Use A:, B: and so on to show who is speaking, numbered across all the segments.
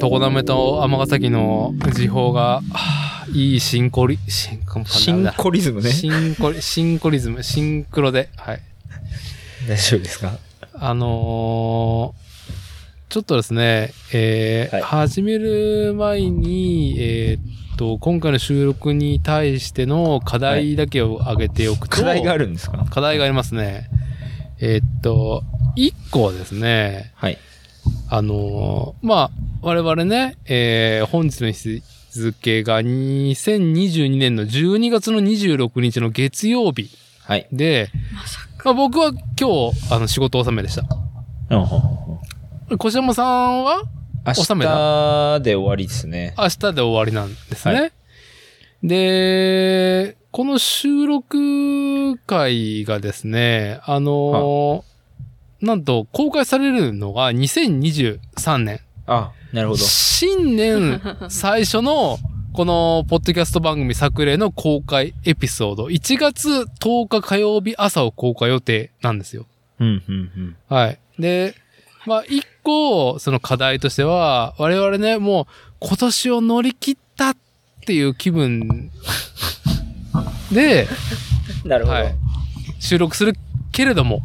A: 常滑と尼崎の時報が、はあいいシンコリ、シンコリ
B: シンコリズムね。
A: シンコリ、シンコリズム、シンクロで、はい。
B: 大丈夫ですか
A: あのーちょっとですね、えー
C: はい
A: 始める前に、えーっと、今回の収録に対しての課題だけを挙げておくと、
B: 課題があるんですか
A: 課題がありますね。えーっと、1個はですね、
B: はい。
A: あのーまあ、我々ね、えー本日の日付が2022年の12月の26日の月曜日
B: はい。
A: で、まあ、僕は今日、あの、仕事納めでした。小島さんは
B: 明
A: 収め
B: 日で終わりですね。
A: 明日で終わりなんですね。
B: は
A: で、この収録会がですね、あのーなんと公開されるのが2023年。
B: あ、なるほど。
A: 新年 最初のこのポッドキャスト番組作例の公開エピソード、1月10日火曜日朝を公開予定なんですよ。
B: うん、うん、
A: はい。で、まあ、一個、その課題としては、我々ね、もう今年を乗り切ったっていう気分で、
C: なるほど。
A: はい、収録するけれども、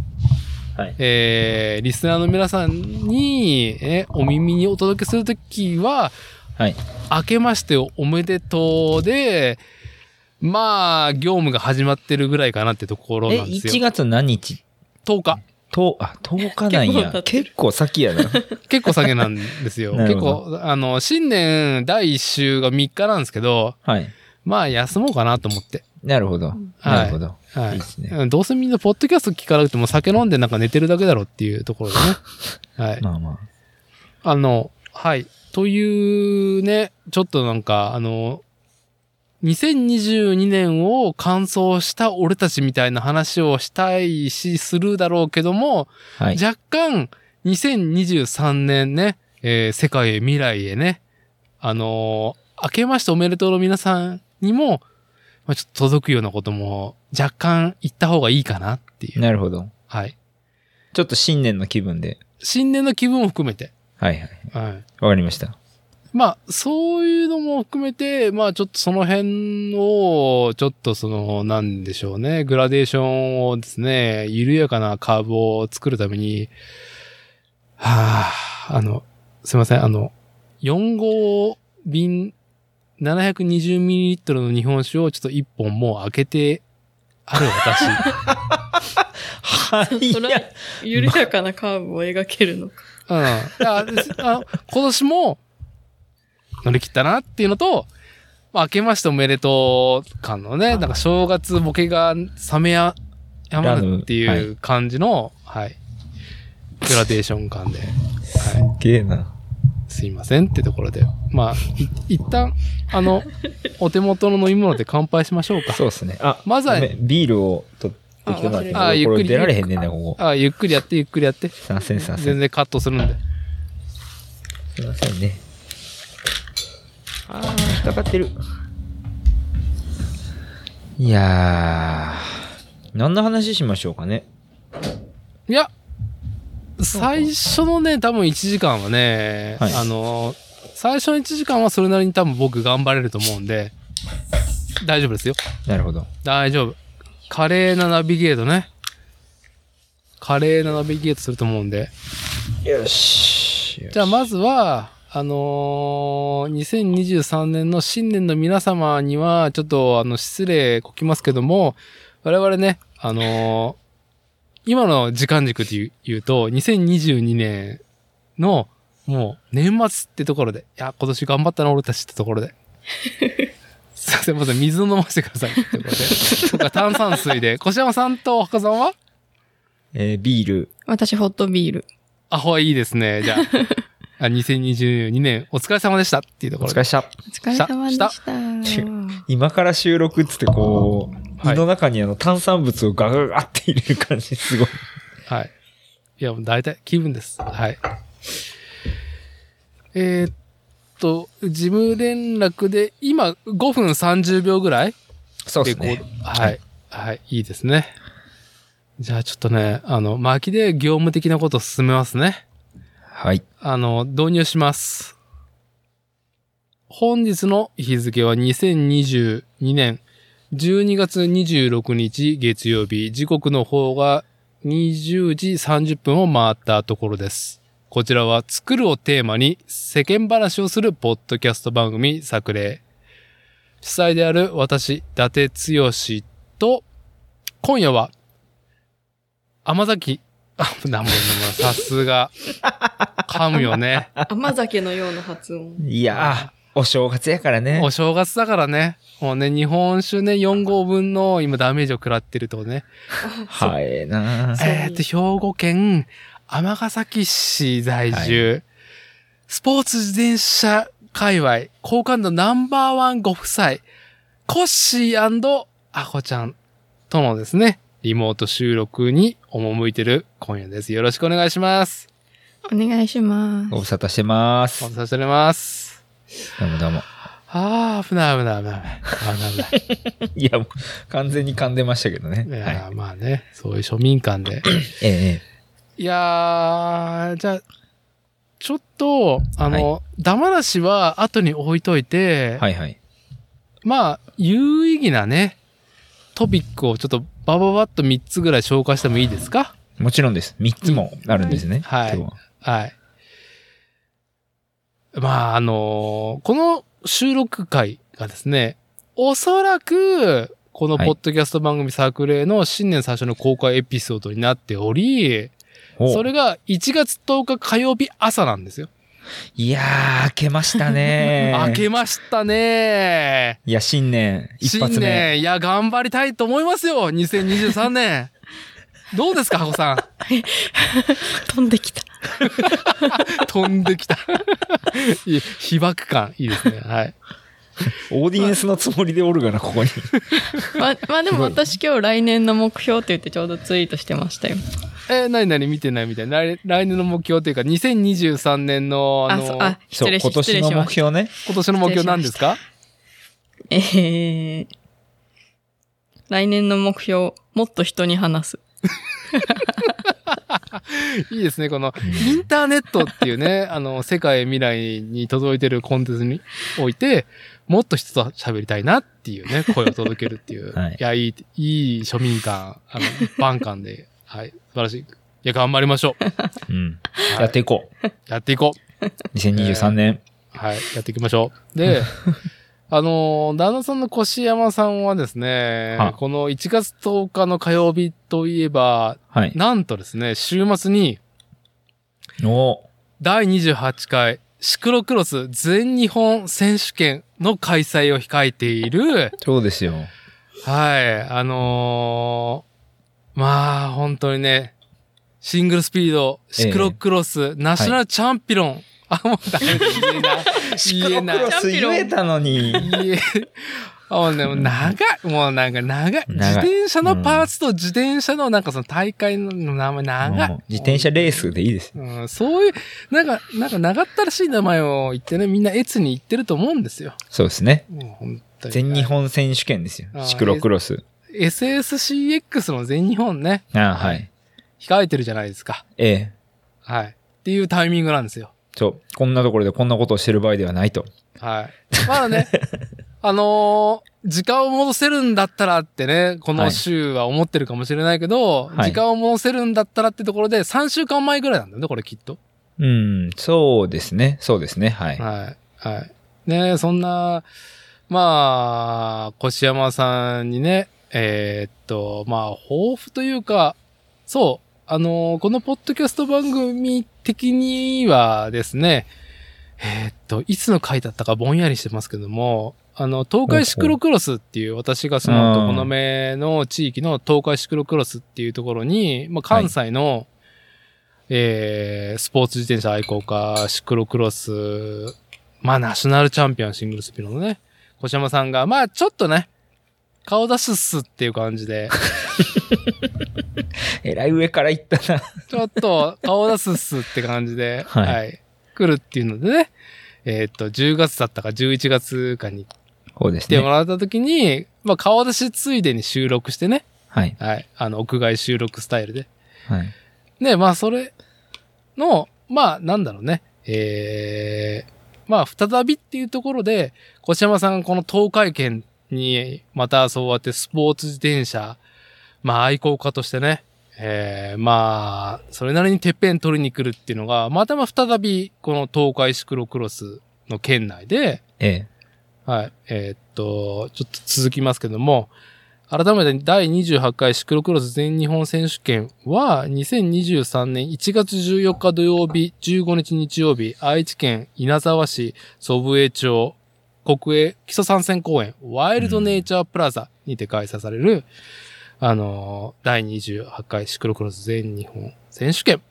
C: はい
A: えーリスナーの皆さんに、えお耳にお届けするときは、
B: はい
A: 明けましておめでとうで、まあ、業務が始まってるぐらいかなってとこ
B: う
A: ろ
B: ん。え、
A: なんです
B: 1
A: よ。
B: 月何日
A: 10日。
B: と、あ、10日なんや。結
C: 結
B: 構先やな。
A: 結構酒なんですよ。
B: な
A: 結
B: るほ
A: 構、あの、新年第1週が3日なんですけど、
B: はい。
A: まあ、休もうかなと思って。
B: なるほど。なるほど。
A: はい
B: い
A: い
B: ですね
A: うんどうせみんなポッドキャスト聞かなくても酒飲んでなんか寝てるだけだろうっていうところで ね。はい。
B: まあま
A: あの、はい。というね、ちょっとなんか、あの、2022年を完走した俺たちみたいな話をしたいし、するだろうけども、
B: あ。はい。
A: 若干、2023年ね、えー世界へ未来へね、あのー明けましておめでとうの皆さんにも、まあ、ちょっと届くようなことも若干言った方がいいかなっていう。
B: なるほど。
A: はい。
B: ちょっと新年の気分で。
A: 新年の気分を含めて。
B: はいはい。
A: はい。
B: わかりま した。
A: まあ、そういうのも含めて、まあ、ちょっとその辺を、ちょっとその、なんでしょうね、グラデーションをですね、緩やかなカーブを作るために、はあ、あの、すいません、あの、4号瓶 720ml の日本酒をちょっと1本もう開けて、ある私。
B: はい。
C: それは 緩やかなカーブを描けるのか。
A: うん。ああの今年も乗り切ったなっていうのと、まあ、明けましておめでとう感のね、なんか正月ボケが冷めや、やまぬって
B: ラ
A: い
B: ム
A: う感じの、はい。グラデーション感で、はい。
B: げえな。
A: すいませんってところで。まあ、い一旦、あの、お手元の飲み物で乾杯しましょうか。
B: そうですね。あ、
A: まずは
B: ごめんビールを取ってきてもらっていいです
A: あ忘れてた
B: か。
A: あゆっくり
B: これ出られへんねんな、ここ。
A: あゆっくりやって、ゆっくりやって。
B: すいません、すいません。
A: 全然カットするんで。
B: すいませんね。あー、引っかかってる。いやー、何の話しましょうかね。
A: いや、最初のね、多分1時間はね、
B: はい
A: あの、最初の1時間はそれなりに多分僕頑張れると思うんで、大丈夫ですよ。
B: なるほど。
A: 大丈夫。華麗なナビゲートね。華麗なナビゲートすると思うんで。
B: よし。
A: じゃあまずは、あのー2023年の新年の皆様には、ちょっとあの、失礼こきますけども、我々ね、あのー今の時間軸で言う言うと、2022年の、もう、年末ってところで、いや、今年頑張ったな、俺たちってところで。すいません、まず水を飲ませてくださいってところで。とか、炭酸水で。小山さんと岡さんは
B: えー、ビール。
C: 私、ホットビール。
A: アホはいいですね。じゃあ、あ2022年お疲れ様でしたっていうとこ
B: お
A: ろ
B: 疲
A: で
B: れ。した。
C: お疲れ様でした。
B: 下 今から収録っつってこう、
A: はい
B: 胃の中にあの炭酸物をガガガって入れる感じ、すごい。
A: はい。いや、もう大体気分です。はい。えーっと、事務連絡で、今5分30秒ぐらい
B: そう
A: で
B: で
A: こ
B: す
A: う、
B: ね。
A: はい。はい、いいですね。じゃあちょっとね、あの、巻きで業務的なことを進めますね。
B: はい。
A: あの、導入します。本日の日付は2022年12月26日月曜日、時刻の方が20時30分を回ったところです。こちらは作るをテーマに世間話をするポッドキャスト番組作例。主催である私、伊達剛と、今夜は、甘崎、あ、なんもさすが、噛むよね。
C: 甘酒のような発音。
B: いやー、お正月やからね
A: お。正月だからね。もうね、日本酒ね、4号分の今ダメージを食らってるとね。
B: はえな
C: そう
A: えー、っと、兵庫県尼崎市在住、スポーツ自転車界隈、好感度ナンバーワンご夫妻、コッシーアコちゃんとのですね、リモート収録に赴いてる今夜です。よろしくお願いします。
C: お願いします
B: ご。無沙汰してま
A: お待
B: す。
A: たせしております。
B: どうもどうも。
A: ああ、危ない危ない危ない危ない。
B: いや、もう完全に噛んでましたけどね
A: 危な。い。い
B: はい
A: やー、まあね、そういう庶民間で。
B: ええ
A: いやー、じゃあ、ちょっと、あの、ダマなしは後に置いとい
B: え
A: て、
B: えはいはい。
A: まあ、有意義なね、トピックをちょっとバババッと3つぐらい紹介してもいいですか
B: もちろんです。3つもあるんですね。
A: はい
B: 今日は
A: はい。まあ、あのーこの収録会がですね、おそらく、このポ
B: は
A: ッ
B: い
A: ドキャスト番組サークルへの新年最初の公開エピソードになっており、
B: お
A: それが1月10日火曜日朝なんですよ。
B: いやー、明けまし たね。
A: 開けましたね。
B: いや、新年、一
A: 新
B: 発目。
A: 年、いや、頑張りたいと思いますよ。2023年。どうですか、箱 さん。
C: 飛んできた。
A: 飛んできた。いい被爆感、いいですね。はい。
B: オーディエンスのつもりでおるがな、ここに。
C: ま、まあでも私今日来年の目標って言ってちょうどツイートしてましたよ。
A: えー、何々見てないみたいな。来来年の目標というか、2023年の、あ
C: あ、
A: の、
C: そう、あ、
B: そ
C: 失
B: う、
C: 礼し
B: 今年
C: 失礼し
B: の
C: ま
B: 目
C: した。
B: 標ね。
A: 今年の目標何ですか
C: えー、来年の目標、もっと人に話す。
A: いいですね。この、インターネットっていうね、 あの、世界未来に届いてるコンテンツにおいて、もっと人と喋りたいなっていうね、声を届けるっていう。
B: はい
A: や、いい、いい庶民感、あの、一般感で、はい、素晴らしい。いや、頑張りましょう。
B: うん。
A: はい
B: やっていこ
A: やっていこう。
B: う。2023年。
A: はい、やっていきましょう。 で、あのー、旦那さんの越山さんはですね
B: は、
A: この1月10日の火曜日といえば、
B: はい。
A: なんとですね、週末に、
B: お
A: 第28回シクロクロス全日本選手権の開催を控えている、
B: そうですよ。
A: はい、あのーまあ、本当にね、シングルスピード、シクロクロス、ナショナルチャンピロン。あ、もうダメだ、言えない。言えない。
B: シクロクロス言えたのに。
A: いえ。あもうね、もう長い。もうなんか長い。
B: 長い
A: 自転車のパーツと自転車のなんかその大会の名前長い。
B: もう自転車レースでいいです。
A: うん、そういう、なんか、なんか長ったらしい名前を言ってね、みんな越に言ってると思うんですよ。
B: そうですね。
A: もう本当に
B: 全日。本選手権ですよ
A: あ。ー
B: シクロクロス。
A: SSCX の全日本ね、
B: あーはい。
A: 控えてるじゃないですか。
B: ええ。
A: はい。っていうタイミングなんですよ。
B: そう。こんなところでこんなことをしてる場合ではないと。
A: はい。まだね、 あのー時間を戻せるんだったらってね、この週は思ってるかもしれないけど、
B: はい
A: 時間を戻せるんだったらってところで、3週間前ぐらいなんだよね、これきっと。
B: うん、そうですね。そうですね。はい。
A: はい。はい。ねそんな、まあ、越山さんにね、えーっと、まあ、抱負というか、そう、あのこのポッドキャスト番組的にはですね、えーっと、いつの回だったかぼんやりしてますけども、あの、東海シクロクロスっていう、私がその、
B: うん
A: 常滑の地域の東海シクロクロスっていうところに、まあ、関西の、えースポーツ自転車愛好家、シクロクロス、まあ、ナショナルチャンピオンシングルスピードのね、小山さんが、まあ、ちょっとね、顔出すっすっていう感じ で、
B: えらい上から行った な。
A: ちょっと顔出すっすって感じで、は、
B: はいい
A: 来るっていうのでね、えーっと、10月だったか11月かに
B: そうで
A: 来
B: す
A: ても
B: ね。
A: らった時に、まあ、顔出しついでに収録してね、
B: はい。
A: はい、あの、屋外収録スタイルで。
B: はい。
A: ね、まあ、それの、まあ、なんだろうね、えー、まあ、再びっていうところで、越山さんがこの東海圏に、またそうやってスポーツ自転車、まあ、愛好家としてね、えー、まあ、それなりにてっぺん取りに来るっていうのが、またま再び、この東海シクロクロスの県内で、
B: え
A: はい、えーっと、ちょっと続きますけども、改めて第28回シクロクロス全日本選手権は、2023年1月14日土曜日、15日日曜日、愛知県稲沢市祖父江町国営基礎参戦公園ワイルドネイチャープラザにて開催される、あのー、第28回シクロクロス全日本選手権。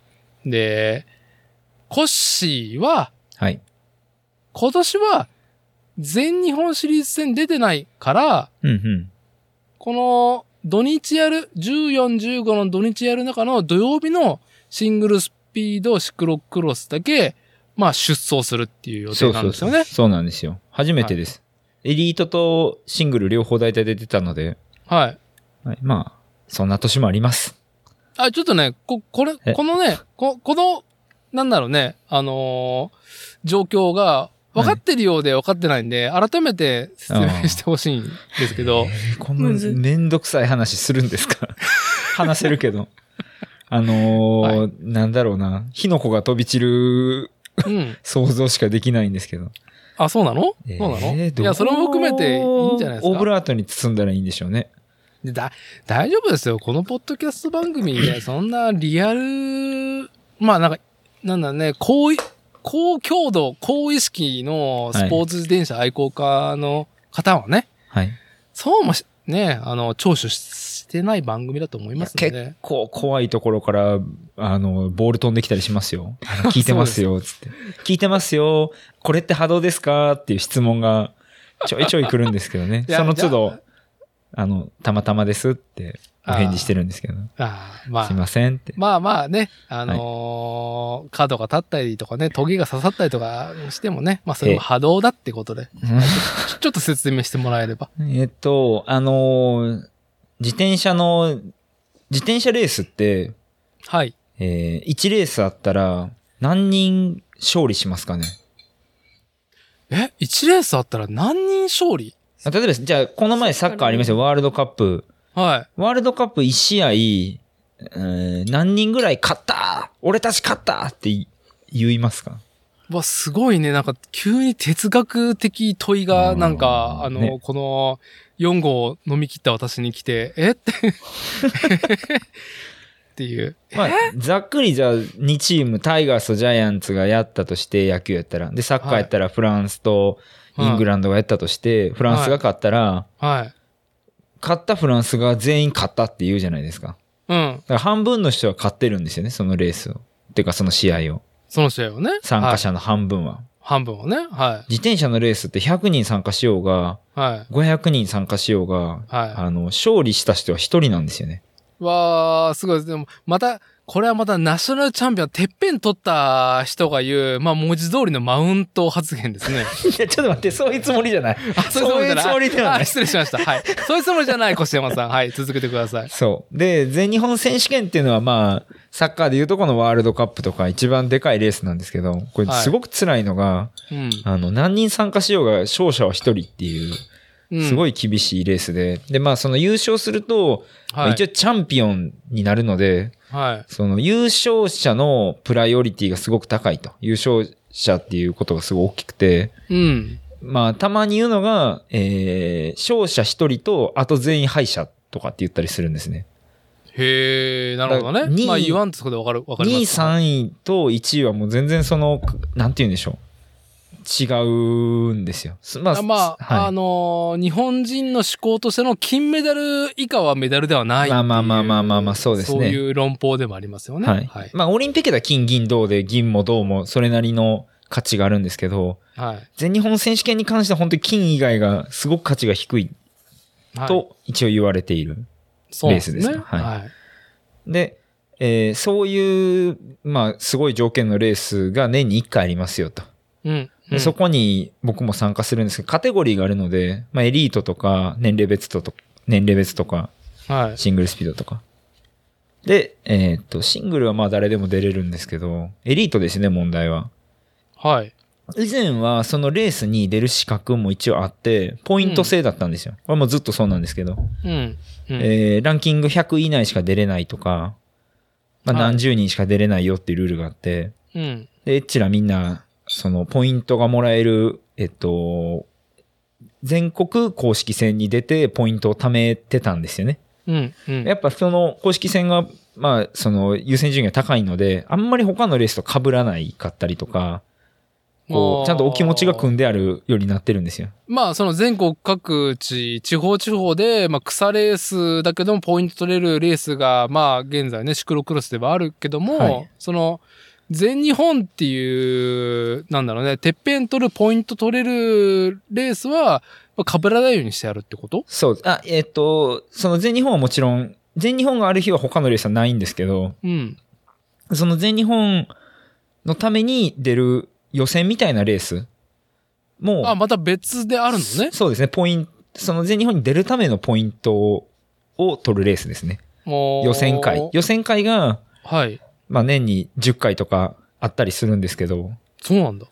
A: で、コッシーは、
B: えはい。
A: 今年は全日本シリーズ戦出てないから、
B: うんうん。
A: この土日やる、14、15の土日やる中の土曜日のシングルスピードシクロクロスだけ、まあ出走するっていう予定なんですよね。
B: そうなんですよ。初めてです。エリートとシングル両方大体で出たので、
A: はい。
B: はい、まあ、そんな年もあります。
A: あ、ちょっとね、こ、これ、
B: え
A: このね、こ、この、なんだろうね、あのー状況が、分かってるようで分かってないんで、改めて説明してほしいんですけど
B: え、ーこんな
C: むず
B: めんどくさい話するんですか話せる けど。あのーなんだろうな。火の粉が飛び散る
A: うん。
B: 想像しかできないんですけど。
A: あ、そうなの、そうな
B: えー
A: の
B: どう
A: いや、それも含めていいんじゃないです
B: オブ
A: か。
B: ラートに包んだらいいんでしょうね。
A: でだ、大丈夫ですよ。このポッドキャスト番組 で、そんなリアル、まあなんか、なんだね、高い、高強度、高意識のスポーツ自転車愛好家の方はね、
B: はい。
A: そうもし、ね、あの、聴取ししてない番組だと思いますの
B: 結
A: で。
B: 構怖いところから、あの、ボール飛んできたりしますよ。あの聞いてますよ、つって。聞いてますよ、これって波動ですかっていう質問がちょいちょい来るんですけどね
A: 。いや
B: その都
A: じ
B: 度、あの、たまたまですってお返事してるんですけど、
A: あーまあ
B: すい、ませんって。
A: まあまあね、あのー角が立ったりとかね、トゲが刺さったりとかしてもね、まあそれも波動だってことで、ちょちょっと説明してもらえれば。
B: えっと、あのー自転車の、自転車レースって、
A: はい。
B: え1レースあったら何人勝利しますかね
A: え、1レースあったら何人勝利
B: あ例えば、じゃあ、この前サッカーありましたよ、ワールドカップ。
A: はい。
B: ワールドカップ1試合、えー何人ぐらい勝った俺たち勝ったってい言いますか
A: うわ、すごいね。なんか、急に哲学的問いが、
B: うん
A: なんか、あの、
B: ね
A: この、4号を飲み切った私に来て、えって、 っていう。
B: まあ、ざっくりじゃあ2チーム、タイガースとジャイアンツがやったとして、野球やったら。で、サッカーやったらフランスとイングランドがやったとして、フランスが勝ったら、
A: はい。
B: 勝ったフランスが全員勝ったって言うじゃないですか。
A: うん
B: だ。から半分の人は勝ってるんですよね、そのレースを。っていうか、その試合を。
A: その試合をね。
B: 参加
A: はい
B: 者の半分は。
A: 半分をね。は
B: 自転車のレースって100人参加しようが、
A: い。は
B: 500人参加しようが、
A: い。は
B: あの、勝利した人は一人なんですよね。
A: い。わー、すごいです。でも、また、これはまたナショナルチャンピオン、てっぺん取った人が言う、まあ、文字通りのマウント発言ですね。
B: いや、ちょっと待って、そういうつもりじゃない。
A: あ、そういうつもりではない。
B: そう
A: あ失礼
B: いうつもりではない
A: しました。はい。そういうつもりじゃない、越山さん。はい。続けてください。
B: そう。で、全日本選手権っていうのはまあ、サッカーでいうとこのワールドカップとか一番でかいレースなんですけど、これ
A: はい
B: すごく辛いのが、
A: うん。
B: あの、何人参加しようが勝者は一人っていう、すご
A: い。
B: い厳しいレースで、で、まあその優勝すると、まあ
A: はい
B: 一。応チャンピオンになるので、
A: はい。
B: その優勝者のプライオリティがすごく高いと。優勝者っていうことがすごい大きくて、
A: うん。
B: まあ、たまに言うのが、えー、勝者一人と、あと全員敗者とかって言ったりするんですね。
A: へえ、なるほど
B: だから二
A: ね。
B: 位
A: まあ言わんとそこでわかる、わかり
B: 2位、
A: ます。位、
B: 3位と1位はもう全然その、なんて言うんでしょう。違うんですよ。すま
A: 3まあ、
B: はい
A: あのー日本人の思考としての金メダル以下はメダルではないっていう。
B: まあまあまあまあまあまあそうですね
A: そういう論法でもありますよね。
B: はい。
A: はい。
B: まあ、オリンピックでは金、銀、銅で銀も銅もそれなりの価値があるんですけど、
A: はい。はい
B: 全日本選手権に関しては本当に金以外がすごく価値が低いと一応言われている。
A: そうなん
B: レースですねはい
A: はい。
B: で、えーそういう、まあ、すごい条件のレースが年に1回ありますよと。
A: うん。
B: でそこに僕も参加するんですけど、カテゴリーがあるので、まあ、エリートとか、年齢別とと、年齢別とか、
A: うん。はい。
B: シングルスピードとか。で、えーっと、シングルはまあ誰でも出れるんですけど、エリートですね、問題は。
A: はい。
B: 以前はそのレースに出る資格も一応あって、ポイント制だったんですよ。これもずっとそうなんですけど、
A: うん。うん
B: えーランキング100以内しか出れないとか、まあ、
A: はい
B: 何十人しか出れないよっていうルールがあって、
A: うん。
B: で、えっちらみんな、そのポイントがもらえる、えっと、全国公式戦に出てポイントを貯めてたんですよね。
A: うん。うん。
B: やっぱその公式戦が、まあ、その優先順位が高いので、あんまり他のレースと被らないかったりとか、こ
A: あー
B: う、ちゃんとお気持ちが組んであるようになってるんですよ。
A: まあ、その全国各地、地方地方で、まあ、草レースだけども、ポイント取れるレースが、まあ、現在ね、シクロクロスではあるけども、
B: はい
A: その、全日本っていう、なんだろうね、てっぺん取る、ポイント取れるレースは、まあ、被らないようにしてやるってこと
B: そう。あ、えっ、と、その全日本はもちろん、全日本がある日は他のレースはないんですけど、
A: うん。
B: その全日本のために出る予選みたいなレースも、
A: あ、また別であるのね。
B: そうですね、ポイント、その全日本に出るためのポイントをを取るレースですね。
A: もう
B: 予選会。予選会が、
A: はい。
B: まあ年に10回とかあったりするんですけど、
A: そうなんだ。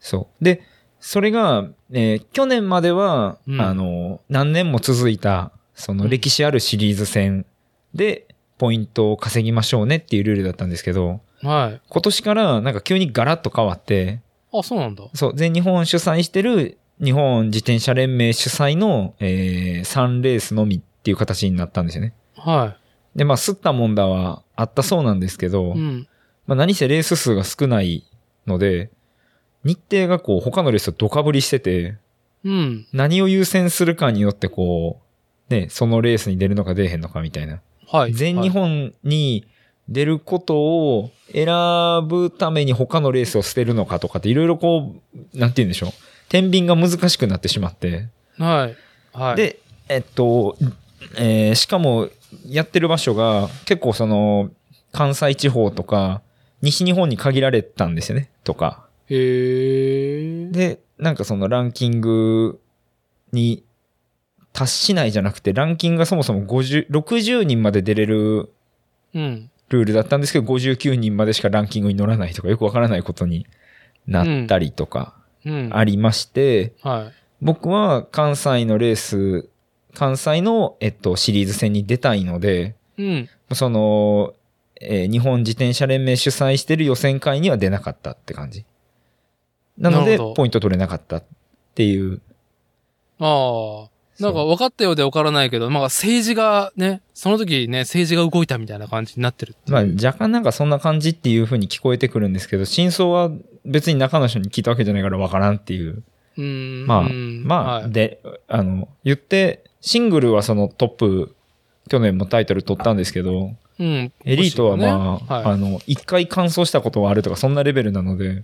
B: そう。で、それが、えー去年までは、
A: うん
B: あの、何年も続いた、その歴史あるシリーズ戦で、ポイントを稼ぎましょうねっていうルールだったんですけど、
A: はい。
B: 今年からなんか急にガラッと変わって、
A: あ、そうなんだ。
B: そう、全日本主催してる日本自転車連盟主催の、え3レースのみっていう形になったんですよね。
A: は
B: で、まあ、すったもんだはあったそうなんですけ
A: い。
B: ど、
A: うん。
B: まあ、何せレース数が少ないので、日程がこう、他のレースとドカぶりしてて、
A: うん。
B: 何を優先するかによってこう、ね、そのレースに出るのか出えへんのかみたいな。
A: はい。
B: 全日
A: はい
B: 本に出ることを選ぶために他のレースを捨てるのかとかっていろいろこう、なんて言うんでしょう。天秤が難しくなってしまって。
A: はい。はい。、
B: で、えっと、えーしかもやってる場所が結構その関西地方とか西日本に限られたんですよね、とか。
A: へえ。
B: で、なんかそのランキングに達しないじゃなくて、ランキングがそもそも50 60人まで出れる
A: うん。
B: ルールだったんですけど、59人までしかランキングに乗らないとか、よくわからないことになったりとか
A: うん。
B: ありまして、
A: はい。
B: 僕は関西のレース、関西の、えっと、シリーズ戦に出たいので、
A: うん。
B: その、えー日本自転車連盟主催してる予選会には出なかったって感じ。なの
A: な
B: で、
A: るほど
B: ポイント取れなかったっていう。
A: ああ。なんか分かったようで分からないけど、まあ政治がね、その時ね、政治が動いたみたいな感じになってるっていう
B: まあ、若干なんかそんな感じっていう風に聞こえてくるんですけど、真相は別に中の人に聞いたわけじゃないからわからんっていう。
A: うーん。
B: まあ、
A: うん
B: まあ、
A: はい、
B: で、あの、言って、シングルはそのトップ、去年もタイトル取ったんですけど、
A: うん。
B: エリートはまあ、
A: はい
B: あの、一回完走したことはあるとか、そんなレベルなので、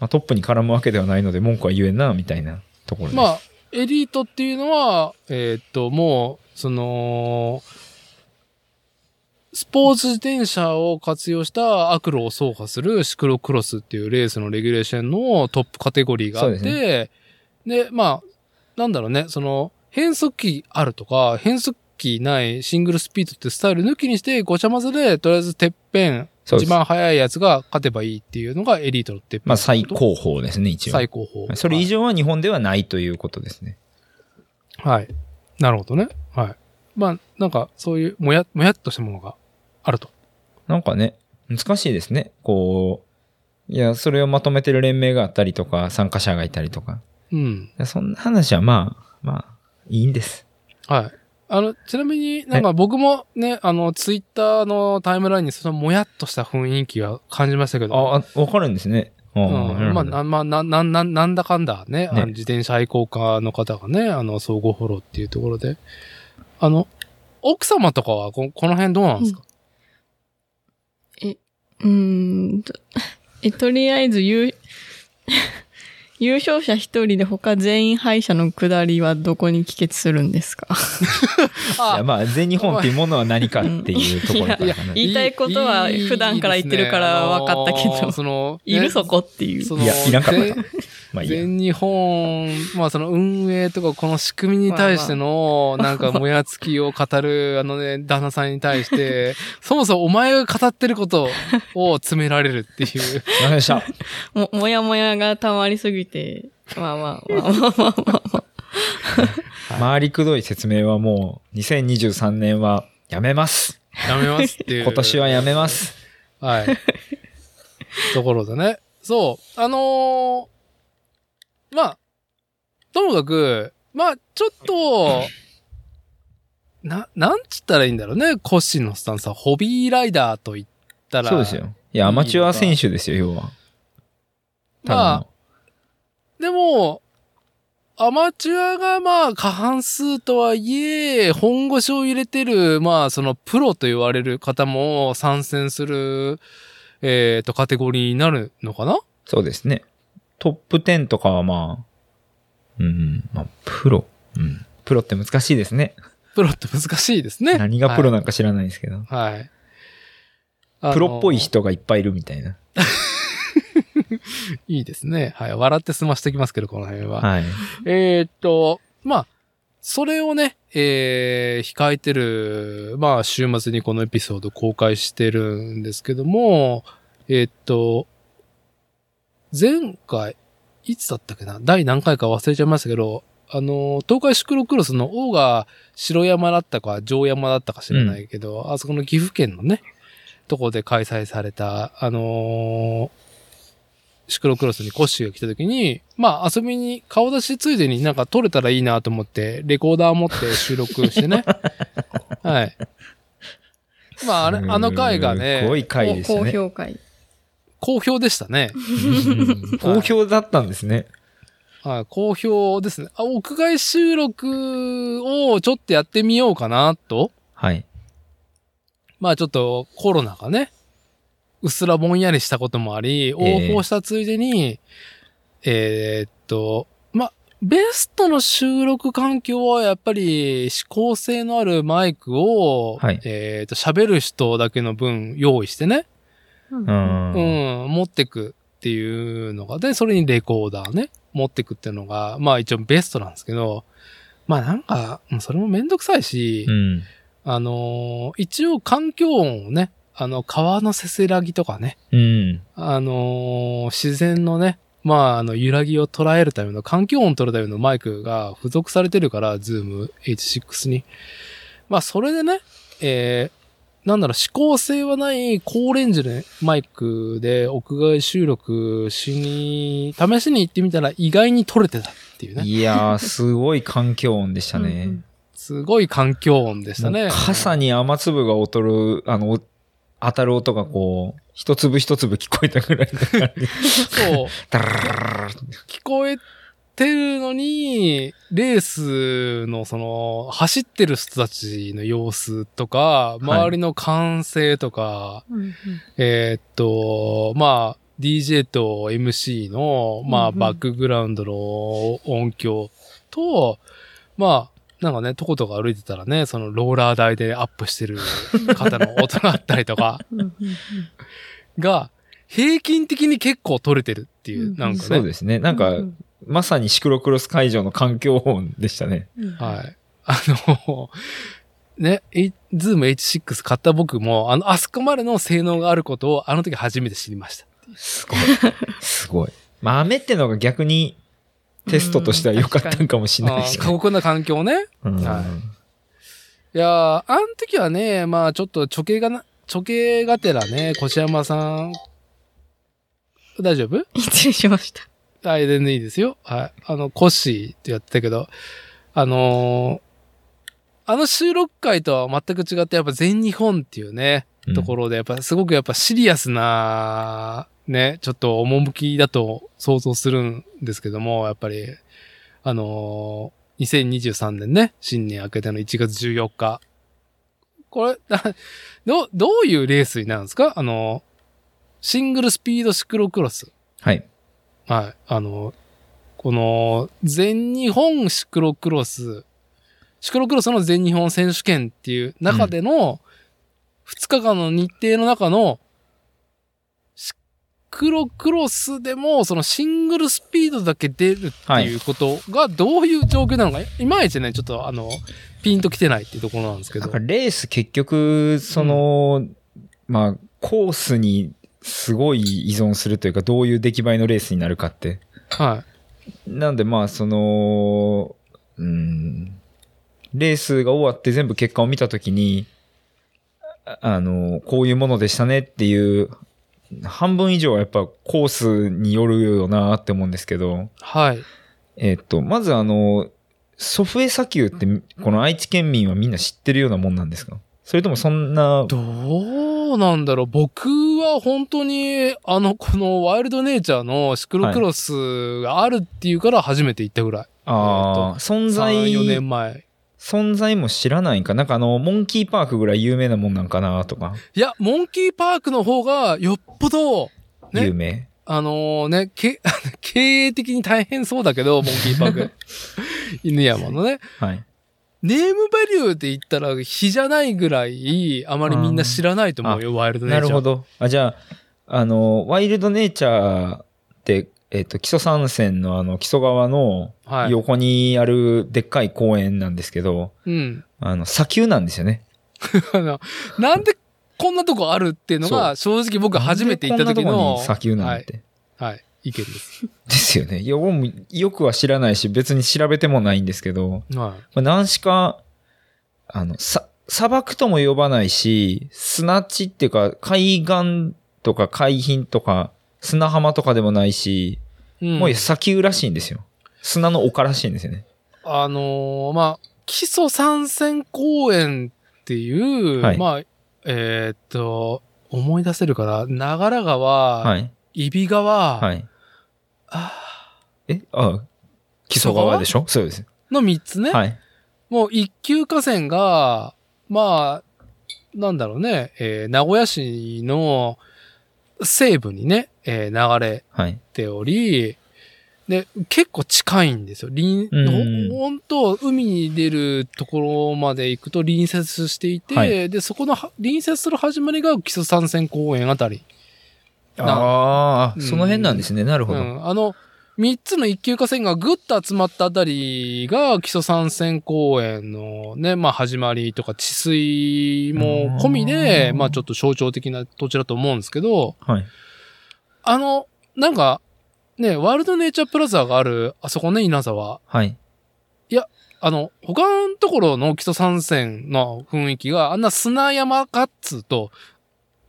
B: まあ、トップに絡むわけではないので、文句は言えんな、みたいなところです。
A: まあ、エリートっていうのは、えーっと、もう、その、スポーツ自転車を活用した悪路を走破するシクロクロスっていうレースのレギュレーションのトップカテゴリーがあって、
B: そう
A: でまあ、なんだろうね、その、変速機あるとか、変速機ないシングルスピードってスタイル抜きにして、ごちゃ混ぜで、とりあえずてっぺん、
B: そうで
A: 一
B: す
A: 番速いやつが勝てばいいっていうのがエリートのてっぺん。
B: まあ、最高峰ですね、一応
A: 最。高峰。
B: それ以上は日本ではないということですね。
A: はい。なるほどね。はい。まあ、なんか、そういう、もや、もやっとしたものがあると。
B: なんかね、難しいですね。こう、いや、それをまとめてる連盟があったりとか、参加者がいたりとか。
A: うん。
B: いやそんな話はまあ、まあ、いいんです。
A: はい。あの、ちなみになんか僕もね、あの、ツイッターのタイムラインにそのもやっとした雰囲気は感じましたけど。
B: あ、あわかるんですね。う
A: うん、まあ、な、まあ、な、な、ななんだかんだね、あの
B: ね
A: 自転車愛好家の方がね、あの、総合フォローっていうところで。あの、奥様とかはこ、この辺どうなんですか、
C: うーんと。 え、とりあえず優、 優勝者一人で他全員敗者の下りはどこに帰結するんですか
B: いや
A: あ、
B: まあ、全日本っていうものは何かっていうところからか
C: い
B: な
C: や言いたいことは普段から言ってるから分かったけど
A: その、
C: いる
A: ね
C: そこっていう。
A: そ
B: いやいらんかった
A: ぜ
B: まあいいや。
A: 全日本、まあその運営とかこの仕組みに対しての、なんかもやつきを語る、あのね、旦那さんに対 して、そもそもお前が語ってることを詰められるっていう。
B: わかりました。
C: も、もやもやが溜まりすぎて、まあまあまあまあまあまあまあ。
B: 回りくどい説明はもう、2023年はやめます。
A: やめますっていう。
B: 今年はやめます。
A: はい。ところでね。そう。あのーまあ、ともかく、まあ、ちょっと、な、なんつったらいいんだろうね。コッシーのスタンスは、ホビーライダーと言ったら。
B: そうです。よ。いや、アマチュア選手ですよ、要は。ただ
A: まあ、でも、アマチュアがまあ過半数とはいえ、本腰を入れてる、まあそのプロと言われる方も参戦する、えっ、と、カテゴリーになるのかな
B: そうですね。トップ10とかはまあ、うん、まあ、プロ。うん。プロって難しいです ね。
A: プロって難しいですね。
B: 何がプロなんか知らないですけど。
A: はい。はいあの
B: プロっぽい。人がいっぱいいるみたいな。
A: いいですね。はい。笑って済ましてきますけど、この辺は。
B: はい。
A: えーっと、まあ、それをね、えー、控えてる、まあ、週末にこのエピソード公開してるんですけども、えーっと、前回、いつだったっけな第何回か忘れちゃいましたけど、あの、東海シクロクロスの王が白山だったか城山だったか知らないけど、あそこの岐阜県のね、とこで開催された、あのーシクロクロスにコッシーが来た時に、まあ遊びに顔出しついでになんか撮れたらいいなと思って、レコーダー持って収録してね。はい。まああれ、あの回がね
B: す、ごい回です
C: 高
B: ね。
C: 評価。
A: 好評でしたね。
B: うん好評だったんですね。
A: はい、好評ですね。あ、屋外収録をちょっとやってみようかなと。
B: はい。
A: まあちょっとコロナがね、うっすらぼんやりしたこともあり、
B: え
A: 応報したついでに、えーっと、まあ、ベストの収録環境はやっぱり指向性のあるマイクを、
B: はい
A: えーっと、喋る人だけの分用意してね、
C: うん
B: う。ん。
A: うん、持ってくっていうのが、で、それにレコーダーね、持ってくっていうのが、まあ一応ベストなんですけど、まあなんか、うんそれもめんどくさいし、
B: うん。
A: あのー一応環境音をね、あの、川のせせらぎとかね、
B: うん。
A: あのー自然のね、まあ、あの、揺らぎを捉えるための、環境音を取るためのマイクが付属されてるから、ズーム H6 に。まあ、それでね、えー、なんだろう、指向性はない高レンジのマイクで屋外収録しに、試しに行ってみたら意外に取れてたっていうね。
B: いやー、すごい環境音でしたね。
C: うん
A: すごい環境音でした
B: も
A: ね
B: う。傘に雨粒が劣る、あの、お当たる音がこう、一粒一粒聞こえたぐらいだから、
A: そう。
B: ダラララララって
A: 聞こえてるのに、レースのその、走ってる人たちの様子とか、周りの歓声とか、
C: うん
A: えーっと、まあ、DJ と MC の、ま
C: う
A: あ、
C: んうん
A: バックグラウンドの音響と、まあ、なんかね、とことか歩いてたらね、そのローラー台でアップしてる方の音があったりとか
C: うんうん
A: が、平均的に結構取れてるっていうう、
C: ん
A: なんか
B: そう
A: ね。
B: ですね。なんか、
C: うん
B: まさにシクロクロス会場の環境音でしたね。
C: うん
A: はい。あの、ね、えズーム H6 買った僕も、あの、あそこまでの性能があることを、あの時初めて知りました。
B: すごい。すごい。まあ、雨ってのが逆にテストとしては良かったんかもしれない
A: あ
B: です
A: ー
B: け
A: 過
B: ど。
A: 酷な環境ね。
B: うん
A: はいいやー、あの時はね、まあちょっと、ちょけがな、ちょけがてらね、越山さん、大丈夫
C: 失礼しました。
A: あ、全然いいですよ。はい。あの、コッシーってやってたけど、あのーあの収録会とは全く違って、やっぱ全日本っていうね、
B: うん
A: ところで、やっぱすごくやっぱシリアスな、ね、ちょっと趣だと想像するんですけども、やっぱり、あのー2023年ね、新年明けての1月14日。これ、 などう、どういうレースになるんですかあのーシングルスピードシクロクロス。
B: はい。
A: はい。あのーこの、全日本シクロクロス、シクロクロスの全日本選手権っていう中での、2日間の日程の中の、しクロクロスでも、そのシングルスピードだけ出るって
B: はい
A: いうことがどういう状況なのか、い、まいちね、ちょっとあの、ピンときてないっていうところなんですけ
B: だ
A: ど
B: か。らレース結局、その、まあ、コースにすごい依存するというか、どういう出来栄えのレースになるかって。
A: は
B: なんでまあ、その、うん、レースが終わって全部結果を見たときに、ああの、こういうものでしたねっていう、半分以上はやっぱコースによるよなって思うんですけど、
A: い。はい。
B: えっと、まずあの、祖父江砂丘って、この愛知県民はみんな知ってるようなもんなんですかそれともそんな、
A: どうなんだろう僕は本当に、あの、このワイルドネイチャーのシクロクロスがあるっていうから初めて行ったぐらい。
B: ああ、存在、
A: 3、4年前。
B: 存在も知らないんか。なんかあの、モンキーパークぐらい有名なもんなんかなとか、
A: いや、モンキーパークの方がよっぽど、ね
B: 有名。
A: あのね、け、 経営的に大変そうだけど、モンキーパー ク。犬山のね。
B: はい。
A: ネームバリューで言ったら、比じゃないぐらい、あまりみんな知らないと思うよ、ワイルドネイチ
B: な
A: ャー。
B: るほ。ど。あ、じゃあ、あの、ワイルドネイチャーって、えっ、と、基礎山線のあの、基礎川の
A: はい。
B: 横にあるでっかい公園なんですけど、
A: うん。
B: あの、砂丘なんですよね。
A: あの、なんでこんなとこあるっていうのが、正直僕初めて行った時
B: こんなとこ
A: の
B: に、砂丘な
A: は
B: ん
A: い、
B: て。
A: はい、意見です。
B: ですよね。よ僕もよくは知らないし、別に調べてもないんですけど、
A: は
B: まあ、何しか、あの、さ、砂漠とも呼ばないし、砂地っていうか、海岸とか海浜とか、砂浜とかでもない
A: い。
B: し、
A: うん
B: もう砂丘らしいんですよ。砂の丘らしいんですよね。
A: あのーまあ、基礎三線公園っていう、
B: はい
A: まあ、えーっと、思い出せるかな長良川、
B: はい。
A: 揖斐川、
B: はい。
A: あ
B: えあ、基礎川でしょそうです。
A: ーの三つね。
B: はい。
A: もう一級河川が、まあ、なんだろうね、えー名古屋市の西部にね、えー流れ
B: はい。
A: ており、で、結構近いんですよ。隣、
B: うん
A: ほほんと、海に出るところまで行くと隣接していて、
B: はい
A: で、そこのは隣接する始まりが木曽三線公園あたり。
B: あ
A: うん
B: あ、その辺なんですね。なるほ
A: う
B: ど。
A: ん。あの、三つの一級河川がぐっと集まったあたりが、基礎三線公園のね、まあ始まりとか、治水も込みで、
B: うん
A: まあちょっと象徴的な土地だと思うんですけど、
B: はい。
A: あの、なんか、ね、ワールドネイチャープラザがある、あそこね、稲沢。
B: はい。
A: あの、他のところの基礎三線の雰囲気があんな砂山かっつうと、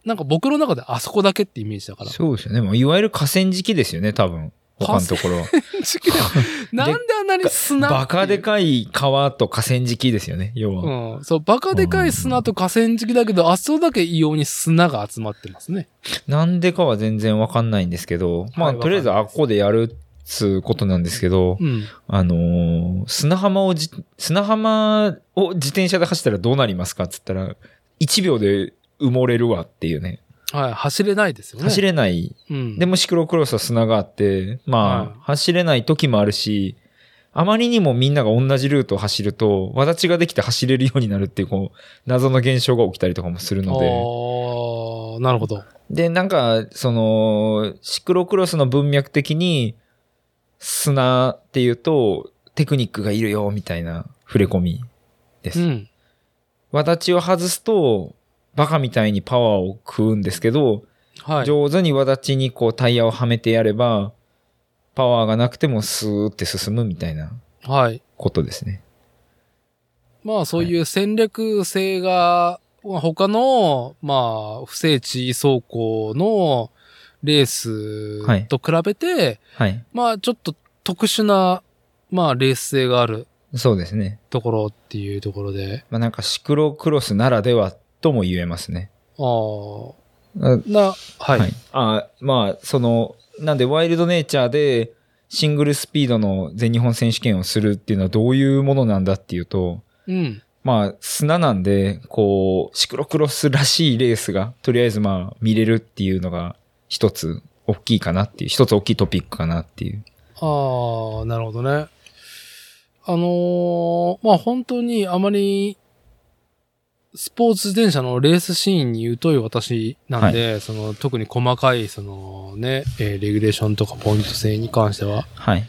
A: なんか僕の中であそこだけってイメージだ から。
B: そうですよね。もういわゆる河川敷ですよね、多分。他のところは。
A: なんであんなに砂っていう
B: バカでかい川と河川敷ですよね、要は。
A: うん。そう、バカでかい砂と河川敷だけど、あそこだけ異様に砂が集まってますね。
B: なんでかは全然わかんないんですけど、ま
A: は
B: あ、
A: い
B: とりあえず
A: わかん
B: あ
A: ない
B: っ
A: です
B: こでやるっつうことなんですけど、
A: うん。
B: あのー砂浜をじ、砂浜を自転車で走ったらどうなりますかっつったら、1秒で埋もれるわっていうね。
A: はい。走れないですよね。
B: 走れない。
A: うん。
B: でもシクロクロスは砂があって、
A: はい
B: まあ、走れない時もあるし、あまりにもみんなが同じルートを走ると、わだちができて走れるようになるっていう、こう、謎の現象が起きたりとかもするので。
A: あーなるほど。
B: で、なんか、その、シクロクロスの文脈的に、砂っていうと、テクニックがいるよ、みたいな触れ込みで
A: う
B: す。
A: ん。
B: わだちを外すと、バカみたいにパワーを食うんですけど、
A: はい。
B: 上手にわだちにこうタイヤをはめてやれば、パワーがなくてもスーって進むみたいな
A: はい。
B: ことですね。
A: まあ、そういう戦略性が、まあ他の、まあ、不整地走行のレー
B: はい
A: スと比べて、
B: はい。
A: まあ、ちょっと特殊な、まあ、レース性がある
B: そうですね。
A: ところっていうところで、
B: まあなんかシクロクロスならではとも言えますね。
A: あー
B: あ
A: な、はい。
B: はい。あまあ、その、なんで、ワイルドネイチャーで、シングルスピードの全日本選手権をするっていうのはどういうものなんだっていうと、
A: うん。
B: まあ、砂なんで、こう、シクロクロスらしいレースが、とりあえずまあ、見れるっていうのが、一つ、大きいかなっていう、一つ大きいトピックかなっていう。
A: ああ、なるほどね。あのーまあ本当にあまり、スポーツ自転車のレースシーンに疎い私なんで、その特に細かい、そのね、えーレギュレーションとかポイント制に関しては、
B: はい。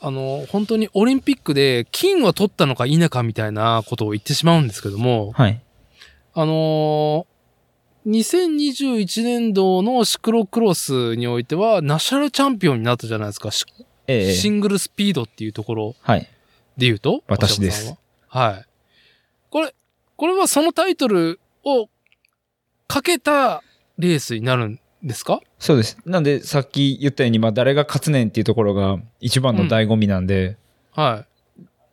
A: あの、本当にオリンピックで金は取ったのか否かみたいなことを言ってしまうんですけども、
B: はい。
A: あのー2021年度のシクロクロスにおいては、ナショナルチャンピオンになったじゃないですか。シ
B: ええ
A: シングルスピードっていうところ
B: はい。
A: で言うと
B: 私です。
A: 渡辺さんははい。これ、これはそのタイトルをかけたレースになるんですか
B: そうです。なんで、さっき言ったように、まあ、誰が勝つねんっていうところが一番の醍醐味なんで、
A: は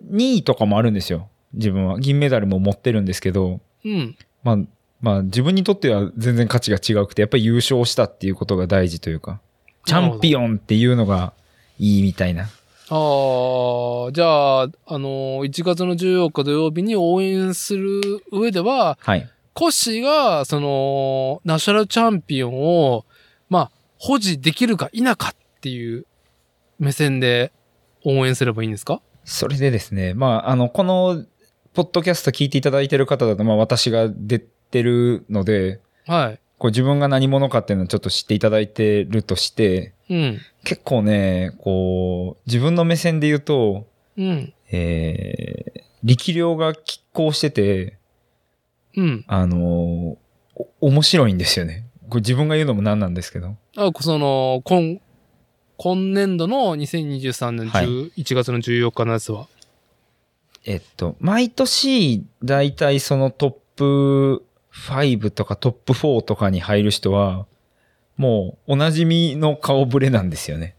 B: 2位とかもあるんですよ。自分は。銀メダルも持ってるんですけど、
A: い。うん。
B: まあ、まあ、自分にとっては全然価値が違うくて、やっぱり優勝したっていうことが大事というか、チャンピオンっていうのがいいみたいな。
A: ああ、じゃあ、あのー1月の14日土曜日に応援する上では、
B: はい。
A: コッシーが、その、ナショナルチャンピオンを、まあ、保持できるか否かっていう目線で応援すればいいんですか
B: それでですね、まあ、あの、この、ポッドキャスト聞いていただいてる方だと、まあ、私が出てるので、
A: は
B: こう自分が何者かっていうのをちょっと知っていただいてるとして、
A: い。うん。
B: 結構ね、こう、自分の目線で言うと、
A: うん。
B: えー、力量が拮抗してて、
A: うん。
B: あのーお面白いんですよね。これ自分が言うのもなんなんですけど。
A: あ、その、今、今年度の2023年
B: はい
A: 10 1月の14日のやつは。
B: えっと、毎年、だいたいそのトップ5とかトップ4とかに入る人は、もうおなじみの顔ぶれなんですよね。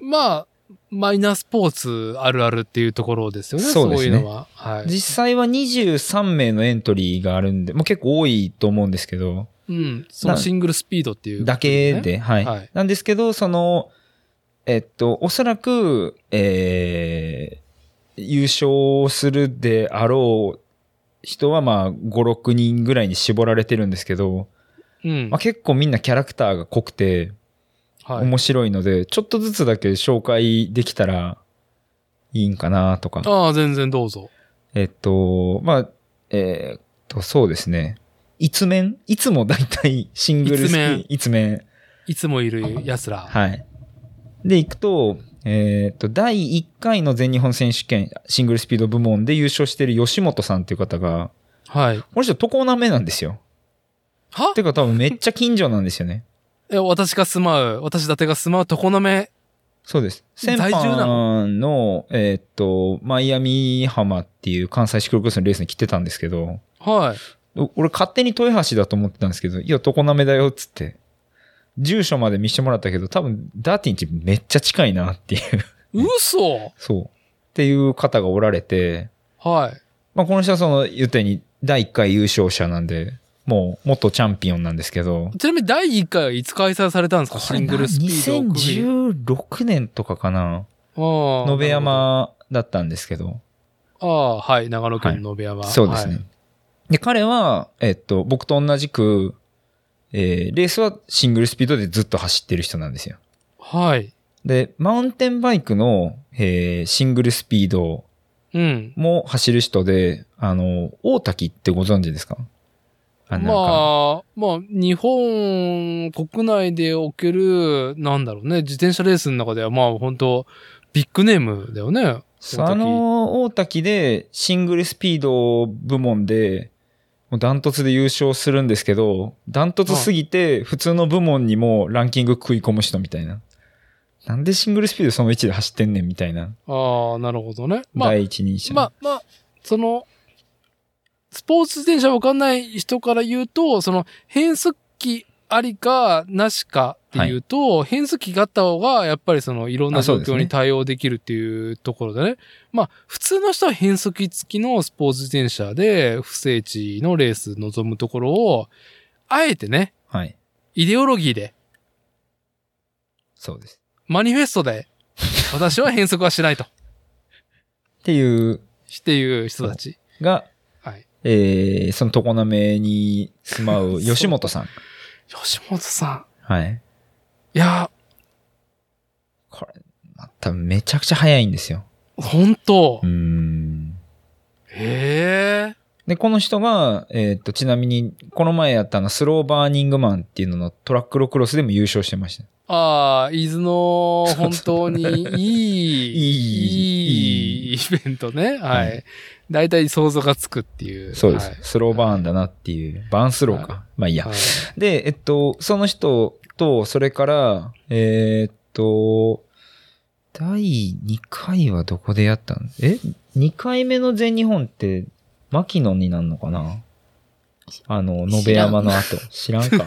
A: まあ、マイナースポーツあるあるっていうところですよね。
B: そ
A: そうう,、
B: ですね
A: いうのは。はい。
B: 実際は23名のエントリーがあるんで、もう結構多いと思うんですけど、
A: うん。そのシングルスピードっていう、
B: だけで、。はい、
A: はい
B: なんですけど、その、えっと、おそらく、えー優勝するであろう人は、まあ、5、6人ぐらいに絞られてるんですけど、
A: うん
B: まあ、。結構みんなキャラクターが濃くて、
A: はい。
B: 面白いので、ちょっとずつだけ紹介できたらいいんかなとか。
A: ああ、全然どうぞ。
B: えっと、まあ、えーっと、そうですね。いつ面いつもだいたいシングルスピーいつ面。
A: いつもいる奴ら。
B: はい。で、行くと、えーっと、第1回の全日本選手権シングルスピード部門で優勝してる吉本さんっていう方が、
A: はい。
B: この人、常滑なんですよ。
A: は
B: てか多分めっちゃ近所なんですよね。
A: え私が住まう、私伊達が住まう常滑。
B: そうです。先
A: 在住な
B: 般の、えーっと、マイアミ浜っていう関西シクロクロスのレースに来てたんですけど、
A: はい。
B: お俺勝手に豊橋だと思ってたんですけど、いや、常滑だよっつって。住所まで見してもらったけど、多分、ダーティンチめっちゃ近いなっていう。
A: 嘘
B: そう。っていう方がおられて、
A: はい。
B: まあ、この人はその、言ったように、第1回優勝者なんで、もう、元チャンピオンなんですけど、
A: ちなみに第1回はいつ開催されたんですか
B: こ
A: シ
B: れ
A: ングルスピード。
B: 2016年とかかな、
A: 野
B: 野辺。山だったんですけど、
A: ああ、はい。長野県の野辺山。
B: そうですね。
A: はい。
B: で、彼は、えっと、僕と同じく、えーレースはシングルスピードでずっと走ってる人なんですよ。
A: はい。
B: で、マウンテンバイクの、えーシングルスピード
A: うん。
B: も走る人で、あの、大滝ってご存知ですかあなんか
A: まあ、まあ、日本国内でおける、なんだろうね、自転車レースの中では、まあ、本当ビッグネームだよね。
B: そうあの、大滝でシングルスピード部門で、もうダントツで優勝するんですけど、ダントツすぎて普通の部門にもランキング食い込む人みたいな。なんでシングルスピードその位置で走ってんねんみたいな。
A: ああ、なるほどね。まあ、
B: 第一人者。
A: まあ、まあ、その、スポーツ自転車わかんない人から言うと、その変速機ありかなしかっていうと、変速機があった方が、やっぱりそのいろん
B: あ
A: な
B: そ
A: 状
B: うですね
A: 況に対応できるっていうところでね。まあ、普通の人は変速機付きのスポーツ自転車で、不正地のレース望むところを、あえてね、
B: はい。
A: イデオロギーで、
B: そうです。
A: マニフェストで、私は変速はしないと、
B: っていう
A: していう人た ち。
B: が、
A: はい。
B: えー、その常滑に住 まう吉本さん。
A: 吉本さ
B: はい。
A: ん。いや
B: これ、まためちゃくちゃ早いんですよ。
A: ー、本当
B: うーん。
A: へえ。
B: で、この人が、えーっと、ちなみに、この前やったあの、スローバーニングマンっていうののトラックロクロスでも優勝してました。
A: ああ、伊豆の本当にいい、いい
B: いい
A: イベントね。は。
B: はい
A: 大体想像がつくっていう。
B: そうです。
A: はい
B: スローバーンだなっていう。バーンスローか。まあいいや。
A: はい
B: で、えっと、その人と、それから、えーっと、第2回はどこでやったのえ ?2 回目の全日本って、牧野になるのかなあの、野辺山の後。知らんか。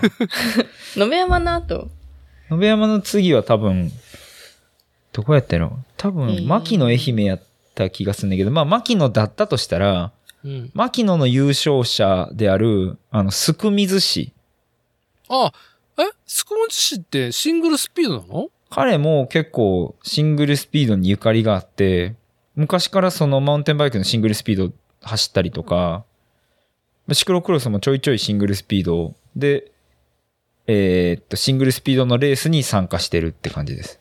C: 野辺山の後、
B: 野辺山の次は多分、どこやったやろ多
C: えー
B: 分、牧野愛媛やった気がするんだけど、まあ、牧野だったとしたら、
A: うん。
B: 牧野の優勝者である、あの、すくみず市。
A: あ、えスクモンチ氏ってシングルスピードなの
B: 彼も結構シングルスピードにゆかりがあって、昔からそのマウンテンバイクのシングルスピード走ったりとか、シクロクロスもちょいちょいシングルスピードで、えーっと、シングルスピードのレースに参加してるって感じです。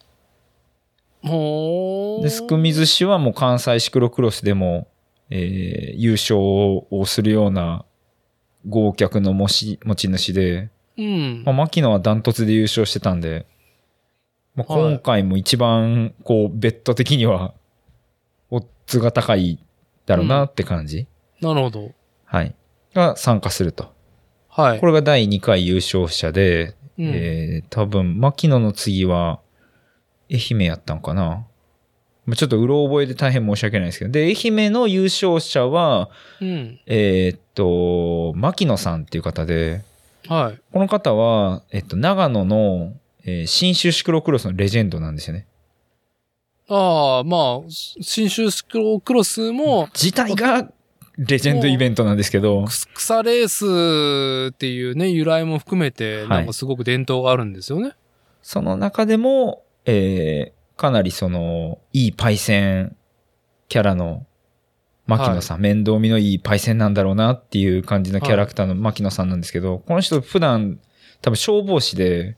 A: ほー。
B: で、すくみず氏はもう関西シクロクロスでも、えー優勝をするような豪脚の持ち持ち主で、
A: うん
B: まあ、。牧野はダントツで優勝してたんで、まあ、
A: はい
B: 今回も一番、こう、ベッド的には、オッズが高いだろうなって感じ。
A: なるほど。
B: はい。が参加すると。
A: はい。
B: これが第2回優勝者で、
A: うん
B: えー、多分、牧野の次は、愛媛やったんかな。まあちょっとうろ覚えで大変申し訳ないですけど。で、愛媛の優勝者は、
A: うん。
B: えーっと、牧野さんっていう方で、
A: はい。
B: この方は、えっと、長野の、えー新州シクロクロスのレジェンドなんですよね。
A: ああ、まあ、新州スクロクロスも、
B: 自体がレジェンドイベントなんですけど
A: く、す草レースっていうね、由来も含めて、
B: はい
A: なんかすごく伝統があるんですよね。
B: その中でも、えーかなりその、いいパイセンキャラの、牧野さん、面倒見のいいパイセンなんだろうなっていう感じのキャラクターの牧野さんなんですけど、この人普段、多分消防士で、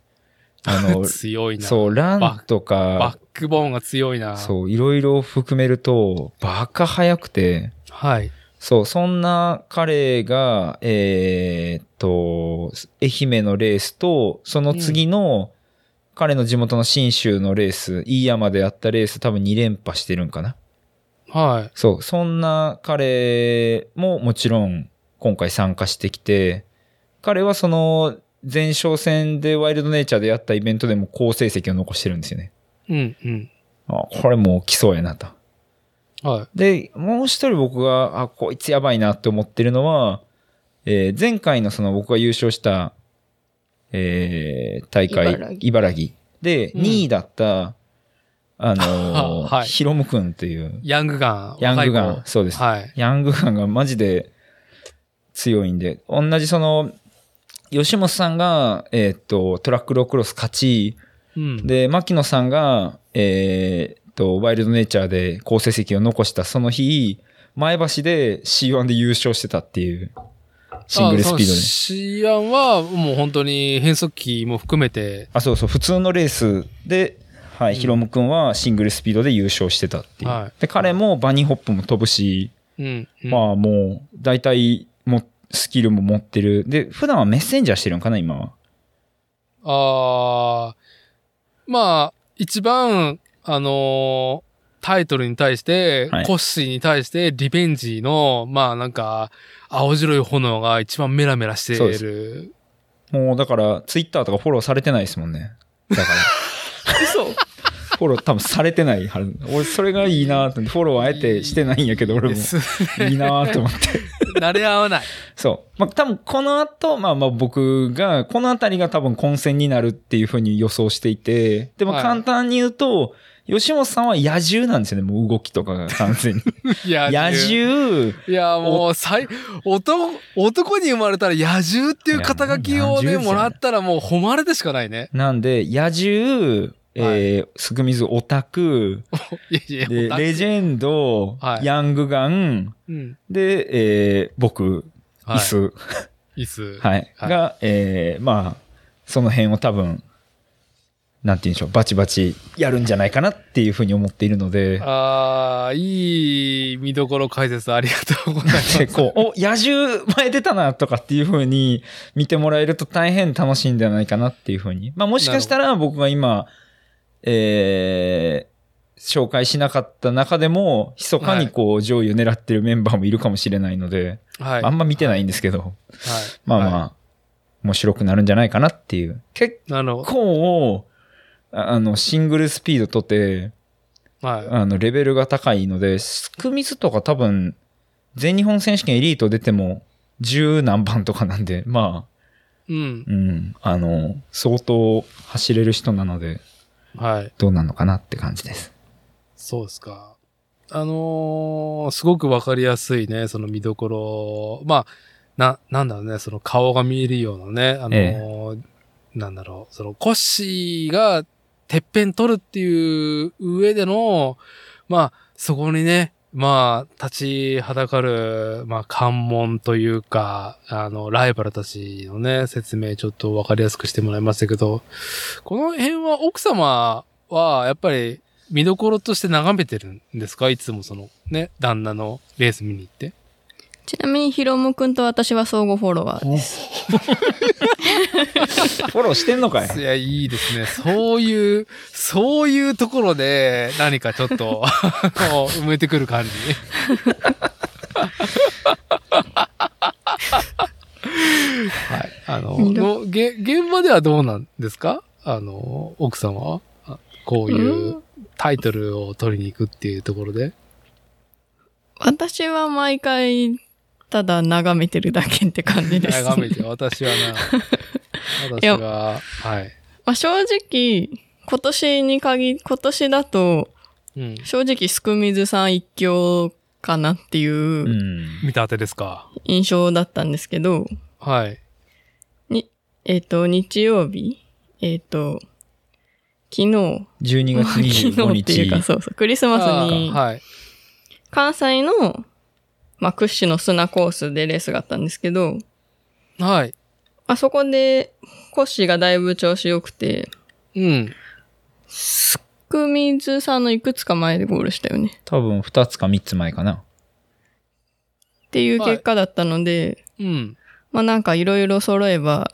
B: あ の、
A: 強いな。
B: そう、ランと
A: バッ、
B: か
A: クボーンが強いな。
B: そう、いろいろ含めると、バカ早くて、
A: はい。
B: そう、そんな彼が、えーっと、愛媛のレースと、その次の、彼の地元の信州のレース、飯山でやったレース、多分2連覇してるんかな。
A: はい。
B: そう、そんな彼ももちろん今回参加してきて、彼はその前哨戦でワイルドネイチャーでやったイベントでも好成績を残してるんですよね。
A: うんうん。
B: あ、これもう来そうやなと。
A: はい。
B: で、もう一人僕が、あ、こいつやばいなって思ってるのは、えー前回のその僕が優勝した、えー大会、
C: 茨
B: 茨
C: 城
B: 城で、
A: うん
B: 2位だった、あのー
A: はい
B: ヒロムくんっていう、
A: ヤングガン。
B: ヤングガ
A: 若い
B: ン、そうで
A: 子
B: す。
A: はい。
B: ヤングガンがマジで強いんで、同じその、吉本さんが、えーっと、トラックロクロス勝ち、
A: うん。
B: で、牧野さんが、えーっと、ワイルドネイチャーで好成績を残したその日、前橋で C1 で優勝してたっていう、シングルスピード
A: ド
B: で。
A: ね。C1 はもう本当に変速機も含めて、
B: あ、そうそう、普通のレースで、は
A: う
B: い、
A: ん
B: ヒロムくんはシングルスピードで優勝してたっていう。
A: はい
B: で、彼もバニーホップも飛ぶし、
A: うん。うん
B: まあもう、大体、も、スキルも持ってる。で、普段はメッセンジャーしてるんかな、今は。
A: あーまあ、一番、あのータイトルに対して、
B: はい
A: コッシーに対して、リベンジの、まあなんか、青白い炎が一番メラメラして
B: そうで
A: る。
B: もう、だから、ツイッターとかフォローされてないですもんね。だから。
C: 嘘
B: フォロー多分されてないはず。俺、それがいいなと思って、フォローあえてしてないんやけど、俺も。
A: す
B: いいなと思って。
A: 慣れ合わない。
B: そう。まあ、多分この後、まあまあ僕が、このあたりが多分混戦になるっていうふうに予想していて、でも
A: はい
B: 簡単に言うと、吉本さんは野獣なんですよね、もう動きとかが完 全に。
A: いや、
B: 野獣、
A: いや、もう、最、男、男に生まれたら野獣っていう肩書きをね、
B: いやもう野獣ですよね
A: もらったらもう誉れでしかないね。
B: なんで、野獣、えー、すぐみずオタク、
A: いやい
B: で、
A: や、
B: レジェンド、
A: はい
B: ヤングガン、
A: うん。
B: で、えー、僕、
A: はい
B: 椅子、
A: 椅子。
B: はい。
A: はい
B: が、えーまあ、その辺を多分、なんて言うんでしょう、バチバチやるんじゃないかなっていうふうに思っているので、
A: あー、いい見どころ解説ありがとうござい ます。
B: でこう、お、野獣前出たなとかっていう風に見てもらえると大変楽しいんではないかなっていう風に。まあもしかしたら僕が今、えー、紹介しなかった中でも、密かにこう上位を狙ってるメンバーもいるかもしれないので、
A: はい。
B: あんま見てないんですけど、
A: はい、
B: まあまあ、
A: は
B: 面白くなるんじゃないかなっていう。結
A: いなるほど。
B: 構、ああの、シングルスピードとて、
A: は
B: あの、レベルが高いので、スクミズとか多分、全日本選手権エリート出ても、十何番とかなんで、ま
A: い。うん
B: あ、。うん、あの、相当走れる人なので、
A: はい。
B: どうなのかなって感じです。
A: そうですか。あのーすごくわかりやすいね、その見どころ。まあ、な、なんだろうね、その顔が見えるようなね、あのーなんだろう、そのコッシーがてっぺん取るっていう上での、まあ、そこにね、まあ、立ちはだかる、まあ、関門というか、あの、ライバルたちのね、説明ちょっとわかりやすくしてもらいましたけど、この辺は奥様は、やっぱり、見どころとして眺めてるんですかいつもその、ね、旦那のレース見に行って。
C: ちなみにヒロムくんと私は相互フォロワーです。
B: フォローしてんのかい。
A: いや、いいですね。そういう、そういうところで何かちょっと、 あの埋めてくる感じ。はい。あの、
C: 見ど
A: のげ現場ではどうなんですかあの、奥様はあこういううタイトルを取りに行くっていうところで。
C: 私は毎回、ただ眺めてるだけって感じです、ね。
A: 眺めて、私はな、私
C: や
A: は、はい。
C: まあ、正直、今年に限り、今年だと、
A: うん。
C: 正直、すくみずさん一強かなっていううん
A: 見たてですか。
C: 印象だったんですけど、
A: はい。
C: えっ、と、日曜日、えっ、と、昨日、
B: 12月
C: 昨
B: 25
C: 日っていうか、
B: 日。
C: そうそう、クリスマスに、
A: あーはい。
C: 関西の、まあ、屈指の砂コースでレースがあったんですけど、
A: はい。
C: あそこで、コッシーがだいぶ調子良くて、
A: うん。
C: すくみずさんのいくつか前でゴールしたよね。
B: 多分2つか3つ前かな。
C: っていう結果だったので、
A: うん。
C: まあなんかいろいろ揃えば、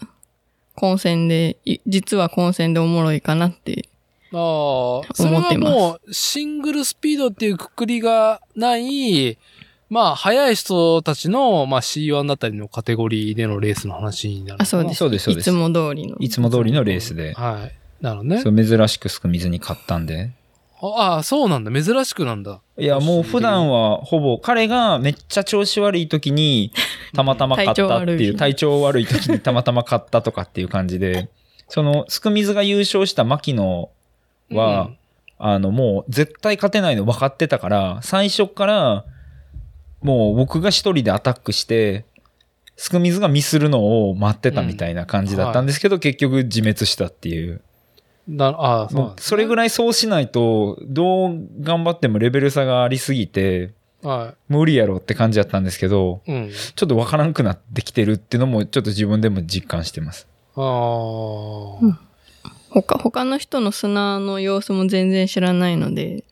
C: 混戦で、い実は混戦でおもろいかなって。
A: ああ、それ
C: 思っ
A: は
C: てます
A: もう、シングルスピードっていうくくりがない、まあ、速い人たちの、まあ、C1 だったりのカテゴリーでのレースの話になるのかな。
C: あ、そうです。
B: そうですそうです
C: いつも通りの。
B: いつも通りのレースで。
A: はい。なのね
B: そ。う珍しくスクミズに勝ったんで。
A: ああ、そうなんだ。珍しくなんだ。
B: いや、もう普段はほぼ、彼がめっちゃ調子悪い 時に、たまたま買ったっていう、体
C: 体
B: 調悪い時にたまたま買ったとかっていう感じで、 その、すくみずが優勝した牧野は、
A: うん
B: あの、もう絶対勝てないの分かってたから、最初から、もう僕が一人でアタックして、すくみずがミスるのを待ってたみたいな感じだったんですけど、結局自滅したっていう。
A: な、ああ、そうな
B: も
A: ん
B: うそれぐ
A: ら
B: らいそうしないと、どう頑張ってもレベル差がありすぎて、
A: い。は
B: 無理やろって感じやったんですけど、
A: い。うん。
B: ちょっとわからんくなってきてるっていうのも、ちょっと自分でも実感してます。
A: ああ。
C: うん他、他の人の砂の様子も全然知らないので。っ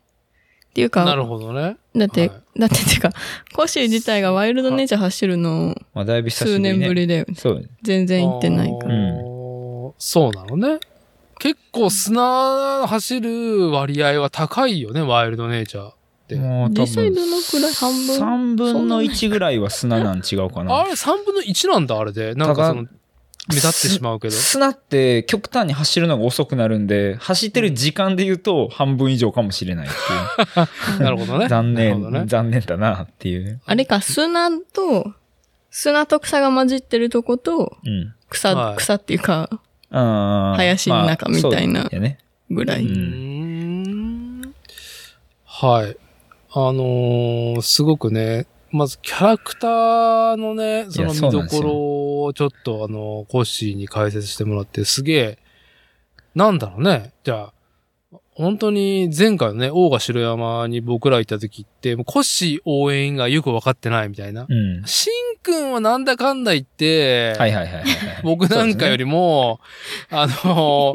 C: ていうか、
A: なるほどね。
C: だって、
A: は
C: だってっていうか、コッシー自体がワイルドネイチャー走るの
B: まあ、だいぶ久しぶ
C: 数
B: り、ね。
C: 年ぶりだよね。
B: そう。
C: 全然行ってないから。
B: ら
A: あーそうなのね。結構砂走る割合は高いよね、ワイルドネイチャー。で
B: もう多
C: 実際
B: 分
C: どのくらい半分
B: 3分の1ぐらいは砂なん違うか
A: あ
B: な。
A: れ3分の1なんだ、あれで。なんかその、
B: た
A: 目立ってしまうけど。
B: 砂って極端に走るのが遅くなるんで、走ってる時間で言うと半分以上かもしれないっていう。
A: なるほどね。
B: 残
A: なるほど
B: 念、
A: ね。
B: 残念だなっていう。
C: あれか、砂と、砂と草が混じってるとこと、
B: うん。
C: 草、
A: はい
C: 草っていうか、
B: あー
C: 林の中みたいな
B: まあそうやね。
C: ぐらい。
A: うーん。はい。あのーすごくね、まずキャラクターのね、その
B: いやそう
A: 見ど
B: なんですよ
A: ころをちょっとあの、コッシーに解説してもらって、すげえ、なんだろうね。じゃあ、本当に前回のね、大賀城山に僕ら行った時って、もうコッシー応援がよくわかってないみたいな。
B: うん。
A: シンくんはなんだかんだ言って、
B: はいはいはいはいはい。
A: 僕なんかよりも、あの、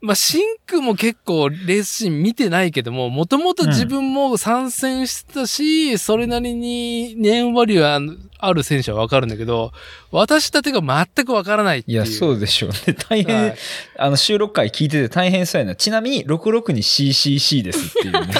A: まあ、シンクも結構レースシーン見てないけども、もともと自分も参戦してたし、それなりに年割はある選手はわかるんだけど、私だけが全くわからないって
B: い
A: いう。
B: や、そうでしょうね。 大変、
A: はい
B: あの、収録回聞いてて大変そうやな。ちなみに、66に CCC で すっていうね。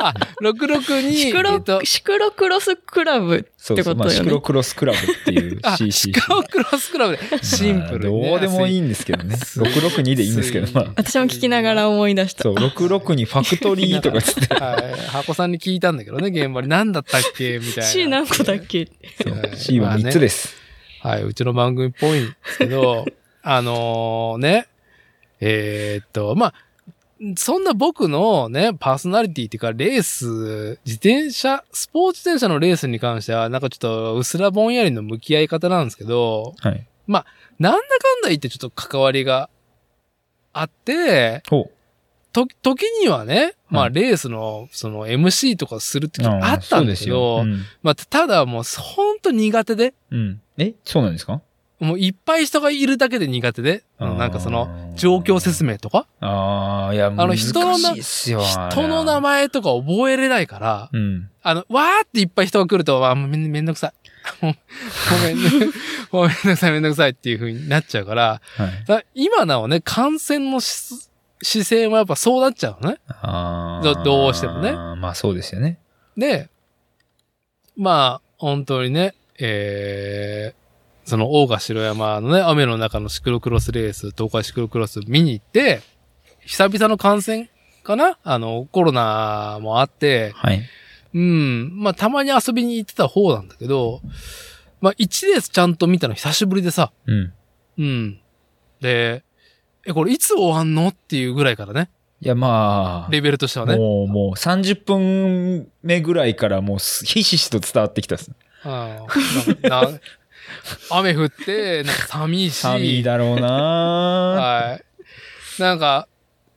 A: あ、66に、
C: シクロ、
A: えっと
C: シクロクロスクラブ
B: そ
C: っ
B: う
C: て
B: そう。
C: こ
B: まあ、
C: とよ
B: シク
C: ね
B: ロ。クロスクラブっていう
A: あ、シ
B: CCC。
A: カオクロスクラブで、シンプルにね、
B: まあどうでもいいんですけどね。662でいいんですけど、まあ。
C: 私も聞きながら思い出した
B: そ。う、66にファクトリーとかつ って。
A: はい。箱さんに聞いたんだけどね、現場に。何だったっけみたい な。
C: C 何個だっけ
B: そう
A: はい
B: C は3つです。
A: はい、うちの番組っぽいんですけ ど、あのね、えーっと、まあ、そんな僕のね、パーソナリティっていうか、レース、自転車、スポーツ自転車のレースに関しては、なんかちょっと、うすらぼんやりの向き合い方なんですけど、
B: はい。
A: なんだかんだ言ってちょっと関わりがあって、
B: ほう。
A: と、時にはね、まあ、
B: うん
A: レースの、その、MC とかする時あったんですよ。
B: そうですよ
A: まあ、ただもう、ほんと苦手で、
B: うん。うんえそうなんですか
A: もういっぱい人がいるだけで苦手で、なんかその、
B: の
A: 状況説。明とか、
B: あーいや、
A: あの
B: 難し
A: 人のない
B: っすよあれ
A: 人の名前とか覚えれないから、
B: うん。
A: あの、わーっていっぱい人が来ると、あ、もうめんめんどくさい。も うごめん ね。もうめんどくさいめんどくさいっていう風になっちゃうから、
B: はい。
A: だから今なおね、感染のし姿勢もやっぱそうなっちゃうのね。
B: あー
A: どどうしてもね
B: まあそうですよね。
A: で、まあ、本当にね、えー、その、大賀城山のね、雨の中のシクロクロスレース、東海シクロクロス見に行って、久々の感染かなあの、コロナもあって、
B: はい。
A: うん、まあ、たまに遊びに行ってた方なんだけど、まあ、1レースちゃんと見たの久しぶりでさ、
B: うん。
A: うん。で、え、これいつ終わんのっていうぐらいからね、
B: いや、まあ。
A: レベルとしてはね。
B: もう、もう、30分目ぐらいからもうす、ひしひしと伝わってきたっす。
A: うんなんか な雨降って、なんか寒いし。
B: 寒いだろうな
A: はい。なんか、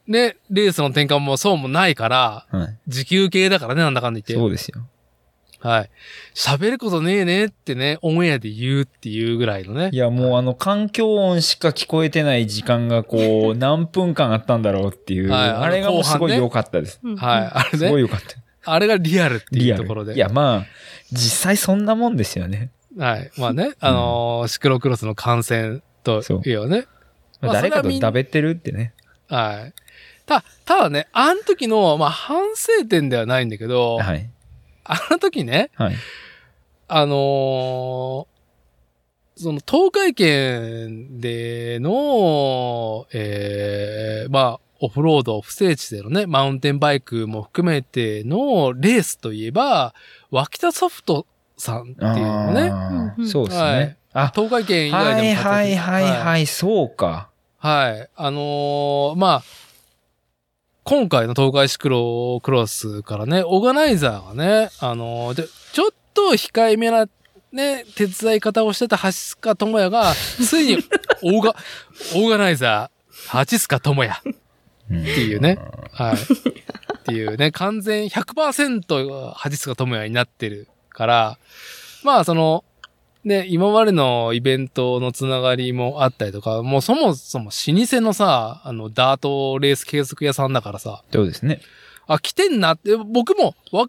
A: ね、レースの転換もそうもないから、
B: ぁはい。
A: 時給系だからね、なんだかんだ言
B: そ
A: って。
B: うですよ。
A: はい。喋ることねえねってね、オンエアで言うっていうぐらいのね
B: い。や、もうあの、環境音しか聞こえてない時間がこう、 何分間あったんだろうっていう、
A: はい
B: あれがもうす
A: 後
B: ご
A: 半ね
B: い良かったです。
A: はい。
C: い。
A: あれ
B: す
A: ね、
B: ごい良かった。
A: あれがリアルってい
B: リ
A: う
B: ア
A: と
B: ル
A: ころで。
B: いや、まあ、実際そんなもんですよね。
A: はい。まあね、あのーシクロクロスの観戦というよね。
B: ま
A: ま
B: あ
A: あそ
B: 誰
A: れは
B: か
A: みん
B: とダベってるってね。
A: はい。た、ただね、あの時の、まあ反省点ではないんだけど、
B: はい。
A: あの時ね、
B: はい。
A: あのーその、東海圏での、ええまあ、オフロード、不整地でのね、マウンテンバイクも含めてのレースといえば、脇田ソフトさんっていうのね、
B: あ
C: うんう
B: ー
C: ん
B: そうです
A: は
B: ね
A: い。
B: あ、
A: 東海圏以外
B: は
A: で
B: い
A: も活躍
B: はいはい
A: は。
B: はいい、そうか。
A: はいあのーまあ、今回の東海シクロクロスからね、オーガナイザーがね、あのーでちょっと控えめな、ね、手伝い方をしてた橋塚智也が、ついに、オーガ、オーガナイザー、橋塚智也っ
B: うん
A: ていうね、はい。っていうね、 完全100%が橋塚智也になってるから、まあその、ね、今までのイベントのつながりもあったりとか、もうそもそも老舗のさ、あの、ダートレース計測屋さんだからさ、
B: そうですね。
A: あ、来てんなって、僕も、わ、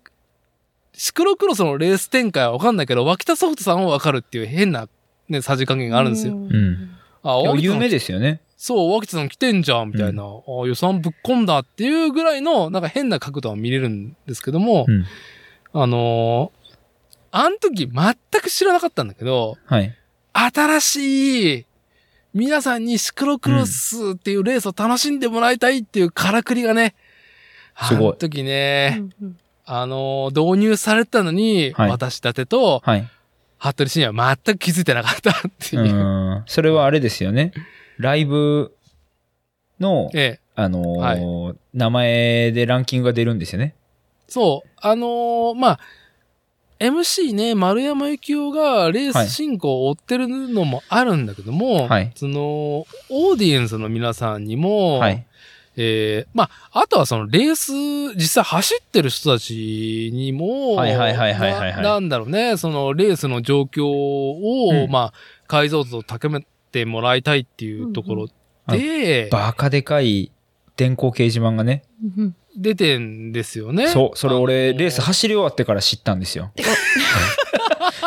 A: シクロクロスのレース展開はわかんないけど、脇田ソフトさんはわかるっていう変な、ね、さじ加減があるんですよ。
C: う
B: うん。
A: あ、
B: で
A: 脇
B: も
A: 田
B: 有
A: さん
B: 名ですよね。
A: そう、脇田さん来てんじゃん、みたいな。あ予算ぶっ込んだっていうぐらいの、なんか変な角度は見れるんですけども、
B: うん。
A: あのーあの時全く知らなかったんだけど、
B: はい。
A: 新しい、皆さんにシクロクロスっていうレースを楽しんでもらいたいっていうからくりがね、
B: すごい
A: あの時ね、
C: うんうん
A: あのー導入されたのに、
B: はい
A: 私立てと、
B: はい。
A: 服部慎也は全く気づいてなかったっていうう。
B: ん。それはあれですよね。ライブの、
A: ええ。
B: あのー名前でランキングが出るんですよね。
A: そう。あのーまあ、MC ね、丸山幸雄がレース進行を追ってるのもあるんだけども、
B: はい
A: その、オーディエンスの皆さんにも、
B: はい。
A: えーまあ、あとはそのレース、実際走ってる人たちにも、
B: はいはいはいはいはいは
A: な
B: い
A: なんだろうね、そのレースの状況を、
B: うん
A: まあ、解像度を高めてもらいたいっていうところて、
B: バカでかい電光掲示板がね。
C: うん
A: 出てんですよね。
B: そう、それ
A: あ
B: 俺、
A: の
B: レース走り終わってから知ったんですよ。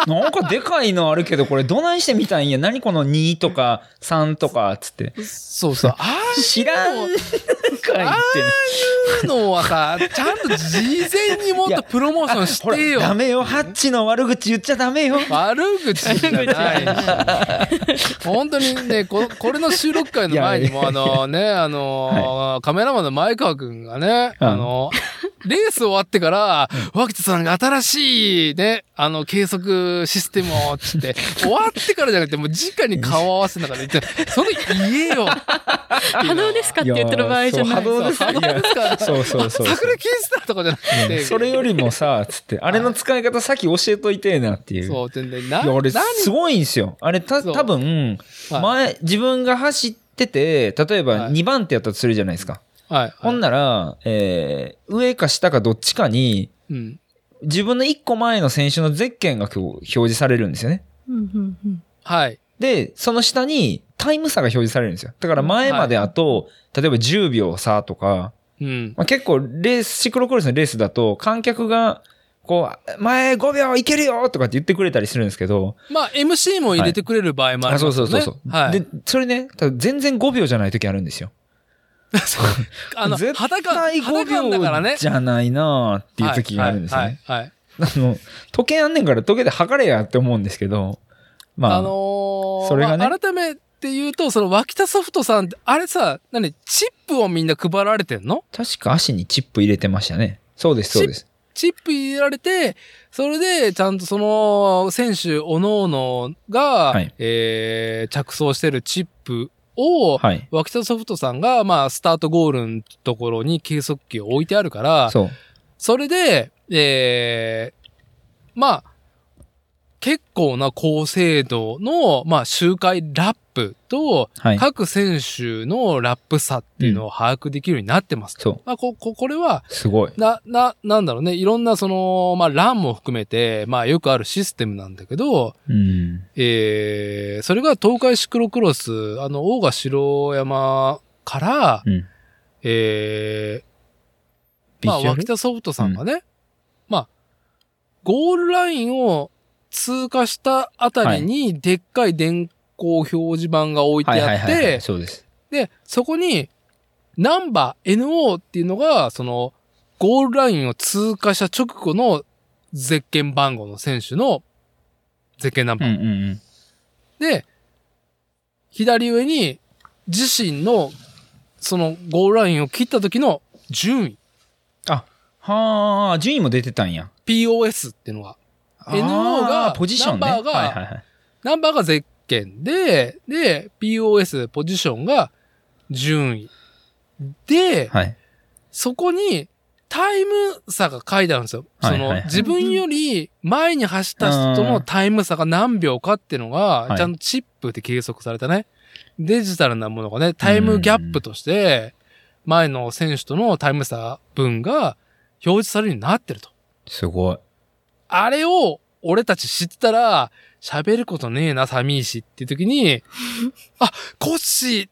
B: なん かでかいのあるけど、これどないしてみたんや。何この2とか3とか、つって。
A: そうそう。ああ
B: 知らんかいってね。
A: いうのはさ、ちゃんと事前にもっとプロモーションし
B: ほら
A: て、よ。
B: ダメよ。ハッチの悪口言っちゃダメよ。
A: 悪口じゃないし。本当にねこ、これの収録会の前にも、
B: いや
A: あ
B: いや
A: のね、あのー、カメラマンの前川くんがね、
B: うん
A: あのー、レース終わってから、脇田さんが新しいね、あの、計測システムを、つ って、終わってからじゃなくて、もう直に顔合わせながら言って、それ言えよ。
C: 波動ですかって言ってる場合じゃな
B: い
C: い。
B: やそう波動です
A: 波動ですか
B: そうそうそうそう。
A: 桜キースターとかじゃなくて、
B: それよりもさ、つって、あれの使い方さっき教えといてえなっていう。
A: そう、全然、な、
B: いや、俺、
A: 何
B: すごいんですよ。あれ、た、
A: そう
B: 多分、
A: は
B: 前、自分が走ってて、例
A: は
B: えば
A: い
B: 2番手やったとするじゃないですか。
A: いはい。
B: ほんなら、えー上か下かどっちかに、
A: うん。
B: 自分の1個前の選手のゼッケンがこう表示されるんですよね。
C: うんうんうん
A: はい。
B: で、その下にタイム差が表示されるんですよ。だから前まであと、例えば10秒差とか、
A: うん。
B: まあ、結構レース、シクロクロスのレースだと、観客が、こう、前5秒いけるよとかって言ってくれたりするんですけど、
A: まあ、MC も入れてくれる場合もあります
B: そ
A: よ
B: う
A: ね。
B: そうそうそう。
A: はい。
B: で、それね、ただ全然5秒じゃない時あるんですよ。
A: あの、
B: 絶
A: 裸
B: 対
A: 裸感だから
B: 5秒
A: ね。
B: じゃないなーっていう時があるんですよ
A: はい
B: ね。。
A: はいはいはい
B: あの、時計あんねんから時計で測れやって思うんですけど、まあ、
A: あのー
B: それがね
A: まあ改めて言うと、その、脇田ソフトさんって、あれさ、何、チップをみんな配られてんの
B: 確か足にチップ入れてましたね。そうです、そうです。
A: チップ入れられて、それで、ちゃんとその、選手、おののが、
B: はい
A: えー、着想してるチップを、
B: はい。
A: 脇田ソフトさんが、まあ、スタートゴールのところに計測器を置いてあるから、
B: そう。
A: それで、えー、まあ、結構な高精度の、まあ、周回ラップと、
B: はい。
A: 各選手のラップ差っていうのを把握できるようになってます。
B: そう。
A: まあ、こ、こ、これは、
B: すごい。
A: な、な、なんだろうね。いろんな、その、まあ、欄も含めて、まあ、よくあるシステムなんだけど、
B: うん。
A: えー、それが東海シクロクロス、あの、大賀城山から、
B: うん。
A: えー、
B: ビジ
A: まあ、
B: ュア
A: 脇
B: ル
A: 田ソフトさんがね、まあ、ゴールラインを通過したあたりに、でっかい電光表示板が置いて
B: はいは
A: あ
B: い
A: っ
B: はいはい。
A: て、
B: そうです。
A: で、そこに、ナンバー NO っていうのが、その、ゴールラインを通過した直後の、ゼッケン番号の選手の、ゼッケンナン
B: う
A: バ
B: ん
A: ー。
B: うんうん。
A: で、左上に、自身の、その、ゴールラインを切った時の順位、
B: はあ、順位も出てたんや。
A: POS っていうのが NO が
B: あーポジションね。
A: ナンバーが
B: はいはいはい。
A: ナンバーがゼッケンで、で、POS、ポジションが順位。で、
B: はい。
A: そこにタイム差が書いてあるんですよ。
B: はい
A: その、
B: はいはい
A: 自分より前に走った人とのタイム差が何秒かっていうのが
B: は、い
A: ちゃんとチップで計測されたね。デジタルなものがね、タイムギャップとして、前の選手とのタイム差分が表示されるようになってると。
B: すごい。
A: あれを俺たち知ったら、喋ることねえな、寂しいっていう時 に、あ、コッシー、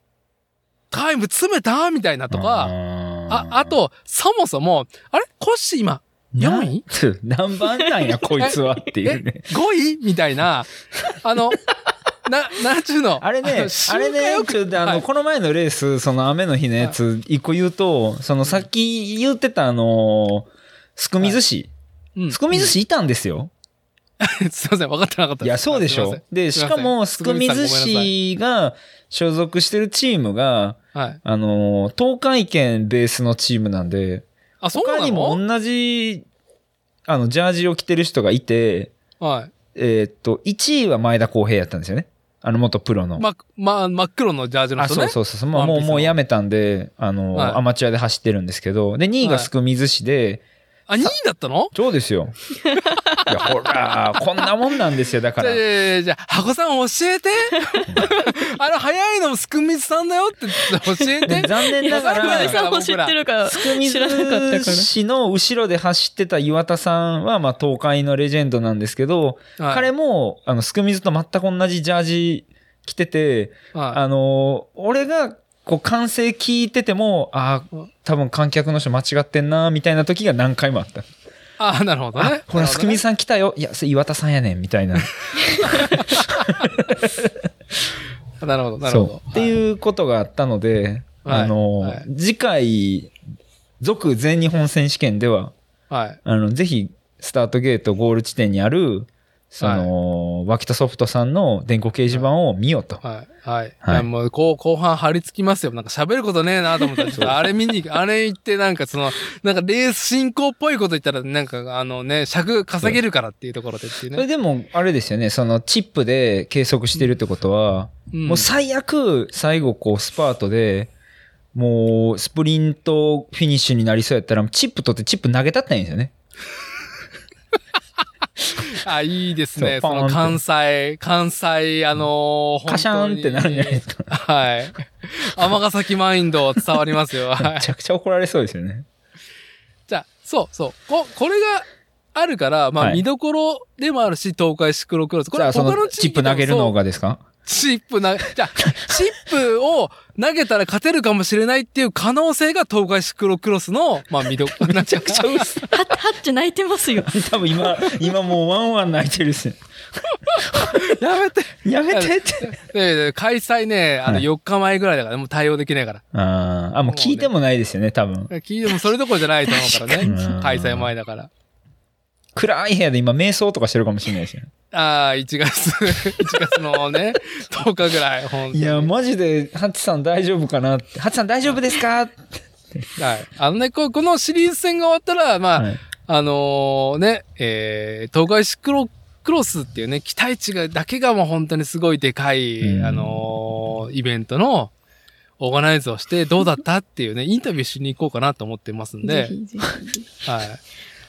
A: タイム詰めたみたいなと
B: あ
A: か、
B: ー
A: あ、あ、と、そもそも、あれコッシー今、
B: な
A: 4位
B: つ何番なん や、こいつはっていうね。
A: 5位みたい な、あの、な、なんちゅうの。
B: あれね、
A: 周
B: あれ
A: 回
B: ね、
A: 遅れ
B: ちょっとあの、
A: はい
B: この前のレース、その雨の日のやつ、一個言うと、そのさっき言ってたあのー、すくみ寿司。
A: うん
B: すくみ寿司いたんですよ。
A: うんすいません、分かってなかった
B: いや、そうでしょ。で、
A: すい
B: し
A: ません
B: かも、すくみ寿司が所属してるチームが、
A: う。はい。
B: あのー、東海圏ベースのチームなんで、
A: あ、そう
B: 他
A: な
B: にも
A: の
B: 同じ、あの、ジャージを着てる人がいて、
A: はい。
B: えーっと、1位は前田航平やったんですよね。あの、元プロの。
A: ま、ま、真っ黒のジャージの
B: あ、
A: 人
B: そう
A: ね。
B: そうそう。まあ、
A: ワンピー
B: も
A: ス
B: う、
A: の
B: もうやめたんで、あの、
A: はい
B: アマチュアで走ってるんですけど、で、2位がすくみ寿司で、
A: あ、2位だったの
B: そうで すよ。いや、ほら、こんなもんなんですよ、だから。
A: じ
B: い
A: ゃあじゃあじゃあ箱さん教え てあの早いのもすくみずさんだよって教え
B: で
A: て
B: 残念なが
A: いやわかるわ
B: ら
C: 私
B: す
C: さんも知ってる から、
B: くみ
C: 知らなかった
B: 寿
C: から。
B: 司の後ろで走ってた岩田さんは、まあ、東海のレジェンドなんですけど、彼
A: も、
B: も、あの、すくみずと全く同じジャージ着てて、
A: はい
B: あのー俺がこう完成聞いてても、ああ、多分観客の人間違ってんな、みたいな時が何回もあった。
A: ああ、なるほどね。
B: ほ
A: な
B: ら、
A: る
B: す
A: ほ
B: く
A: どね
B: みさん来たよ。いや、それ岩田さんやねん、みたいな。
A: なるほど、なるほ
B: そ
A: ど
B: う。。って
A: う。
B: いうことがあったので、
A: はい
B: あの、
A: はい
B: 次回、続全日本選手権では、
A: はい。
B: あの、ぜひ、スタートゲートゴール地点にある、その、脇田ソフトさんの電光掲示板を見ようと。
A: はい。はい。
B: はい
A: いやもう、こう、後半張り付きますよ。なんか喋ることねえなと思 ったら、ちょっとあれ見に行く、あれ行って、なんかその、なんかレース進行っぽいこと言ったら、なんかあのね、尺稼げるからっていうところでっていう
B: それ
A: ね。
B: でも、あれですよね、その、チップで計測してるってことは、
A: うん
B: もう最悪、最後、こう、スパートで、もう、スプリントフィニッシュになりそうやったら、チップ取ってチップ投げたったらいいんですよね。
A: あ、いいですね。
B: そう
A: そ
B: ポーン
A: の
B: って
A: 関西、関西、あのー、
B: カシャーンってなるんじゃないですか。
A: か。はい。尼崎マインド伝わります よ。は
B: め
A: い。
B: ちゃくちゃ怒られそうですよね。
A: じゃあ、そうそう。こ、これがあるから、ま
B: は
A: あ
B: い
A: 見どころでもあるし、東海シクロクロス。こ
B: じ
A: れ
B: ゃあ、そ
A: 他
B: の
A: の
B: チ
A: 地
B: ッ
A: 域で
B: プ
A: も
B: 投げる
A: そう
B: のがですか
A: チップな、じゃあ、チップを投げたら勝てるかもしれないっていう可能性が東海シクロクロスの、まあ、見ど、 めちゃくちゃ
B: 嘘。
C: ハッ、ハッチ泣いてますよ。
B: 多分今、今もうワンワン泣いてるっすね。
A: やめて。
B: やめてって。
A: ええ開催ね、あの、
B: はい
A: 4日前ぐらいだから、もう対応できないから。
B: あーあ、もう聞いてもないですよね、多分。
A: 聞いてもそれどころじゃないと思うから
B: 確か
A: ね
B: に。
A: 開催前だから。
B: 暗い部屋で今、瞑想とかしてるかもしれないですよね。
A: ああ、1月、1月のね、10日ぐらい、ほん
B: い
A: に。
B: や、マジで、ハチさん大丈夫かなってハチさん大丈夫ですかって
A: はい。あのね、ここのシリーズ戦が終わったら、まあ、
B: はい
A: あのね、えー、東海シクロクロスっていうね、期待値が、だけがもう本当にすごいでかい、
B: うん
A: あのーイベントの、オーガナイズをして、どうだったって いうね、インタビューしに行こうかなと思ってますんで、
C: ぜひぜひ。
A: はい。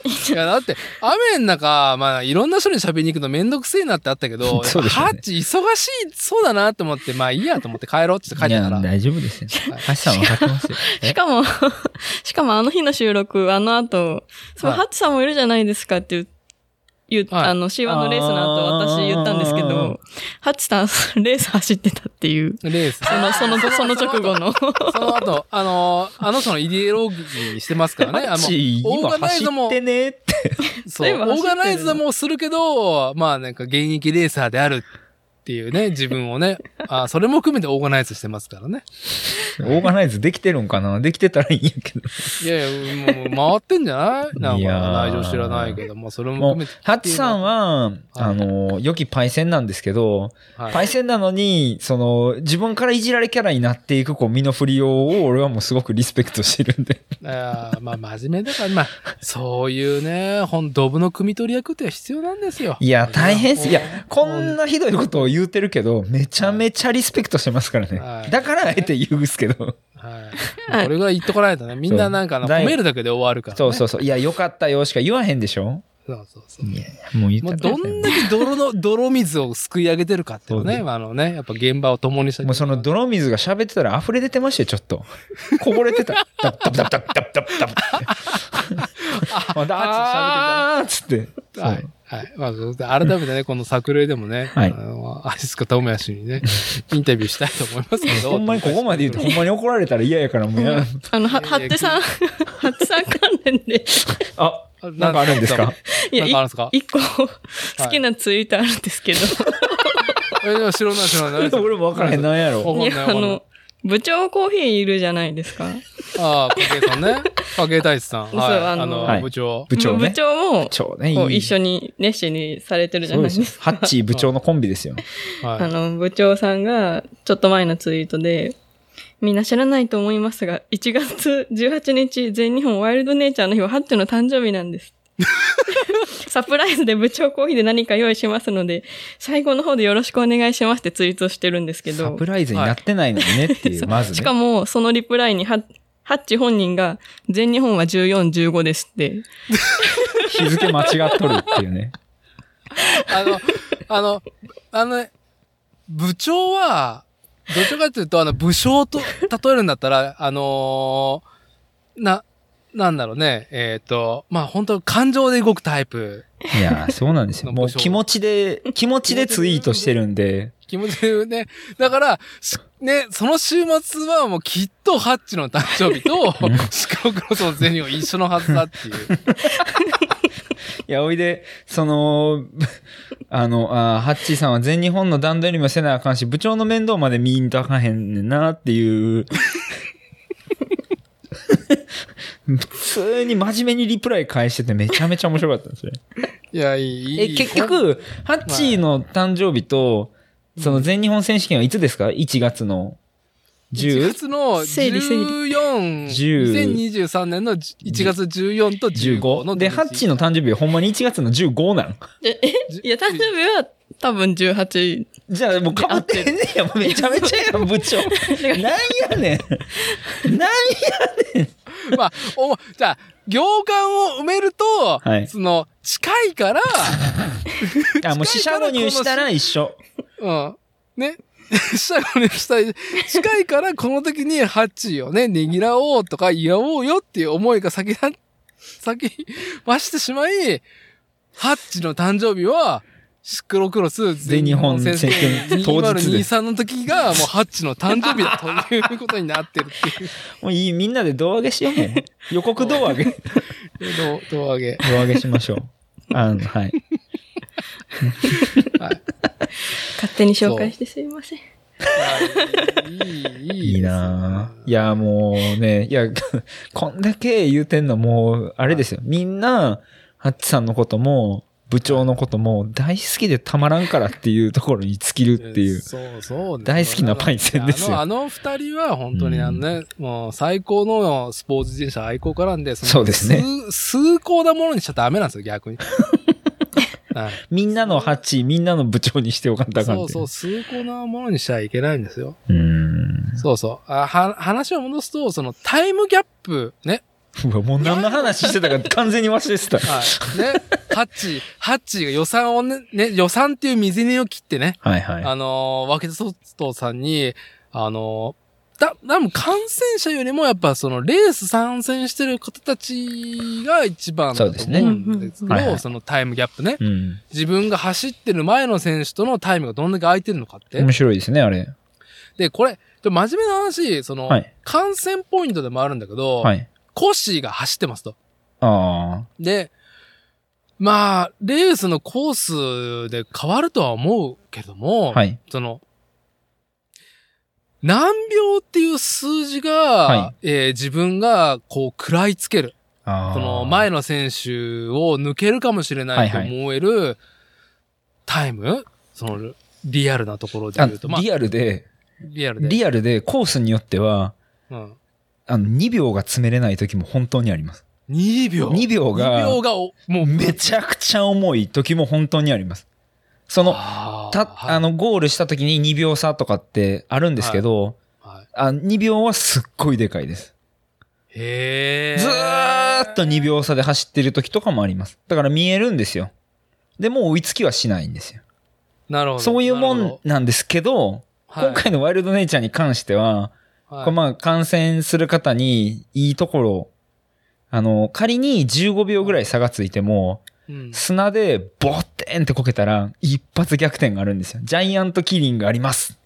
A: いや、だって、雨の中、まあ、いろんな人に喋りに行くのめんどくせえなってあったけど、やっぱ
B: そうですよね
A: ハッチ忙しいそうだなと思って、まあいいやと思って帰ろうって言って帰ってたら、
B: 大丈夫ですよ。ハチさん分かってますよ。
C: しかも、 しかもあの日の収録、あの後、そう、
A: はい
C: ハッチさんもいるじゃないですかって言う、言う、
A: はい
C: あの C1 のレースの後
B: あー
C: 私言ったんですけど、ハッチさん、レース走ってたっていう、
A: レース。
C: その、その、その直後の。
A: その後、あのーあの人のイデオロギーにしてますからね。あ
B: ハ
A: の
B: チ、
A: オ
B: 今
A: ーガナイ
B: 走
A: ズも
B: っ、てねって。
A: そう、
C: 今
A: オ
C: 走って
A: ー
C: るの
A: ガナイズもするけど、まあなんか現役レーサーであるっていうね、自分を ね、あそれも含めてオーガナイズしてますからね。
B: オーガナイズできてるんかなできてたらいいんやけど。
A: いやいや、もうもう回ってんじゃないなん
B: い
A: か
B: やー
A: 内情知らないけど、まあそれも
B: も
A: 含
B: う
A: めて、
B: ハチさんは、あの、良きパイセンなんですけど、
A: はい、
B: パイセンなのに、その、自分からいじられキャラになっていく、こう、身の振りようを、俺はもうすごくリスペクトしてるん で。
A: あーまあ真面目だから、まあ、そういうね、ほん、ドブの汲み取り役って必要なんですよ。
B: いや、大変っす。いや、こ
A: なん
B: なひどいことを言うてるけど、めちゃめちゃリスペクトしてますから
A: は
B: ね。
A: い
B: だから、あえて言うんすけど。
A: はい。これぐらい言っとかないとね、みんななんかあの
B: そう
A: 褒めるだけで終わるから、ね。
B: そうそうそう。いや、よかったよしか言わへんでしょ
A: そうそうそう。
B: いや、もう言
A: もう
B: ったら
A: どんだけ泥の、 泥水をすくい上げてるかっていう
B: そう
A: ね、あのね、やっぱ現場を共にした
B: もうその泥水が喋ってたら溢れ出てましたよ、ちょっ と。こぼれてた。ダブダブダブダブダブダブダブ。あーっつって。そ
A: は
B: う
A: い。はい。まあそう、改めてね、この作例でもね、
B: はい
A: あの、アシスカトモヤシに ね、インタビューしたいと思いますけど。
B: ほんまにここまで言うと、ほんまに怒られたら嫌やから、もうや。
C: あの、はい
A: や
C: ハッチさん、ハッチさん関連で、
B: あ、なんかあるんですか
C: いや、
A: なんかあるんですか
C: い一個、好きなツイートあるんですけど、
A: え、でも知らない、知らない。
B: 俺も分からへん、
A: な
B: なんや
A: わ
B: ろ。
A: かんない
C: いや
A: わ
C: あ
A: かんない
C: の、部長コーヒーいるじゃないですか。
A: ああ、影さんね。影太一さん。
C: そう
A: はい。
C: あ
A: あ
C: の
A: の、
B: はい
A: 部長。
B: 部長ね。
C: 部長も
B: 部、長ね。
C: こう一緒
B: に。
C: に熱心にされてるじゃ
B: そう
C: な
B: で
C: い
B: すよ
C: ですか。
B: ハッチー部長のコンビですよ。
A: はい
C: あ。の、部長さんが、ちょっと前のツイートで、みんな知らないと思いますが、1月18日、全日本ワイルドネイチャーの日は、ハッチの誕生日なん です。サプライズで部長コーヒーで何か用意しますので、最後の方でよろしくお願いしますってツイートしてるんですけ
B: サ
C: ど
B: プ、ライズになってないのにねっていう、まずね。
C: しかも、そのリプライにハッ、ハッチ本人が、全日本は14、15ですって。
B: 日付間違っとるっていうね。
A: あの、あの、あのね、部長は、どちらかというと、あの、武将と例えるんだったら、あのーな、なんだろうね、えっ、と、まあ、本当感情で動くタイプ。
B: いやー、そうなんですよ。もう
A: 武将
B: 気持ちで、気持ちでツイートしてるんで、
A: 気持ちでね。だから、しね、その週末はもうきっとハッチの誕生日 と、シカゴクロスのゼニーは一緒のはずだっていう。
B: いや、おいで、その、 あの、あーハッチーさんは全日本の段取りもせなあかんし、部長の面倒まで見んとあかんへんねんなっていう。普通に真面目にリプライ返しててめちゃめちゃ面白かったんですね。
A: いや、いい。い
B: え、
A: い
B: 結、局、ハッチーの誕生日と、その全日本選手権はいつですか ?1 月の
A: 1
B: 10?15
A: 月の
C: 整理整理
A: 14、
B: 10
A: 2023年の1月14と15の
B: で、ハッチーの誕生日はほんまに1月の15なん
C: でえいや、誕生日は多分18。
B: じゃあもうかぶってんねや。もうめちゃめちゃやん、部 長。なんやねん。なんや。
A: まあ、お、じゃあ、行間を埋めると、
B: はい
A: その、近いから、
B: あ、もう四捨五入したら一緒。
A: うん。ね。 下にしたい。近いから、この時にハッチーをね、ねぎらおうとか、祝おうよっていう思いが先だ、 先、増してしまい、ハッチの誕生日は、シクロクロス
B: 全日本選手権当日です。
A: 2023の時が、もうハッチの誕生日だということになってるっていう。
B: もういい、みんなで胴上げしようもん。予告胴上げ。胴
A: どう、どうあげ。
B: 上げしましょう。あの、はい。
A: はい。
C: 勝手に紹介してすいません。
A: いい、いい。
B: いいなぁいや、もうね、いや、 こんだけ言うてんのもう、あれですよ。みんな、ハッチさんのことも、部長のことも、大好きでたまらんからっていうところに尽きるっていう。
A: そうそう。
B: 大好きなパイセンですよ
A: あの、あの二人は本当にあのね、もう最高のスポーツ自転車愛好家なんで、その
B: そうですね
A: 崇崇高なものにしちゃダメなんですよ、 逆に。はい
B: みんなのハッチ、みんなの部長にしておかんとあかん
A: そ
B: っ
A: う
B: て。
A: そう、崇高なものにしちゃいけないんですよ。
B: うーん。
A: そうそう。あは話を戻すと、そのタイムギャップ、ね。
B: うわもう何の話してたか完全に忘れてた。
A: はい。ね。 ハッチ、ハッチが予算をね、ね、予算っていう水根を切ってね、
B: はいは
A: あのー、ワケツソストさんに、あのー、だ、多分感染者よりもやっぱそのレース参戦してる方たちが一番だと
B: そうですね
A: 思うんですけ
B: うんうんうんはいは
A: ど、
B: い
A: そのタイムギャップね。
B: い。うん。
A: 自分が走ってる前の選手とのタイムがどんだけ空いてるのかって
B: 面。白いですね、あれ。
A: で、これ、で真面目な話、その、
B: はい
A: 感染ポイントでもあるんだけど、
B: はい。
A: コッシーが走ってますと。
B: あ
A: で、まあ、レースのコースで変わるとは思うけど
B: あ。
A: も、
B: はい。
A: その、何秒っていう数字が、
B: は
A: えー自分がこう食らいつける。
B: ああ。
A: この前の選手を抜けるかもしれないと
B: はいはい
A: 思えるタイム、そのリアルなところで
B: あ
A: 言うと、まあ、
B: リアルで、
A: リアルで。
B: リアルでコースによっては、
A: うん、
B: あの、2秒が詰めれない時も本当にあります。
A: 2秒。
B: 2秒が
A: 2秒がおもう
B: めちゃくちゃ重い時も本当にあります。その、
A: あー
B: た、
A: はい
B: あの、ゴールした時に2秒差とかってあるんですけど、
A: はい
B: あ2秒はすっごいでかいです。
A: へー
B: ずーっと2秒差で走ってる時とかもあります。だから見えるんですよ。でもう追いつきはしないんですよ。
A: なるほど。
B: そういうも
A: なる
B: ん
A: ほ
B: なんですけど、
A: ど、
B: 今回のワイルドネイチャーに関しては、
A: はい、
B: これまあ感染する方にいいところ、あの、仮に15秒ぐらい差がついても、
A: うん
B: 砂でボッテンってこけたら一発逆転があるんですよ。ジャイアントキリングあります。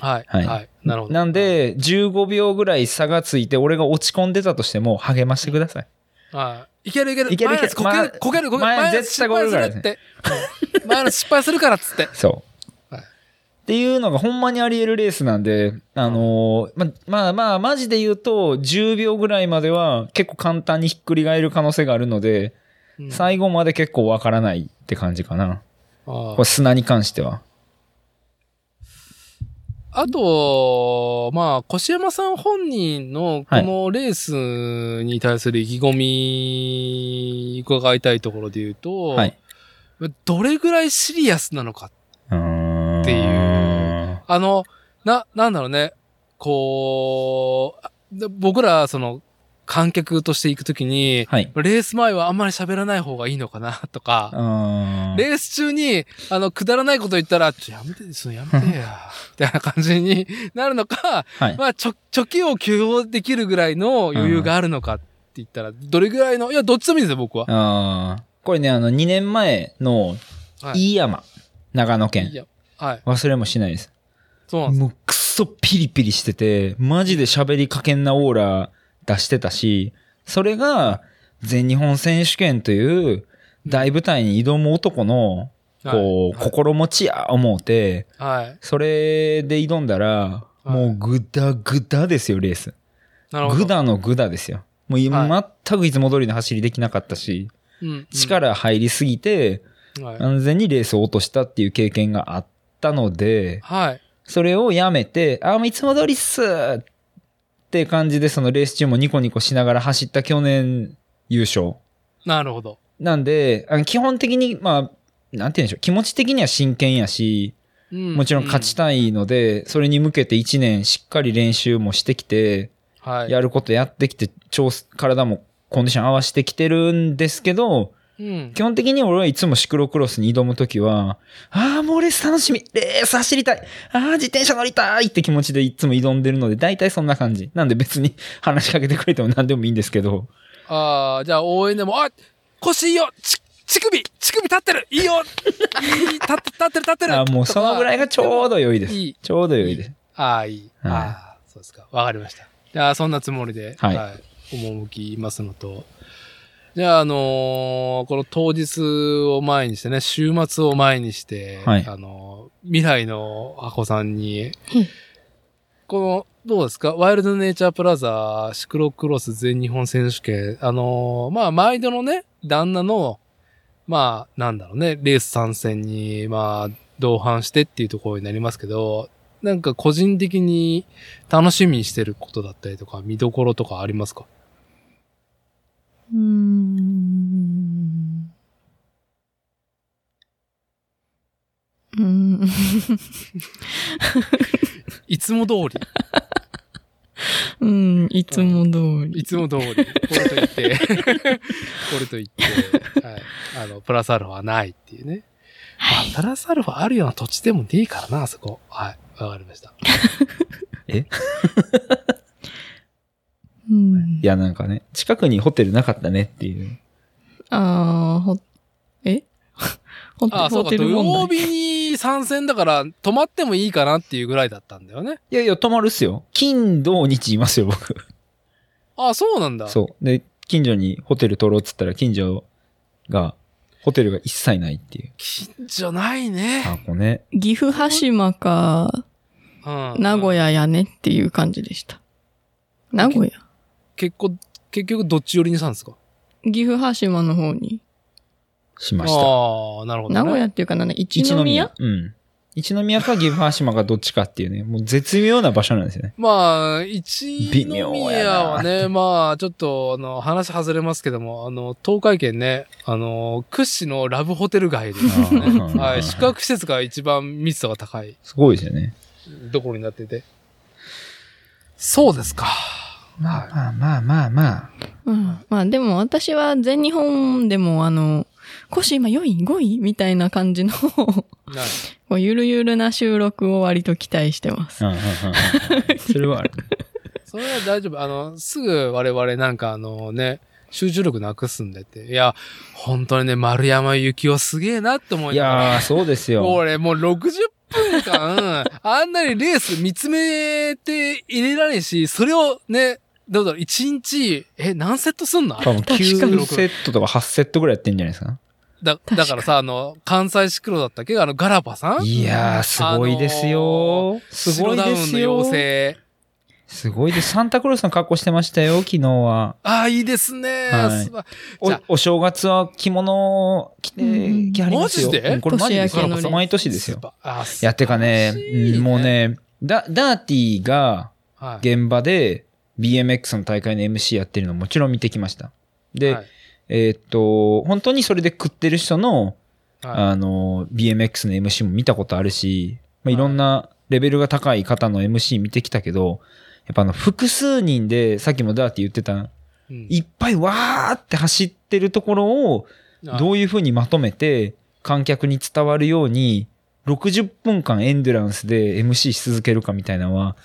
A: はい。
B: はい
A: はい。なるほど。
B: なんで、15秒ぐらい差がついて、俺が落ち込んでたとしても励ましてください。
A: はい。いけるいける。
B: いけるいける
A: こけ
B: まあ
A: る、こける、こける。
B: 前
A: 前の
B: 絶対こけるからね
A: 失敗するって。前の失敗するからっつって。
B: そう。
A: はい
B: っていうのがほんまにあり得るレースなんで、あのーま、まあまあ、マジで言うと、10秒ぐらいまでは結構簡単にひっくり返る可能性があるので、
A: うん
B: 最後まで結構わからないって感じかな。
A: あ
B: これ砂に関しては。
A: あと、まあ、越山さん本人のこのレースに対する意気込み伺いたいところで言うと、
B: はい。
A: どれぐらいシリアスなのか。
B: うーん
A: っていう。あの、な、なんだろうね。こうあ、で僕ら、その、観客として行くときに、
B: はい。
A: レース前はあんまり喋らない方がいいのかな、とか。
B: あー
A: レース中に、あの、くだらないこと言ったら、ちょ、やめて、そのやめて や、みたいな感じになるのか、
B: はい。
A: まあ、ちょ、貯金を許容できるぐらいの余裕があるのかって言ったら、どれぐらいの、いや、どっちでもいいですよ、僕は。
B: あーこれね、あの、2年前の
A: はい
B: 飯山、長野県。
A: いやはい。
B: 忘れもしないです。
A: そうなんです。
B: もうくっそピリピリしてて、マジで喋りかけんなオーラ出してたし、それが全日本選手権という大舞台に挑む男の、こう、
A: はい
B: 心持ちや思うて、
A: はい。
B: それで挑んだら、
A: い
B: もうグダグダですよ、レース。
A: なるほど。
B: グダのグダですよ。も
A: は
B: う今、全くいつも通りの走りできなかったし、
A: うん、うん。
B: 力入りすぎて、
A: はい。
B: 安全にレースを落としたっていう経験があったので、
A: はい。
B: それをやめて、あ、もういつも通りっすって感じで、そのレース中もニコニコしながら走った去年優勝。
A: なるほど。
B: なんで、あの基本的に、まあ、なんて言うんでしょう、気持ち的には真剣やし、
A: うん
B: もちろん勝ちたいので、それに向けて1年しっかり練習もしてきて、
A: うんはい。
B: やることやってきて、調子体もコンディション合わせてきてるんですけど、
A: うん。
B: 基本的に俺はいつもシクロクロスに挑むときは、ああ、もうレース楽しみ、レース走りたい、ああ、自転車乗りたいって気持ちでいつも挑んでるので、大体そんな感じ。なんで別に 話しかけてくれても何でもいいんですけど、
A: ああ、じゃあ応援でも、あ腰いいよち乳首乳首立ってるいいよいい立って立ってる立ってる
B: あーもうそのぐらいがちょうど良いです。
A: いい
B: ちょうど良いです。
A: ああ、いい。
B: はい
A: ああ、そうですか。わかりました。じゃあ、そんなつもりで、
B: はい
A: 赴きますのと、じゃあ、あのーこの当日を前にしてね、週末を前にして、
B: はい
A: あのー未来の箱さんに
C: うん、
A: この、どうですかワイルドネイチャープラザシクロクロス全日本選手権、あのーまあ、毎度のね、旦那の、まあ、なんだろうね、レース参戦に、まあ、同伴してっていうところになりますけど、なんか個人的に楽しみにしてることだったりとか、見どころとかありますか
C: うーん。うーん。
A: いつも通り。
C: うん、いつも通り。
A: いつも通り。これと言って、 これと言って、はい。あの、プラスアルファはないっていうね。
C: はい。
A: まあプラスアルファあるような土地でもいいからな、あそこ。はい。わかりました。
C: うん
B: い。や、なんかね、近くにホテルなかったねっていう。
C: あー、ほ、え ホテ
A: あ、そう
C: ホ
A: か。
C: テ
A: 土
C: ル
A: 曜
C: 問題。
A: 日に参戦だから、泊まってもいいかなっていうぐらいだったんだよね。
B: いやいや、泊まるっすよ。金、土、日いますよ、僕。
A: あ、そうなんだ。
B: そう。で、近所にホテル取ろうっつったら、近所が、ホテルが一切ないっていう。
A: じゃないね。
B: あ、こうね。
C: 岐阜羽島か、
A: うん。
C: 名古屋やねっていう感じでした。名古屋
A: 結構、結局どっち寄りにしたんですか
C: 岐阜羽島の方に。
B: しました。
A: ああ、なるほど、ね。
C: 名古屋っていうかなんだ、一
B: 一
C: 宮
B: 宮うん。一宮か岐阜羽島かどっちかっていうね、もう絶妙な場所なんですよね。
A: まあ、一
B: 微妙や
A: 宮
B: な
A: はね、まあ、ちょっと、あの、話外れますけども、あの、東海圏ね、あの、屈指のラブホテル街 で、
B: あー
A: はい、宿泊施設が一番密度が高い
B: すごいですよね。
A: ところになってて。そうですか。
B: まあまあまあまあまあ。
C: うん。まあでも私は全日本でもあの、腰今4位 ?5 位みたいな感じの、 こ
A: なる
C: うゆるゆるな収録を割と期待してます。
B: うんうんうんうんそれはある。
A: それは大丈夫。あの、すぐ我々なんかあのね、集中力なくすんでって。いや、本当にね、丸山幸雄すげえなって思
B: い
A: いながら。
B: やー、そうですよ。
A: 俺もう60分間、あんなにレース見つめて入れられんし、それをね、どうだろう、1日、え、何セットすんの
B: 多分
C: 確かに
B: 9セットとか8セットぐらいやってんじゃないですか。
A: だ
C: かに
A: だからさ、あの、関西シクロだったっけあの、ガラパさん
B: いやー、すごいですよ。すご
A: スロ
B: いです
A: ダウンの
B: よ。
A: 妖精。
B: すごいです。サンタクロースの格好してましたよ、昨日は。
A: ああ、いいですね。
B: はい
A: すば
B: お
A: じゃあ
B: お正月は着物を着て
C: うん
B: きはりますよ。
A: マジで
B: うんこれマジです
C: 年明けの
B: よ。
C: ね
B: 毎年ですよ
A: す。ばあー
B: いや、てかね、うんもう、ね、ダダーティー
A: 素晴
B: が
A: らしいはい
B: 現場で BMX の大会の MC やってるのもちろん見てきました。で、
A: はい
B: えーっと、本当にそれで食ってる人の、
A: はい
B: あの、BMX の MC も見たことあるし、まあ、いろんなレベルが高い方の MC 見てきたけど、やっぱあの、複数人で、さっきもダーティー言ってた、
A: うん
B: いっぱいわーって走ってるところを、
A: はい
B: どういうふうにまとめて観客に伝わるように60分間エンデュランスで MC し続けるかみたいなのは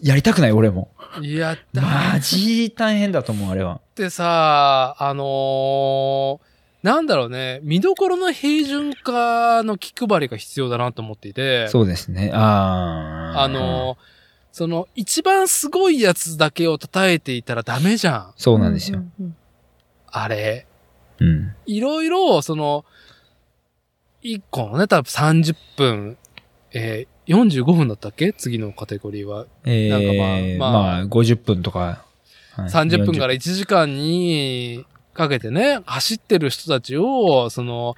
B: やりたくない俺も。
A: いや、だ
B: マジ大変だと思うあれは。
A: ってさ、あのーなんだろうね、見どころの平準化の気配りが必要だなと思っていて、
B: そうですね。ああ。
A: あの、その、一番すごいやつだけを叩いていたらダメじゃん。
B: そうなんですよ。。
A: あれ。
B: うん。
A: いろいろ、その、一個のね、多分30分、えー、45分だったっけ次のカテゴリーは。
B: え
A: なんか
B: え、
A: まあまあ
B: まあ、50分とか。はい
A: 30分から1時間にかけてね、走ってる人たちを、その、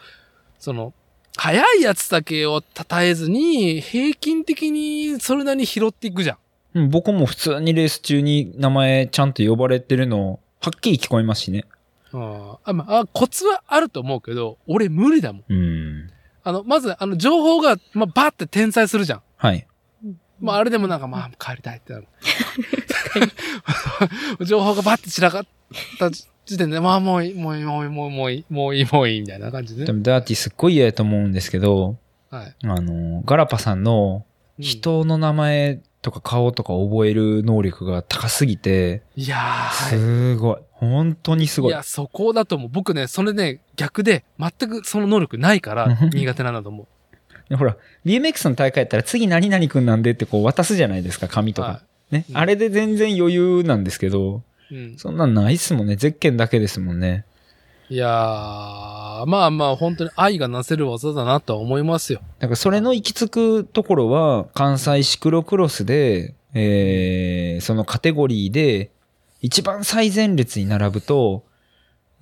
A: その、速いやつだけを称えずに、平均的にそれなりに拾っていくじゃん。
B: うん僕も普通にレース中に名前ちゃんと呼ばれてるの、はっきり聞こえますしね。
A: うんあ、まあ、あコツはあると思うけど、俺無理だもん。
B: うん。
A: あの、まず、あの、情報が、まあ、バーって転載するじゃん。
B: はい。
A: まあ、あれでもなんか、まあ、帰りたいってなる。 情報がバッて散らかった時点で、まあ、もういい、もういい、もういい、もういい、もういい、もういい、みたいな感じでね。
B: でも、ダーティすっごい嫌やと思うんですけど、
A: はい。
B: あの、ガラパさんの
A: うん
B: 人の名前とか顔とか覚える能力が高すぎて、
A: いやー、はい。
B: すごい。本当にすごい。
A: や、そこだと思う。僕ね、それね、逆で、全くその能力ないから、苦手なんだと思う。
B: ほら、BMX の大会やったら次何々くんなんでってこう渡すじゃないですか、紙 とか。
A: は
B: ね、
A: うん
B: あれで全然余裕なんですけど、
A: い。うん。
B: そんなんないっすもんね。ゼッケンだけですもんね。
A: いやー、まあまあ、本当に愛がなせる技だなとは思いますよ。
B: だからそれの行き着くところは、関西シクロクロスで、えー、そのカテゴリーで、一番最前列に並ぶと、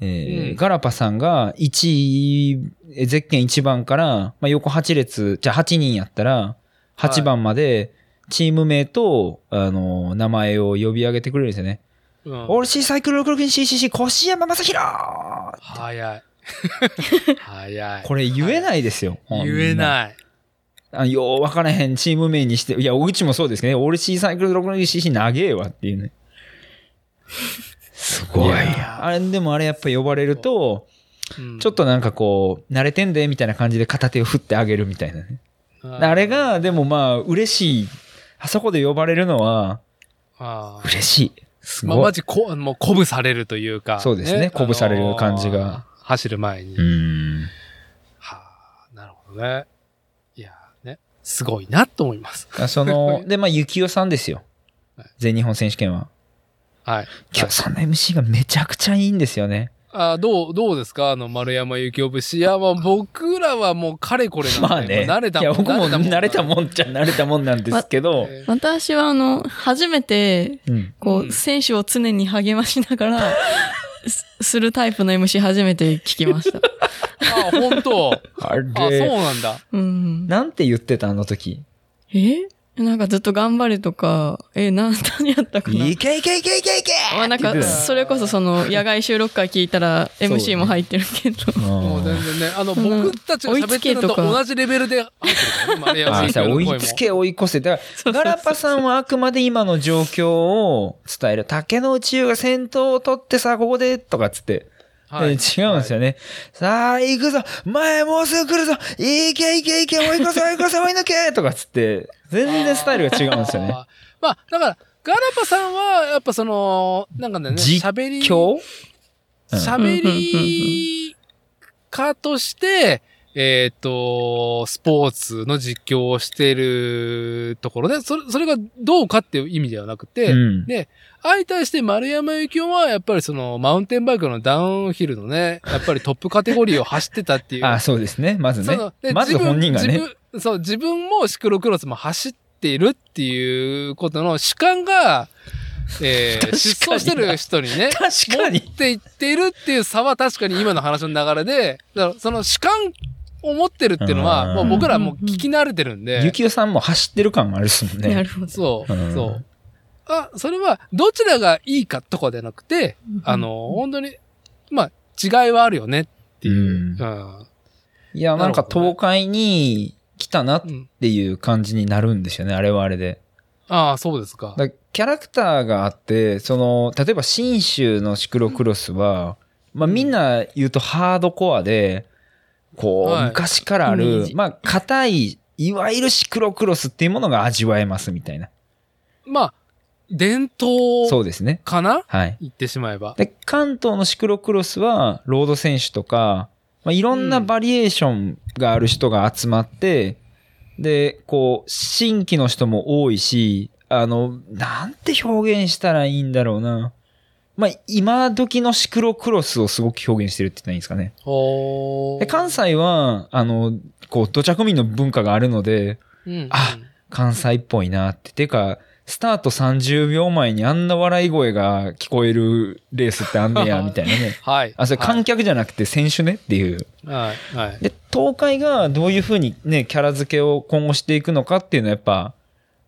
B: えー
A: うん
B: ガラパさんが1位、えーゼッケン1番から、まあ、横8列、じゃあ8人やったら、8番まで、チーム名と、あのー名前を呼び上げてくれるんですよね。
A: うん。
B: オールシーサイクルロクン CCC、越山正宏
A: 早い。 早い。
B: これ言えないですよ。ほんま
A: 言えない。
B: あよう分からへんチーム名にして、いや、うちもそうですけどね、俺 C サイクル 66cc 長えわっていうね。す
A: ごい
B: あれ、でもあれやっぱ呼ばれると、
A: うん
B: ちょっ、となんかこう、慣れてんで、みたいな感じで片手を振ってあげるみたいなね。あれが、でもまあ、嬉しい。あそこで呼ばれるのは、
A: あー、
B: 嬉しい。す
A: まあ、マ
B: ごい。
A: ジこ、もう鼓舞されるというか。
B: そうですね鼓舞される感じが
A: あのー走る前に。
B: うーん。
A: はあ、なるほどね。いやーね、すごいなと思います。
B: あ その、で、まあ、ゆきおさんですよ
A: はい。
B: 全日本選手権は。
A: はい。
B: 今日その MC がめちゃくちゃいいんですよね。
A: あーどう、どうですかあの、丸山幸雄節。いや、まあ、僕らはもう、かれこれなんで、
B: ま
A: 慣
B: あね。
A: れた
B: いや、僕も慣れた
A: ん。
B: もんっちゃ慣れたもんなんですけど、
A: えー
C: 私はあの、初めて、
B: うん。
C: こ
A: うん
C: う、選手を常に励ましながら、すするタイプの MC 初めて聞き ました。
A: あー、本当
B: あ
A: あ、そう
B: れ、
A: なんだ。
C: うん。
B: なんて言ってたあの時。
C: えなんかずっと頑張れとか、え、な、 何やったかな。
B: いけいけいけいけいけ
C: まあな
B: っ
C: ん
B: て言
C: か、
B: ってた
C: それこそその、野外収録会聞いたら、
B: うだね
C: MC も入ってるけど。
A: もう
B: うん
A: 全然ね、あの、
C: うん
A: 僕たちが喋ってるのと同じレベルで入ってるからね、丸
B: あ
A: 山
B: ーさ
A: 幸雄の
B: 追
A: 声も。
B: いつけ追い越せ。だか
C: そうそうそう
B: ら、ガラパさんはあくまで今の状況を伝える。竹野内優が先頭を取ってさ、ここで、とかっつって。
A: はい
B: えー違うんですよね。さあ、行くぞ前もうすぐ来るぞいけいけいけ追い越せ追い越せ追い抜けとかっつって、全然スタイルが違うんですよね。
A: あー。 まあ、だから、ガラパさんは、やっぱその、なんかね、
B: 実
A: 喋り、
B: 今日うん
A: 喋り家として、えっ、と、スポーツの実況をしてるところで、それ、それがどうかっていう意味ではなくて、
B: うん
A: で相対して丸山幸雄は、やっぱりその、マウンテンバイクのダウンヒルのね、やっぱりトップカテゴリーを走ってたっていう。
B: あ、そうですね。まずね
A: そので。
B: まず
A: 自分
B: 本人がね。
A: 自分そう、自分もシクロクロスも走っているっていうことの主観が、え
B: 確か
A: ー、
B: に
A: 失踪してる人にね、
B: 確か
A: 持
B: に。
A: っていっているっていう差は確かに今の話の流れで、だからその主観を持ってるっていうのは、
B: うん
A: もう僕らもう聞き慣れてるんで、
B: ゆきおさんも走ってる感もあるっすも ん
C: な
B: ね。
C: るほど。
A: そう、
B: うん
A: そう。あ、それはどちらがいいかとかじゃなくて、
C: うん
A: あの、本当に、まあ違いはあるよねっていう。
B: う
A: うん
B: いや、なんか東海に来たなっ
A: うん
B: ていう感じになるんですよね、あれはあれで。
A: ああ、そうですか。
B: だからキャラクターがあって、その、例えば信州のシクロクロスは、まあみんな言うとハードコアで、こ
A: は
B: う、
A: い
B: 昔からあ
C: イメー
B: る、
C: ジ
B: まあ硬い、いわゆるシクロクロスっていうものが味わえますみたいな。
A: まあ、伝統
B: そうですね。
A: かな
B: はい。
A: 言ってしまえば。
B: で、関東のシクロクロスは、ロード選手とか、まあ、いろんなバリエーションがある人が集まって、で、こう、新規の人も多いし、あの、なんて表現したらいいんだろうな。まあ、今時のシクロクロスをすごく表現してるって言ったらいいんですかね。
A: お
B: で関西は、あの、こう、土着民の文化があるので、
A: うん、
B: あ関西っぽいなって。てか、スタート30秒前にあんな笑い声が聞こえるレースってあんねや、みたいなね。
A: はい。
B: あ、それ観客じゃなくて選手ねっていう。
A: はい。はい。はい
B: で、東海がどういうふうにね、キャラ付けを今後していくのかっていうのはやっぱ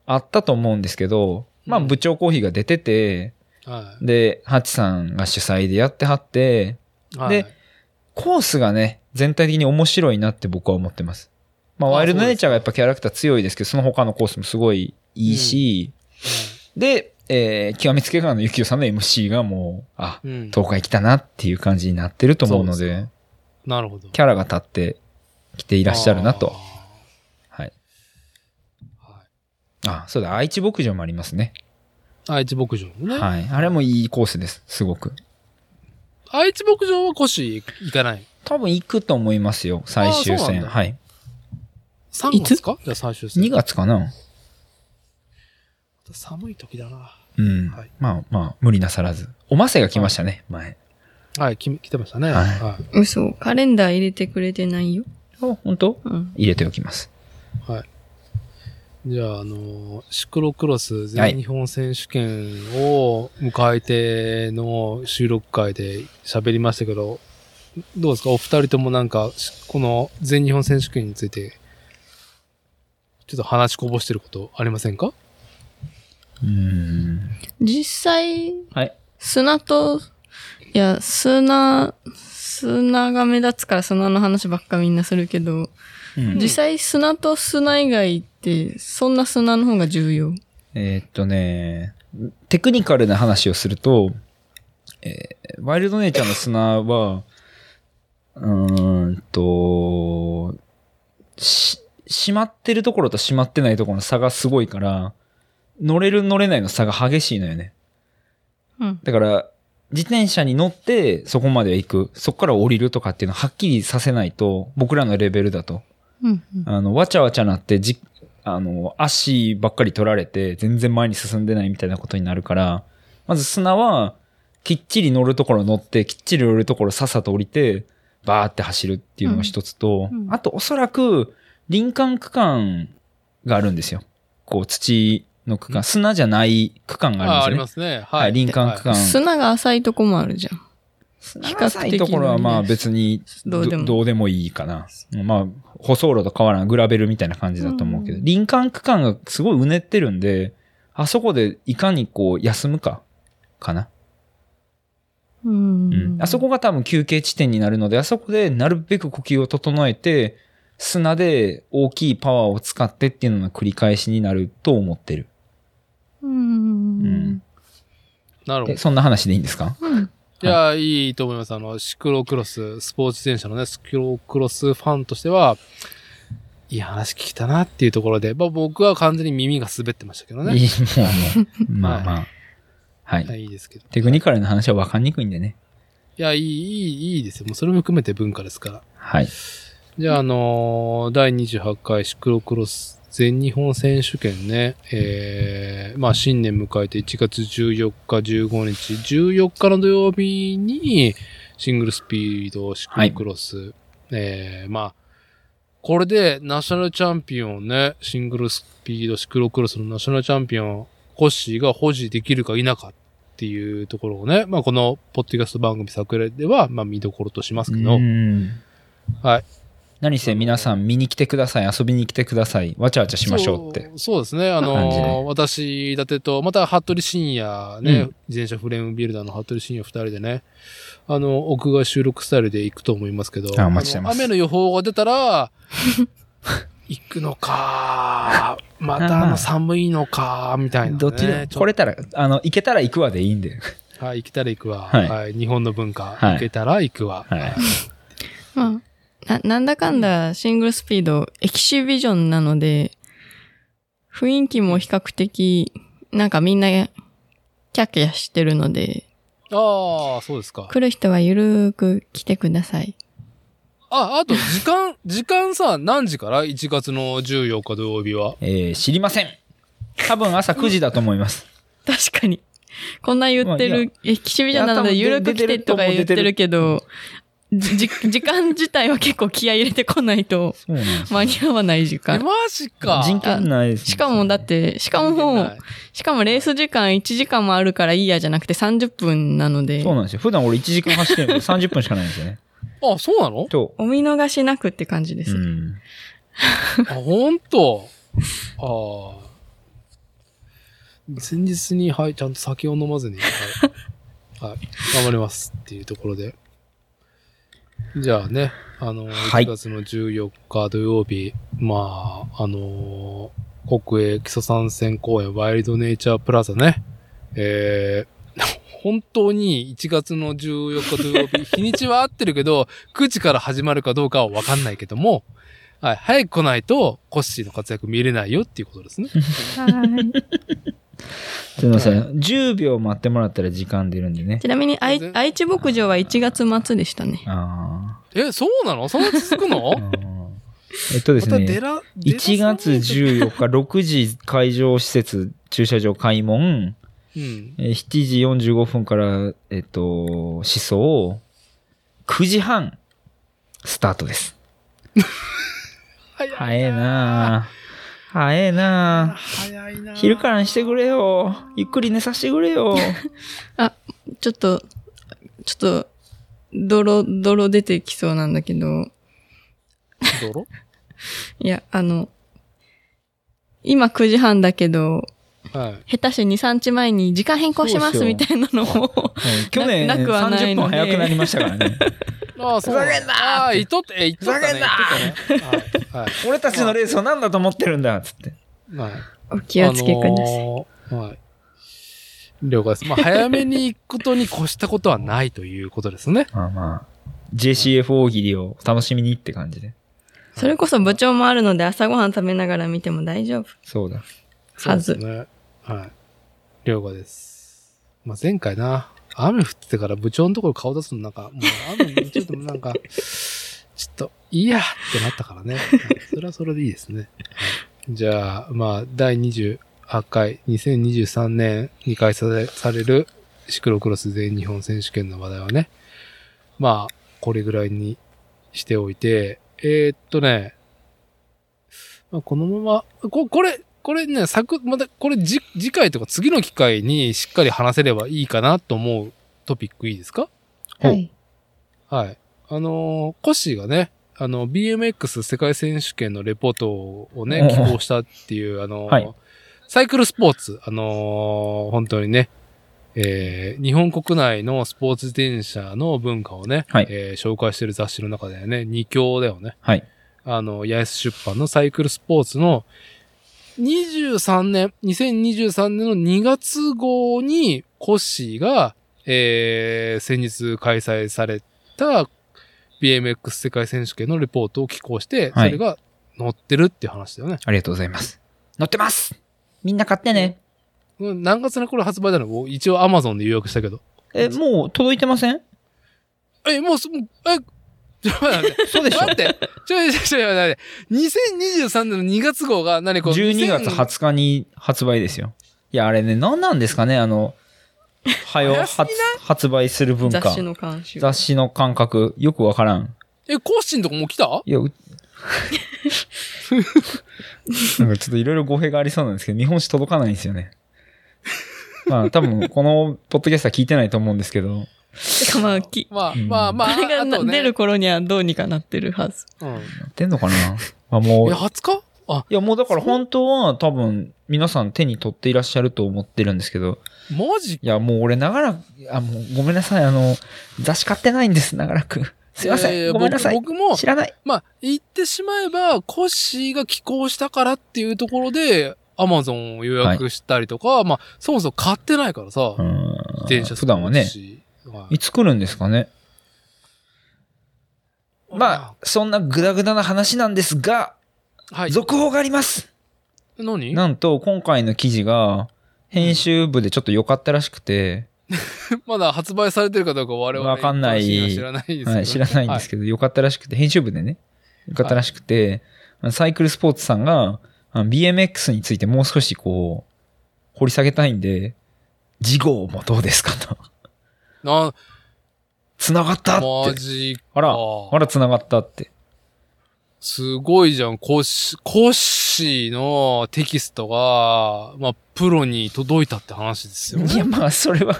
B: あったと思うんですけど、まあ
A: うん
B: 部長コーヒーが出てて、
A: は
B: で、ハチさんが主催でやってはって、
A: い。はい。
B: でコースがね、全体的に面白いなって僕は思ってます。まあ、ワイルドネイチャーがやっぱキャラクター強いですけど、その他のコースもすごいいいし、で、えー極めつけがのゆきよさんの MC がもう、あ、
A: うん。
B: 東海来たなっていう感じになってると思うの
A: そうです
B: で、
A: なるほど。
B: キャラが立ってきていらっしゃるなと。はい。
A: あー。はい
B: あ、そうだ、愛知牧場もありますね。
A: 愛知牧場もね。
B: はい。あれもいいコースです、すごく。
A: 愛知牧場は腰行かない。
B: 多分行くと思いますよ、最終
A: あそうなん
B: 戦。
A: だ
B: はい。
A: 3月かじゃあ最終戦。
B: 2月かな
A: 寒い時だな。
B: うん。
A: はい
B: まあまあ、無理なさらず。おませが来ましたね、前。
A: はい、き来てましたね。
B: はい
A: はい。
C: 嘘、カレンダー入れてくれてないよ。
B: あ、本当？
C: うん。
B: 入れておきます。
A: じゃあ、あのー、シクロクロス全日本選手権を迎えての収録会で喋りましたけど、どうですかお二人ともなんか、しこの全日本選手権について、ちょっと話しこぼしてることありませんか
B: うん。
C: 実際、
B: はい。
C: 砂と、いや、砂、砂が目立つから砂の話ばっかみんなするけど、
B: うん
C: 実際砂と砂以外って、そんな砂の方が重要。
B: えーっとね、テクニカルな話をすると、えーワイルドネイチャーの砂は、うーんと、し、閉まってるところと閉まってないところの差がすごいから、乗れる乗れないの差が激しいのよね。
C: うん。
B: だから、自転車に乗ってそこまで行く、そこから降りるとかっていうのをはっきりさせないと、僕らのレベルだと。
C: うん。
B: あの、わちゃわちゃなってじ、あの、足ばっかり取られて、全然前に進んでないみたいなことになるから、まず砂は、きっちり乗るところ乗って、きっちり乗るところさっさと降りて、バーって走るっていうのが一つと、
C: うんうん
B: あとおそらく、林間区間があるんですよ。こう、土の区間、砂じゃない区間
A: あ
B: があ
A: あり
B: るんで
A: ますね。
B: すよね。
A: はい。
B: 林間区
A: は
B: 間。
C: 砂が浅いとこもあるじゃん。
B: 比
C: 較的
B: 較いところはまあ別に
C: ど
B: ど
C: うでも
B: どうでもいいかな。まあ、舗装路と変わらん、グラベルみたいな感じだと思うけど、
C: うん
B: 林間区間がすごいうねってるんで、あそこでいかにこう休むか、かな。
C: う。
B: うんん。あそこが多分休憩地点になるので、あそこでなるべく呼吸を整えて、砂で大きいパワーを使ってっていうのの繰り返しになると思ってる。
C: う
B: うん
C: ん。
A: なるほど
B: え。そんな話でいいんですか
C: うん。
A: いや、いいと思います。あの、シクロクロス、スポーツ自転車のね、シクロクロスファンとしては、いい話聞きたなっていうところで、まあ僕は完全に耳が滑ってましたけど
B: い
A: ね。
B: いもうもうまあまあ。はい。
A: はい、いいですけど。
B: テクニカルな話は分かんにくいんでね。
A: いや、いい、いい、いいですよ。もうそれも含めて文化ですから。
B: はい。
A: じゃあ、あのー第28回シクロクロス全日本選手権ね、えー、まあ、新年迎えて1月14日、15日、14日の土曜日に、シングルスピードシクロクロス、えー、まあ、これでナショナルチャンピオンね、シングルスピードシクロクロスのナショナルチャンピオン、コッシーが保持できるか否かっていうところをね、まあ、このポッドキャスト番組作例では、まあ、見どころとしますけど、
B: うん
A: はい。
B: 何せ皆さん見に来てください、遊びに来てください、わちゃわちゃしましょうって。
A: そうそうですね。あ
B: 感じで
A: の、私だてと、また、服部深夜ね、
B: うん
A: 自転車フレームビルダーの服部深夜二人でね、あの、屋外収録スタイルで行くと思いますけど、
B: あお待ちしてます
A: の雨の予報が出た ら、行くの か、またあの寒いのか、みたいな、ね。
B: どっちでも、
A: ょ
B: これたら、あの、行けたら行くわでいいんで。
A: はい、行けたら行くわ。は、
B: はいい
A: 日本の文化、
B: はい
A: 行けたら行くわ。
B: はい。
C: まあ、な、なんだかんだシングルスピード、エキシビジョンなので、雰囲気も比較的、なんかみんな、キャッキャしてるので、
A: ああ、そうですか。
C: 来る人はゆるーく来てください。
A: あ、あと、時間、時間さ、何時から ?1 月の14日土曜日は。
B: えー知りません。多分朝9時だと思います。
C: 確かに。こんな言って
B: まあい
C: る、え、岸辺じゃなの
B: いや多
C: で、
B: 分
C: ゆる
B: 出
C: く来
B: て
C: て
B: る
C: とか言ってるけ
B: と
C: ど、じ、じ 時間自体は結構気合い入れてこないと
B: そうなんですよ
C: 間に合わない時
A: え、
C: 間。
A: マジか。
B: 人権ないですね、
C: しかもだって、しかももう、しかもレース時間1時間もあるからいいやじゃなくて30分なので
B: そ、うなんですよ。普段俺1時間走ってるので30分しかないんですよ ね。
A: あ、そうなの
B: と、
C: お見逃しなくって感じで
B: う
C: す。
B: ん。
A: あ、ほんと。ああ。前日に、はい、ちゃんと酒を飲まずに、はい。はい、頑張りますっていうところで。じゃあね、あの、
B: はい
A: 1月の14日土曜日、まあ、あのー国営基礎参戦公園ワイルドネイチャープラザね、えー、本当に1月の14日土曜日、日にちは合ってるけど、9時から始まるかどうかはわかんないけども、はい、早く来ないと、コッシーの活躍見れないよっていうことですね。
C: はい
B: すみません。10秒待ってもらったら時間出るんでね
C: ち。なみに愛
A: 全然
C: 愛知牧場は1月末でしたね。
B: あ
A: え、そうなのそんな続く の
B: ーあー。えっとです
A: また出
B: ね。
A: ら、出らさ
B: 1月
A: ないと
B: 14日6時会場施設駐車場開門、
A: うん。
B: えー7時45分から、えっと、思想、9時半、スタートです。
A: 早い
B: 早えなぁ。早え
A: あ
B: な
A: 早いな
B: ぁ。昼からにしてくれよ。ゆっくり寝させてくれよ。
C: ちょっと、ちょっと、泥、泥出てきそうなんだけど、
A: 泥
C: いや、あの、今9時半だけど、
A: はい。
C: 下手して2、3日前に時間変更しま
B: そ
C: す
B: うで
C: みたいなの を、
B: はい去年
C: ななくはない
B: 30
C: の
B: 分
C: で
B: 早くなりましたから ね。
A: ああ、そう。
B: ふざけんなー
A: ああ、いとって、え、いとったね。
B: ふざけんな
A: 言っとったねはい。はい。
B: 俺たちのレースを何だと思ってるんだっつって。
A: はい
C: お気をつけください。
A: あのーはい。了解です。まあ、早めに行くことに越したことはないということです ね。
B: まあまあ、JCF 大喜利を楽しみにって感じで。
C: それこそ部長もあるので朝ごはん食べながら見ても大丈夫。
B: そうだ。
C: は
A: そう
C: ず。
A: ですね。はい。了解です。まあ、前回な、雨降っててから部長のところ顔出すのなんか、もう雨にちょっともうなんか、 ちょっと、いいやってなったからね。 はいそれはそれでいいですね。はいじゃあ、まあ、第28回、2023年に開催されるシクロクロス全日本選手権の話題はね、まあ、これぐらいにしておいて、えーっとね、まあ、このまま、ここれ、これね、作、また、これじ、次回とか次の機会にしっかり話せればいいかなと思うトピックいいですか
B: ほう
C: はい。
A: はい。あのーコッシーがね、あの、BMX 世界選手権のレポートをね、
B: おう
A: 寄稿したっていう、あのー
B: はい
A: サイクルスポーツ、あのー本当にね、えー日本国内のスポーツ自転車の文化をね、
B: はい
A: えー紹介してる雑誌の中でね、二強だよね。
B: はい。
A: あの、八重洲出版のサイクルスポーツの23年、2023年の2月号にコッシーが、えー、先日開催された BMX 世界選手権のレポートを寄稿して、そ
B: はい
A: れが載ってるっていう話だよね。
B: ありがとうございます。乗ってますみんな買ってね。
A: うん何月にこれ発売だのお一応 Amazon で予約したけど。
B: え、もう届いてません
A: え、もうす、もうえ、ちょ、待って。
B: そうでしょ
A: 待って。ちょ、ちょ、ちょ、ちょ、待って。2023年の2月号が、何こう
B: ?12 月
A: 2000
B: 20日に発売ですよ。いや、あれね、何なんですかねあの、は よ、
A: 早すぎ
B: 発発売する文化。
C: 雑誌の監修。
B: 雑誌の感覚、よくわからん。
A: え、コッシーのとこもう来た
B: いや、う なんかちょっといろいろ語弊がありそうなんですけど、日本史届かないんですよね。まあ多分このポッドキャストは聞いてないと思うんですけど、
C: てかまあ、き、
A: まあ、
B: うん
A: まあ、 まあ、
C: あれが
A: あと
C: な
A: ね
C: 出る。頃にはどうにかなってるはず。
A: うん。
B: やってんのかなまあもう
A: え、、20日あ、
B: いやもうだから本当は多分皆さん手に取っていらっしゃると思ってるんですけど、
A: マジ
B: いやもう俺長らく、あ、もうごめんなさい、あの、雑誌買ってないんです、長らく。 すいません、
A: えー
B: ごめんなさい。
A: 僕僕も
B: 知、らない。
A: まあ、言ってしまえば、コッシーが寄稿したからっていうところで、アマゾンを予約したりとか、まあ、そもそも買ってないからさ、
B: うん
A: 電車
B: 普段はね、いつ来るんですかねまあ、そんなグダグダな話なんですが、
A: あ、はい。
B: 続報があります
A: 何
B: なんと、今回の記事が、編集部でちょっと良かったらしくて、
A: まだ発売されてるかどうか我々
B: わかんない
A: 詳しは知らないですけど、
B: はい、知らないんですけど、よかったらしくて、編集部でね、よかったらしくて、あのサイクルスポーツさんが、あの BMX についてもう少しこう、掘り下げたいんで、事後もどうですかと。
A: はい
B: 繋がったっ
A: なマ
B: て。
A: ジ
B: あら、
A: あ
B: あら繋がったって。
A: すごいじゃん。コッシー、コッシーのテキストが、まあ、プロに届いたって話ですよね。
B: いや、まあ、それは、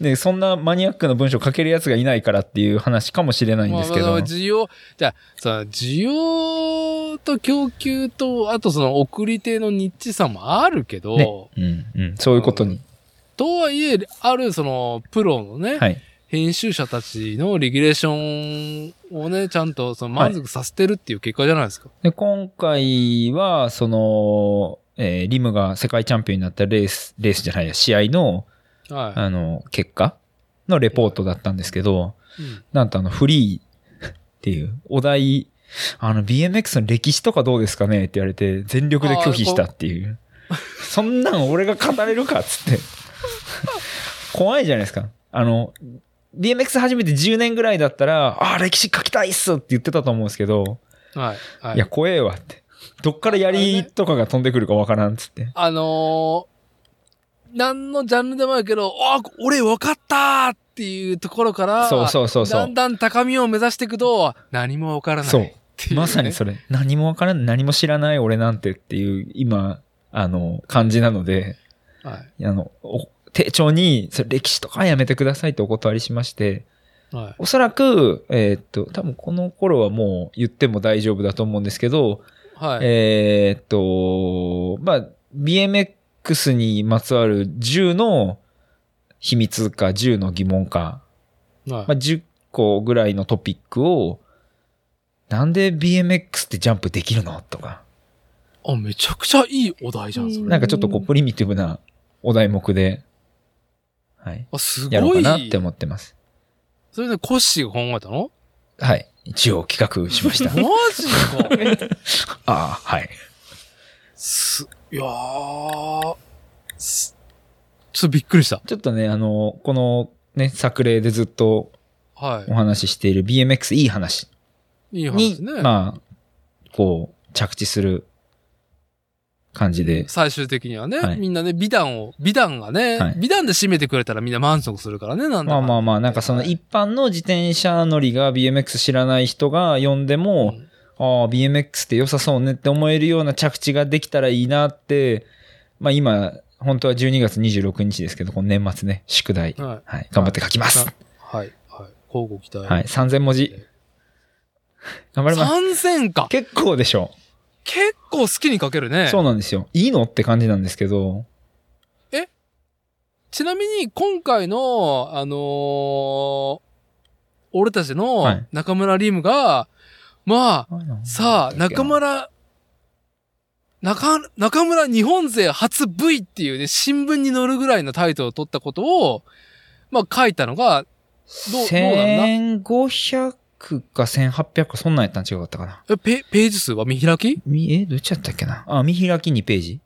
B: ね、そんなマニアックな文章書けるやつがいないからっていう話かもしれないんですけ
A: まあま
B: ど
A: あ、需要、じゃあ、さ、需要と供給と、あとその送り手のニッチさもあるけど、
B: ねうん、うん、そういうことに。
A: とはいえ、あるその、プロのね、
B: はい。
A: 編集者たちのレギュレーションをね、ちゃんとその満足させてるっていう結果じゃないですか。
B: で、今回は、その、えーリムが世界チャンピオンになったレース、レースじゃないや、試合の、
A: はい。
B: あの、結果のレポートだったんですけど、
A: うん
B: なんとあの、フリーっていうお題、あの、BMX の歴史とかどうですかねって言われて、全力で拒否したっていう。そんなん俺が語れるかっつって。怖いじゃないですか。あの、BMX 初めて10年ぐらいだったら、ああ、歴史書きたいっすって言ってたと思うんですけど、
A: はい。はい
B: い、や、怖えわって。どっから槍とかが飛んでくるかわからんっつって。
A: あのー、何のジャンルでもあるけど、あ、俺分かったっていうところから、
B: そうそうそうそう
A: だんだん高みを目指していくと、何も分からない。
B: そう
A: っていうね
B: まさにそれ。何もわからん、何も知らない俺なんてっていう、今、あの、感じなので、
A: はい。
B: あの、お丁重に、それ歴史とかはやめてくださいとお断りしまして、
A: はい。
B: おそらく、えーっと、多分この頃はもう言っても大丈夫だと思うんですけど、
A: はい。
B: えーっと、まあ、BMX にまつわる10の秘密か10の疑問か
A: はい
B: まあ、10個ぐらいのトピックを、なんで BMX ってジャンプできるのとか、
A: あ、めちゃくちゃいいお題じゃん、それ。
C: うん
B: なんかちょっとこう、プリミティブなお題目で、はい、
A: あ、す
B: やろ
A: ご
B: うか
A: い。
B: なって思ってます。
A: それでコッシーが考えたの
B: はい。一応企画しました
A: マ。ジか。
B: ああ、はい。
A: す、いやー、すちょっとびっくりした。
B: ちょっとね、あの、このね、作例でずっと
A: は
B: お話ししている BMX いい話
A: い。いい
B: に
A: 話、ね。
B: まあ、こう、着地する感じで、
A: 最終的にはね、
B: はい
A: みんなね、美談を、美談がね、
B: はい
A: 美談で締めてくれたらみんな満足するからね、なんだ
B: ま
A: か
B: あ
A: んだ
B: まあまあ、なんかその一般の自転車乗りが BMX 知らない人が読んでも、
A: うん
B: ああ、BMX って良さそうねって思えるような着地ができたらいいなって、まあ今、本当は12月26日ですけど、この年末ね、宿題。
A: はい。
B: はい、頑張って書きます。
A: はい。はい。交互期待。
B: はい、3000文字。頑張ります。
A: 参戦か。
B: 結構でしょ。
A: 結構好きに書けるね。
B: そうなんですよ。いいのって感じなんですけど、
A: ちなみに、今回の、あのー俺たち
B: は
A: の
B: い
A: 中村リムが、まあ、さあ、中
B: 間
A: 村、中、中村日本勢初 V っていうね、新聞に載るぐらいのタイトルを取ったことを、まあ書いたのが、どうどうなん
B: 1500か1800か、そんなんやったん違かったかな。
A: えペページ数は見開き
B: み、え、どっちやったっけなあ、見開き2ページ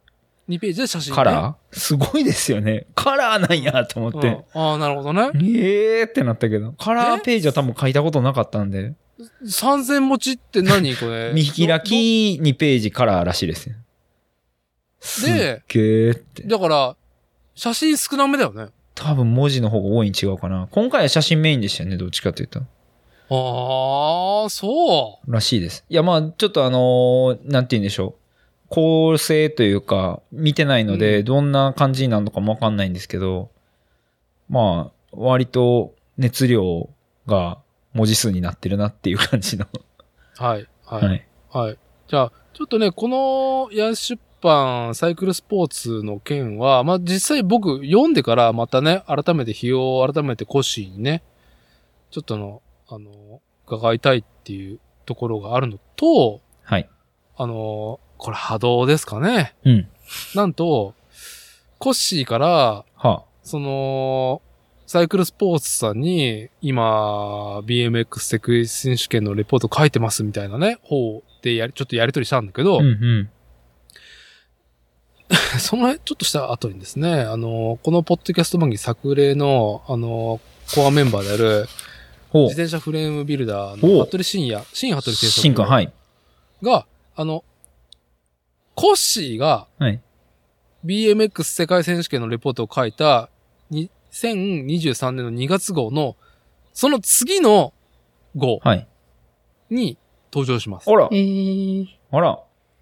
A: ?2 ページで写真、ね、
B: カラーすごいですよね。カラーなんやと思っ
A: う
B: て
A: ん。、ああ、なるほどね。
B: ええーってなったけど。カラーページは多分書いたことなかったんで。
A: 3000持ちって何これ。
B: 見開き2ページカラーらしいですよ。すっげーって
A: ど。。どだから、写真少なめだよね。
B: 多分文字の方が多いに違うかな。今回は写真メインでしたよね、どっちかというと。
A: ああ、そう。
B: らしいです。いや、まあ、ちょっとあのーなんて言うんでしょう。構成というか、見てないので、
A: うん
B: どんな感じになるのかもわかんないんですけど、まあ、割と熱量が文字数になってるなっていう感じの。
A: はい、はい。
B: はい。
A: はい。じゃあ、ちょっとね、このヤン出版サイクルスポーツの件は、まあ、実際僕読んでからまたね、改めて費用を改めてコッシーにね、ちょっとあの、あの、伺いたいっていうところがあるのと、
B: はい。
A: あの、これ波動ですかね。
B: うん。
A: なんと、コッシーから、
B: は
A: その、サイクルスポーツさんに、今、BMX テク選手権のレポート書いてますみたいなね、方でやり、ちょっとやりとりしたんだけ
B: あ。
A: ど、
B: うんうん。
A: そのちょっとした後にですね、あの、このポッドキャスト番組作例の、あの、コアメンバーである、
B: ほう
A: 自。転車フレームビルダー
B: ほう
A: の服部慎也、新服部製
B: 新
A: 作
B: 君、はい。
A: が、あの、コッシーが
B: はい。
A: BMX 世界選手権のレポートを書いた2023年の2月号の、その次の号
B: はい。
A: に登場します。
B: あら
C: え、ー、
B: あら。っ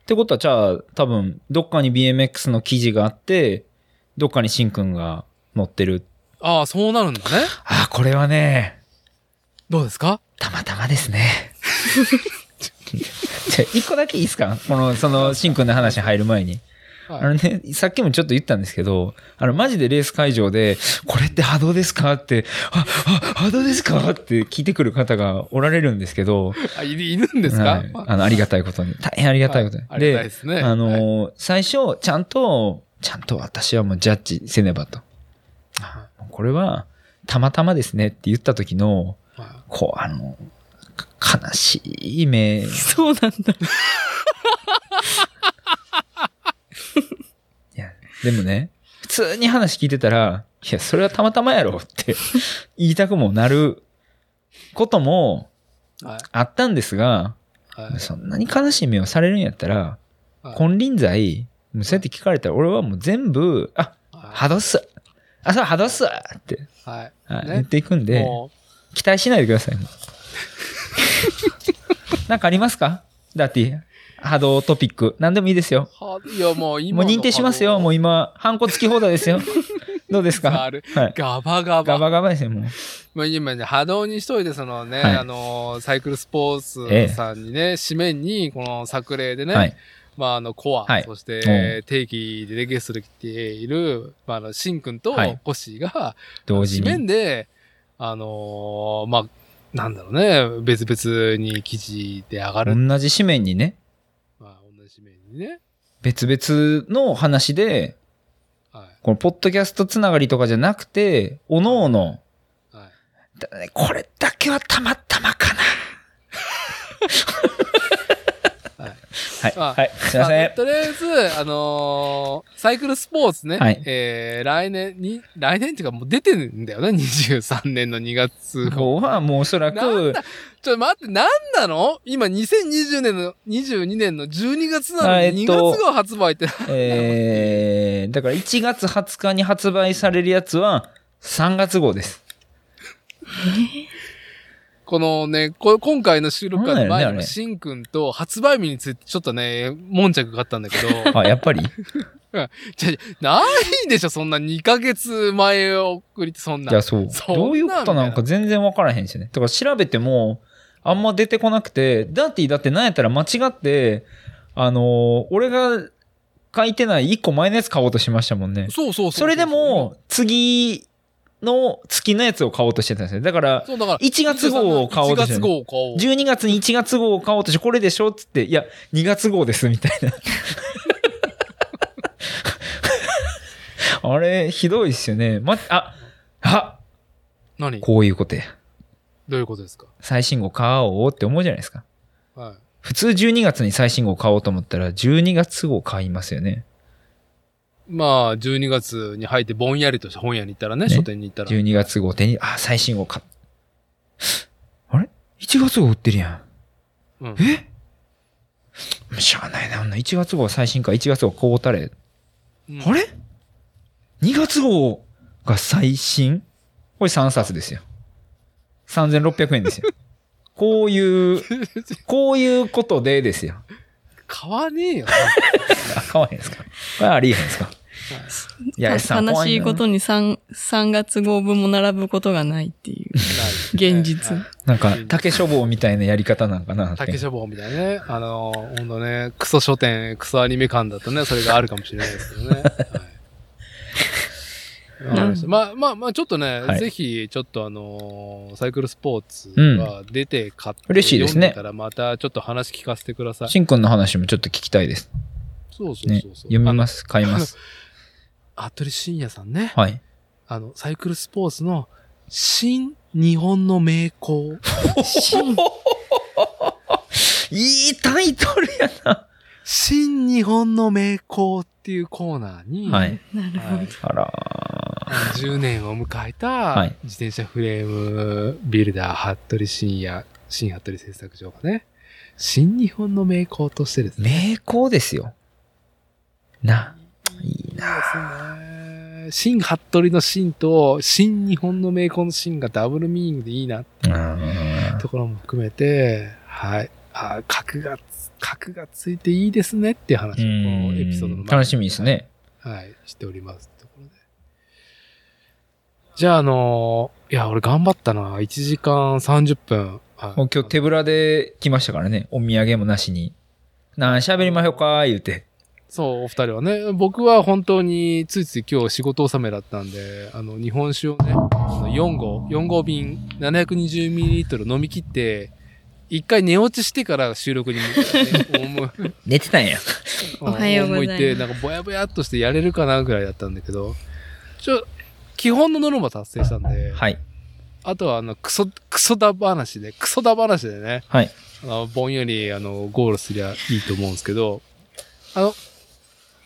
B: てことは、じゃあ、多分、どっかに BMX の記事があって、どっかに新君が乗ってる。
A: ああ、そうなるんだね。
B: あー、これはね、
A: どうですか
B: たまたまですね。 じゃあ一個だけいいですかこの、その、新君の話入る前に。あ
A: は
B: の
A: い。
B: ね、さっきもちょっと言ったんですけど、あの、マジでレース会場で、これって波動ですかって、あ、あ、波動ですかって聞いてくる方がおられるんですけど、
A: あいいるんですか、
B: はいあの、ありがたいことに。大変ありがたいことに。
A: ありがたいですね。
B: あの
A: はい
B: ー最初、ちゃんと、ちゃんと私はもうジャッジせねばと。あこれは、たまたまですねって言った時の、
A: は
B: こう、あの、か悲しい目。い
C: そうなんだ。
B: や、でもね、普通に話聞いてたら、いや、それはたまたまやろって言いたくもなることも
A: いはい
B: あったんですが、
A: はい
B: そんなに悲しい目をされるんやったら、
A: はい
B: 金輪際、もうそうやって聞かれたら、俺はもう全部、あ、
A: は
B: ハドっす。あ、そう、ハドっすって、
A: い
B: はい
A: ね
B: 言っていくん
A: はい。
B: で、
A: も
B: 期待しないでく ださい。なんかありますかダーティ。波動トピック。何でもいいですよ。
A: う、はいや、もう
B: も
A: 今
B: う
A: の
B: 認定しますよ。もう今、ハンコつき放題 ですよ。どうです
A: ガ
B: か
A: ール
B: はい。
A: ガバガ
B: ガ
A: バ。
B: バガバですよ、もう。
A: もう今ね、波動にしといて、そのね、
B: はい
A: あのー、サイクルスポーツさんにね、紙面に、この作例でね、
B: はい。
A: まあ、あの、コア、
B: はい
A: そして、定期でレゲストで来ている、まあ、あの、シンくんと
B: はい
A: コッシーが、
B: 同時
A: 紙面
B: に。
A: で、あのーまあ、なんだろうね、別々に記事で上がる。
B: 同じ紙面にね、
A: まあ、同じ紙面にね。
B: 別々の話で、
A: は
B: このポッドキャストつながりとかじゃなくて、おのおの、
A: い。はい。
B: だこれだけはたまたまかな。
A: はい
B: はい。
A: まあ
B: はい。すいませ
A: まあ
B: ん。
A: とりあえず、あのーサイクルスポーツね、
B: はい
A: えー、来年に、来年っていうかもう出てるんだよね、23年の2月
B: こ
A: 号。
B: こはもうおそら
A: なん
B: く、
A: だちょっと待って、なんなの今2020年の、22年の12月な
B: あ
A: の
B: えっ
A: に2
B: と
A: 月号発売って、
B: えー、だから1月20日に発売されるやつは3月号です。
A: このね、こ今回の収録会の
B: なんだ
A: 前
B: よ
A: に
B: ね
A: も
B: あれ
A: しんくんと発売日についてちょっとね、悶着があったんだけ ど、
B: あ、やっぱり
A: じゃないでしょ、そんな2ヶ月前送りってそん
B: い
A: な
B: や、。そう。
A: そんな
B: どういうことなんか全然わからへんしね。だから調べても、あんま出てこなくて、ダーティーだってなんやったら間違って、あのー俺が書いてない1個前のやつ買おうとしましたもんね。
A: そうそうそうそう。
B: それでも、次の月のやつを買おうとしてたんですよ。だから、
A: そうだから、
B: 1月号を買おうとして
A: 1月
B: る
A: 号を買おう。
B: 12月に1月号を買おうとして、これでしょっつって、いや、2月号です、みたい な。あれ、ひどいっすよね。ま、あ、あ、
A: 何
B: こういうことや。
A: どういうことですか
B: 最新号買おうって思うじゃないですか。
A: はい。
B: 普通12月に最新号買おうと思ったら、12月号買いますよね。
A: まあ、12月に入ってぼんやりとした本屋に行ったらね、
B: ね
A: 書店に行ったら。
B: 12月号手に、あ、最新号買っあれ ?1 月号売ってるやん。
A: うん
B: えしゃあないな、あんな1月号最新か、1月号こうたれ。
A: うん
B: あれ ?2 月号が最新これ3冊ですよ。3600円です よ。こういう、こういうことでですよ。
A: 買わね えよ。
B: あ、買わへんすかこれありえへんすかいや、さ
C: 悲
B: 怖
C: しい
B: な
C: ことに 3, 3月号分も並ぶことがないっていう。 現実
A: はい
B: なんか、竹書房みたいなやり方なんかなって。
A: 竹書房みたいなね。あの、ほんとね、クソ書店、クソアニメ館だとね、それがあるかもしれないですけど ね。はいわかりましたまあまあまあ、ちょっとね、
B: はい
A: ぜひ、ちょっとあのーサイクルスポーツが出て買って、
B: 嬉しいですね
A: 読んからまたちょっと話聞かせてください。
B: しんくんの話もちょっと聞きたいです。
A: そうそう
B: ね
A: そう。。そう
B: 読みます。買 います。
A: あの服部慎也さんね。
B: はい。
A: あの、サイクルスポーツの新日本の名 工。
B: いいタイトルやな。
A: 新日本の名工っていうコーナーに、
B: はい。
C: なるほ
A: は
C: ど
A: い。
B: あら
A: 10年を迎えた
B: はい
A: 自転車フレームビルダー服部深也、新服部製作所がね、新日本の名工としてです
B: ー。
A: ね。
B: 名工ですよ。な。いいな。
A: ですね。新服部の新と新日本の名工の新がダブルミーニングでいいなって
B: うん
A: ところも含めて、はい。あ、格が、格がついていいですねっていう話をこのエピソードの前に
B: 楽しみですね。
A: はい、しております。ところで。じゃあ、あのーいや、俺頑張ったな。1時間30分。はい
B: もう今日手ぶらで来ましたからね。お土産もなしに。なあ、喋りましょうか、言うて。
A: そう、お二人はね。僕は本当についつい今日仕事納めだったんで、あの、日本酒をね、あの4号、4号瓶 720ml 飲み切って、一回寝落ちしてから収録に向かって、 思う
B: 寝てたんや。
C: おはようございます
A: 思って、なんかぼやぼやっとしてやれるかなぐらいだったんだけど、ちょ、基本のノルマ達成したんで、
B: はい。
A: あとは、あの、クソ、クソだ話で、クソだ話でね、
B: はい。
A: あの、ぼんやり、あの、ゴールすりゃいいと思うんですけど、あの、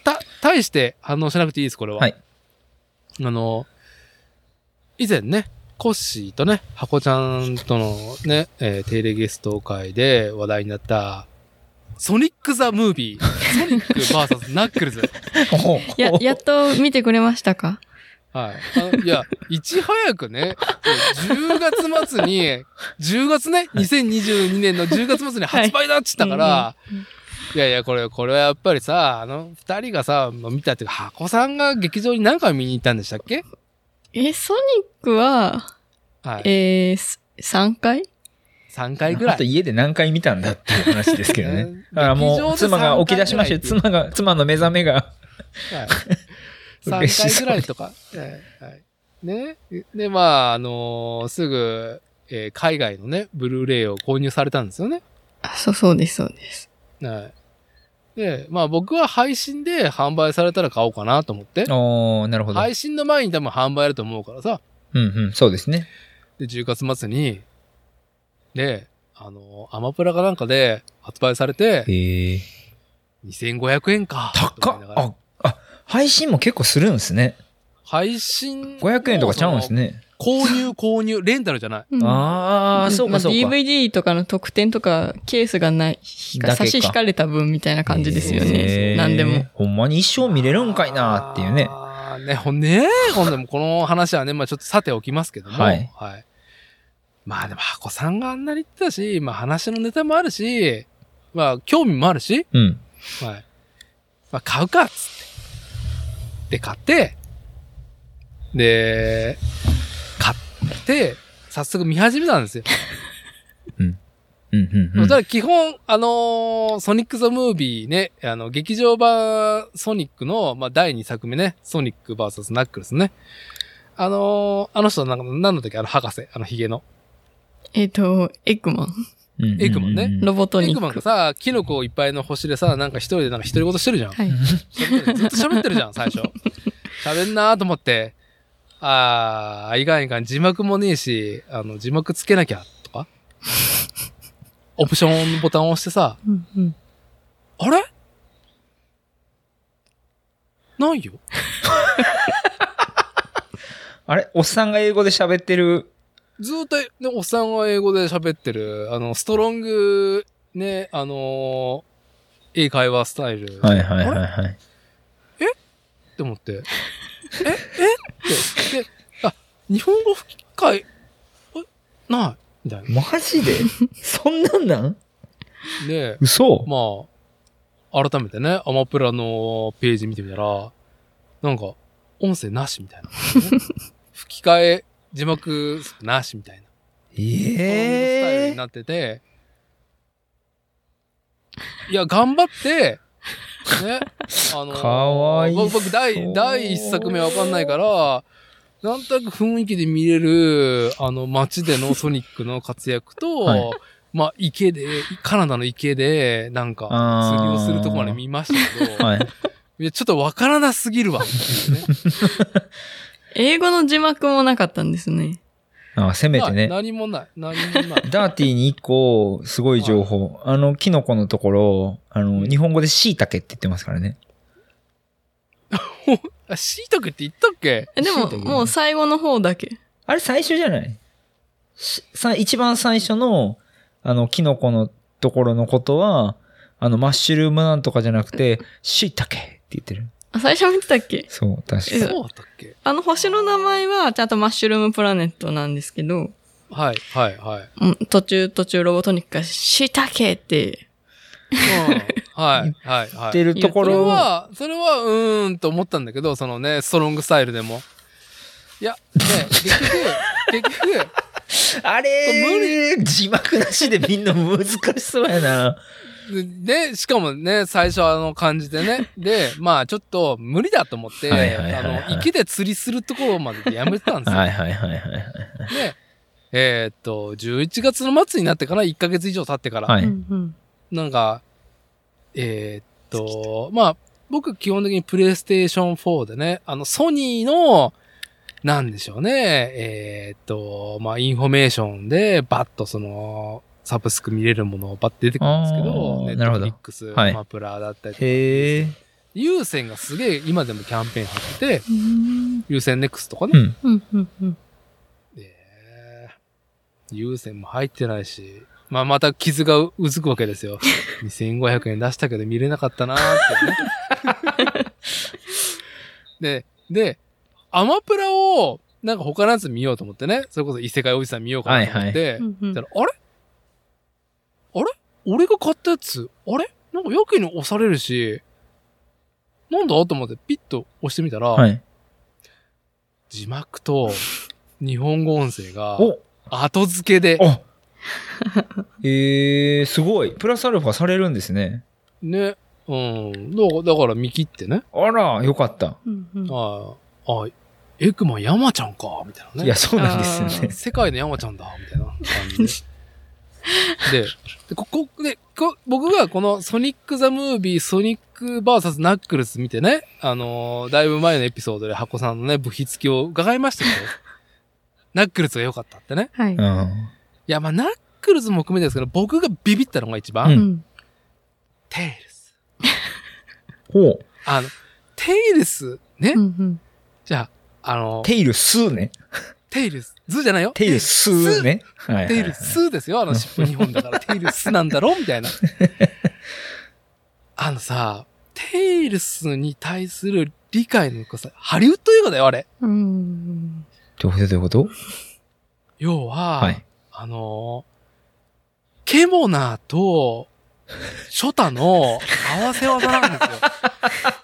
A: た、対して反応しなくていいです、これは。
B: はい。
A: あの、以前ね、コッシーとね、ハコちゃんとのね、えー定例ゲスト会で話題になった、ソニック・ザ・ムービー、ソニック VS ナックルズ。
B: おう
C: や、やっと見てくれまし たか
A: はい。あいや、いち早くね、10月末に、10月ね、2022年の10月末に発売だっつったから、
C: うんうん
A: いやいや、これ、これはやっぱりさ、あの、二人がさ、見たっていうか、箱さんが劇場に何回見に行ったんでしたっけ
C: え、ソニックは、
A: はい。
C: えー、3回
A: 3回ぐら
B: あと
A: い。
B: 家で何回見たんだっていう話ですけどね
A: ね。
B: だからもう、
A: 劇場で
B: 妻が起き出しましたよ。
A: 三回
B: 妻が、妻の目覚めが。
A: はい、
B: 嬉し
A: 3
B: そ
A: 回
B: う
A: ぐらいとか。はいはいね。で、まあ、あのーすぐ、えー海外のね、ブルーレイを購入されたんですよね。
C: あそう、そうです、そうです。
A: はい。で、まあ僕は配信で販売されたら買おうかなと思って。
B: おー、なるほど。
A: 配信の前に多分販売あると思うからさ。
B: うんうん、そうですね。
A: で、10月末に、で、あの、アマプラかなんかで発売されて、
B: へえ。
A: 2500円か。と
B: 高
A: 思
B: っ
A: いながら
B: あ、あ、配信も結構するんですね。
A: 配信。
B: 500円とかちゃうんです。ね。
A: 購入、購入、レンタルじゃない。
C: うん
B: ああ、そう
C: ま
B: かそうか。
C: DVD とかの特典とか、ケースがない、ひ
B: だけ
C: か
B: か
C: 差し引かれた分みたいな感じですよ
B: へ
C: ね。
B: ー
C: 何でも。。
B: ほんまに一生見れるんかいなっていうね。
A: あーね、ほんね、ほんでもこの話はね、まあちょっとさておきますけども。
B: はい
A: まあでも、箱さんがあんなに言ってたし、まあ話のネタもあるし、まあ興味もあるし、
B: うん。
A: はい。まあ買うかっつって。で、買って、で、買って、早速見始めたんですよ。
B: うんうんう
A: た
B: ん。
A: だ基本、あのーソニック・ザ・ムービーね、あの、劇場版ソニックの、まあ、第2作目ね、ソニック VS ナックルスね。あのーあの人なんか、何の時あの、博士、あの、ヒゲの。
C: えっ、と、エッグマン。
B: うんうんうん
A: エクマンね
C: ロボト
A: エ
C: ニ
A: ッグマ
C: ッ
A: ンが
C: ク。
A: さ、キノコいっぱいの星でさ、なんか一人でなんか独り言してるじゃん。
C: はい。
A: ずっと喋ってるじゃん、最初。喋んなーと思って、あー、いかんいかん、字幕もねえし、あの、字幕つけなきゃ、とか。オプションのボタンを押してさ、
C: うんうん
A: あれないよ。
B: あれおっさんが英語で喋ってる。
A: ずーっと、ね、おっさんが英語で喋ってる、あの、ストロング、ね、あのーいい会話スタイル。
B: はいはいはいは
A: っ
B: い。
A: て思って。ええって。で、あ、日本語吹き替え、えないみたい
B: マジでそんなんなん
A: な。で、
B: 嘘
A: まあ、改めてね、アマプラのページ見てみたら、なんか、音声なしみたいな。吹き替え、字幕なしみたいな。スタイル
B: え
A: に
B: え。
A: なってて、いや、頑張って、ね、あの
B: かわいそう
A: 僕僕第、第1作目わかんないから、なんとなく雰囲気で見れる、あの、街でのソニックの活躍と、
B: はい
A: まあ、池で、カナダの池で、なんか、釣りを
B: あー
A: するとこまで見ましたけど、
B: はい。
A: いや、ちょっとわからなすぎるわ、っていうね。
C: 英語の字幕もなかったんですね。
B: ああ、せめてね。
A: ない何もない。何もない。
B: ダーティーに一個、すごい情報。あの、キノコのところ、あの、日本語で椎茸って言ってますからね。
A: あ、しいたけって言ったっけ
C: えでも、
B: 椎茸
C: もう最後の方だけ。
B: あれ最初じゃないしさ一番最初の、あの、キノコのところのことは、あの、マッシュルームなんとかじゃなくて、椎茸って言ってる。
C: あ、最初見てたっけ
B: そう、確
A: そ
B: か
A: う
B: に。
A: だったっけ
C: あの星の名前は、ちゃんとマッシュルームプラネットなんですけど、
A: はい、はい、はい。
C: うん途中途中ロボトニックが、しいたけって、
A: うんはい、はい、
B: 言っ
A: は
B: て
A: い。
B: るとこ
A: それ
B: ろを、
A: は、それは、うーんと思ったんだけど、そのね、ストロングスタイルでも。いや、ね、結局、結局、
B: あれ字幕なしでみんな難しそうやな。
A: で、しかもね、最初あの感じでね。で、まあちょっと無理だと思って、
B: はいはいはいはい
A: あの、池で釣りするところまでやめてたんですよ。
B: はいはいはいはいはい。
A: で、えーっと、11月の末になってから1ヶ月以上経ってから、
B: は
C: う
B: い。
C: んうん
A: なんか、えーっと、まあ、僕基本的にプレイステーション4でね、あの、ソニーの、なんでしょうね、えーっと、まあ、インフォメーションで、バッとその、サブスク見れるものをバッて出てくるんですけ
B: あ
A: ど、
B: ー
A: ネ
B: な
A: ッ
B: るほ
A: トフ
B: ど
A: リックス、
B: はい
A: マプラだったりとか、
B: へえ。
A: 優先がすげえ今でもキャンペーン張ってて、
C: うん
A: 優先ネックスとか
B: う
A: ね。
B: ん。
C: うんうんうん
A: えー優先も入ってないし、まあまた傷がうずくわけです よ。2500円出したけど見れなかったなーってね。 で、で、アマプラをなんか他のやつ見ようと思ってね、それこそ異世界おじさん見ようかなと思って、
C: うんうん
A: だからあれあれ俺が買ったやつ、あれなんかやけに押されるし、なんだと思ってピッと押してみたら、
B: はい。
A: 字幕と日本語音声が
B: お
A: 後付けで、
B: あえー、すごい。プラスアルファされるんですね。
A: ね、うん、だからだから見切ってね、
B: あら、よかった。
C: うんうん
A: ああ、あエクマン山ちゃんか、みたいないね
B: や、。そうなんですよね。
A: 世界の山ちゃんだ、みたいな感じで。で、でここでこ、僕がこのソニック・ザ・ムービー、ソニック・バーサス・ナックルス見てね、あのーだいぶ前のエピソードで箱さんのね、部費付きを伺いましたけど、 ナックルスが良かったってね。
C: はい。
B: うん。
A: いや、まあ、ナックルズも含めてですけど、僕がビビったのが一番、
B: うん
C: ん。
A: テイルス。
B: ほう。
A: あの、テイルス、ね、
C: うんうん
A: じゃあ、あの、
B: テイルスーね。
A: テイルス、ズじゃないよ。
B: テイルスーね。はいはいはい
A: テイル。スですよ。あの、尻尾2本だ から、テイルスなんだろみたいな。あのさ、テイルスに対する理解の深さ、ハリウッド映画だよ、あれ。
C: うんうん
B: どういうことどういうこと
A: 要は、
B: はい。
A: あのーケモナーと、ショタ の合わせ技なんですよ。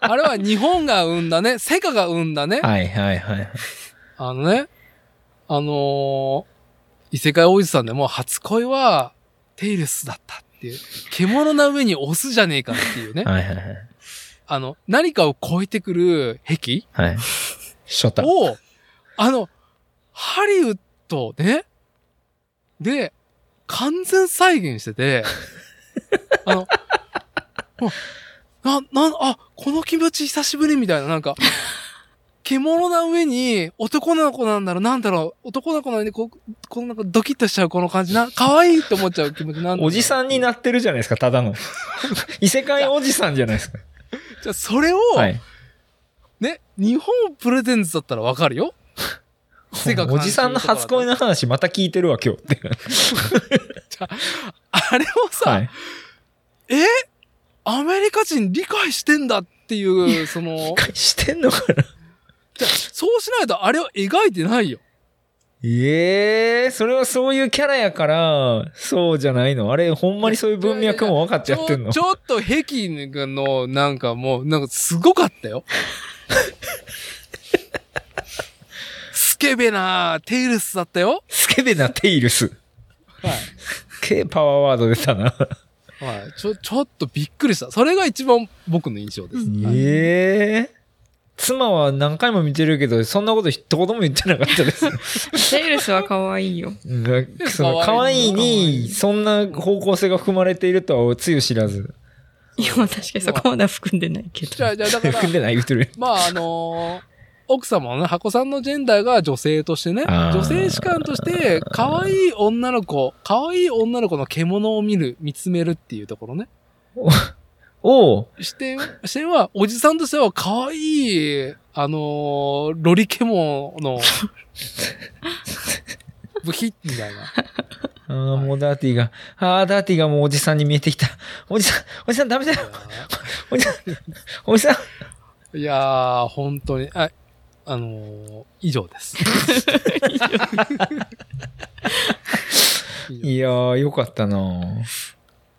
A: あれは日本が生んだね、セカが生んだね、
B: はいはいはい。
A: あのね、あのー異世界おじさんでも初恋はテイルスだったっていう、獣な上にオスじゃねえかって いうね、
B: はいはいはい。
A: あの、何かを超えてくる壁
B: はい。ショタ。
A: を、あの、ハリウッドね、で、完全再現して て、あの、あな、な、あ、この気持ち久しぶりみたいな、なんか、獣な上に男の子なんだろう、なんだろう、男の子なのにこう、このなんかドキッとしちゃうこの感じな、可愛いって思っちゃう気持ちなんだろう
B: おじさんになってるじゃないですか、た だの。異世界おじさんじゃないですか。
A: じゃあそれを、
B: はい。
A: ね、日本プレゼンツだったらわかる よ。背が感じる
B: おじさんの初恋の話また聞いてるわ、今日って。
A: あれをさ、
B: はい。
A: えアメリカ人理解してんだっていう、その、
B: してんのかな
A: じゃそうしないとあれを描いてないよ。
B: ええそれはそういうキャラやから、そうじゃないのあれ、ほんまにそういう文脈も分かっち
A: ち
B: ゃって
A: ょ
B: んの
A: ちょっと壁の、なんかもう、なんかすごかったよ。スケベなテイルスだったよ。
B: スケベなテイルス。
A: は
B: けパワーワード出たな。
A: い。はい。ちょ、ちょっとびっくりした。それが一番僕の印象です。
B: ええ妻は何回も見てるけど、そんなこと一言も言ってなかった です。
C: セイルスは可愛いよ。
B: がその可
A: 可
B: 愛
A: 愛
B: い
A: い
B: に、そんな方向性が含まれているとは、つゆ知らず。
C: 今確かにそこまでは含んでないけ
A: じ
C: ど
A: ゃ。あ、じゃあだから
B: 含ん、でない言ってる。
A: まああのー奥様のね、箱さんのジェンダーが女性としてね、
B: あー
A: 女性士官として、可愛い女の子、可愛い女の子の獣を見る、見つめるっていうところね。
B: おう
A: 視点、視点は、おじさんとしては可愛い、あのーロリケモの、ブヒッみたいな。
B: あーもうダーティが、あーダーティがもうおじさんに見えてきた。おじさん、おじさんダメだよ。おじさん、おじさん。
A: いやー、本当に、あ、あのー以上 です。
B: いやー、よかったな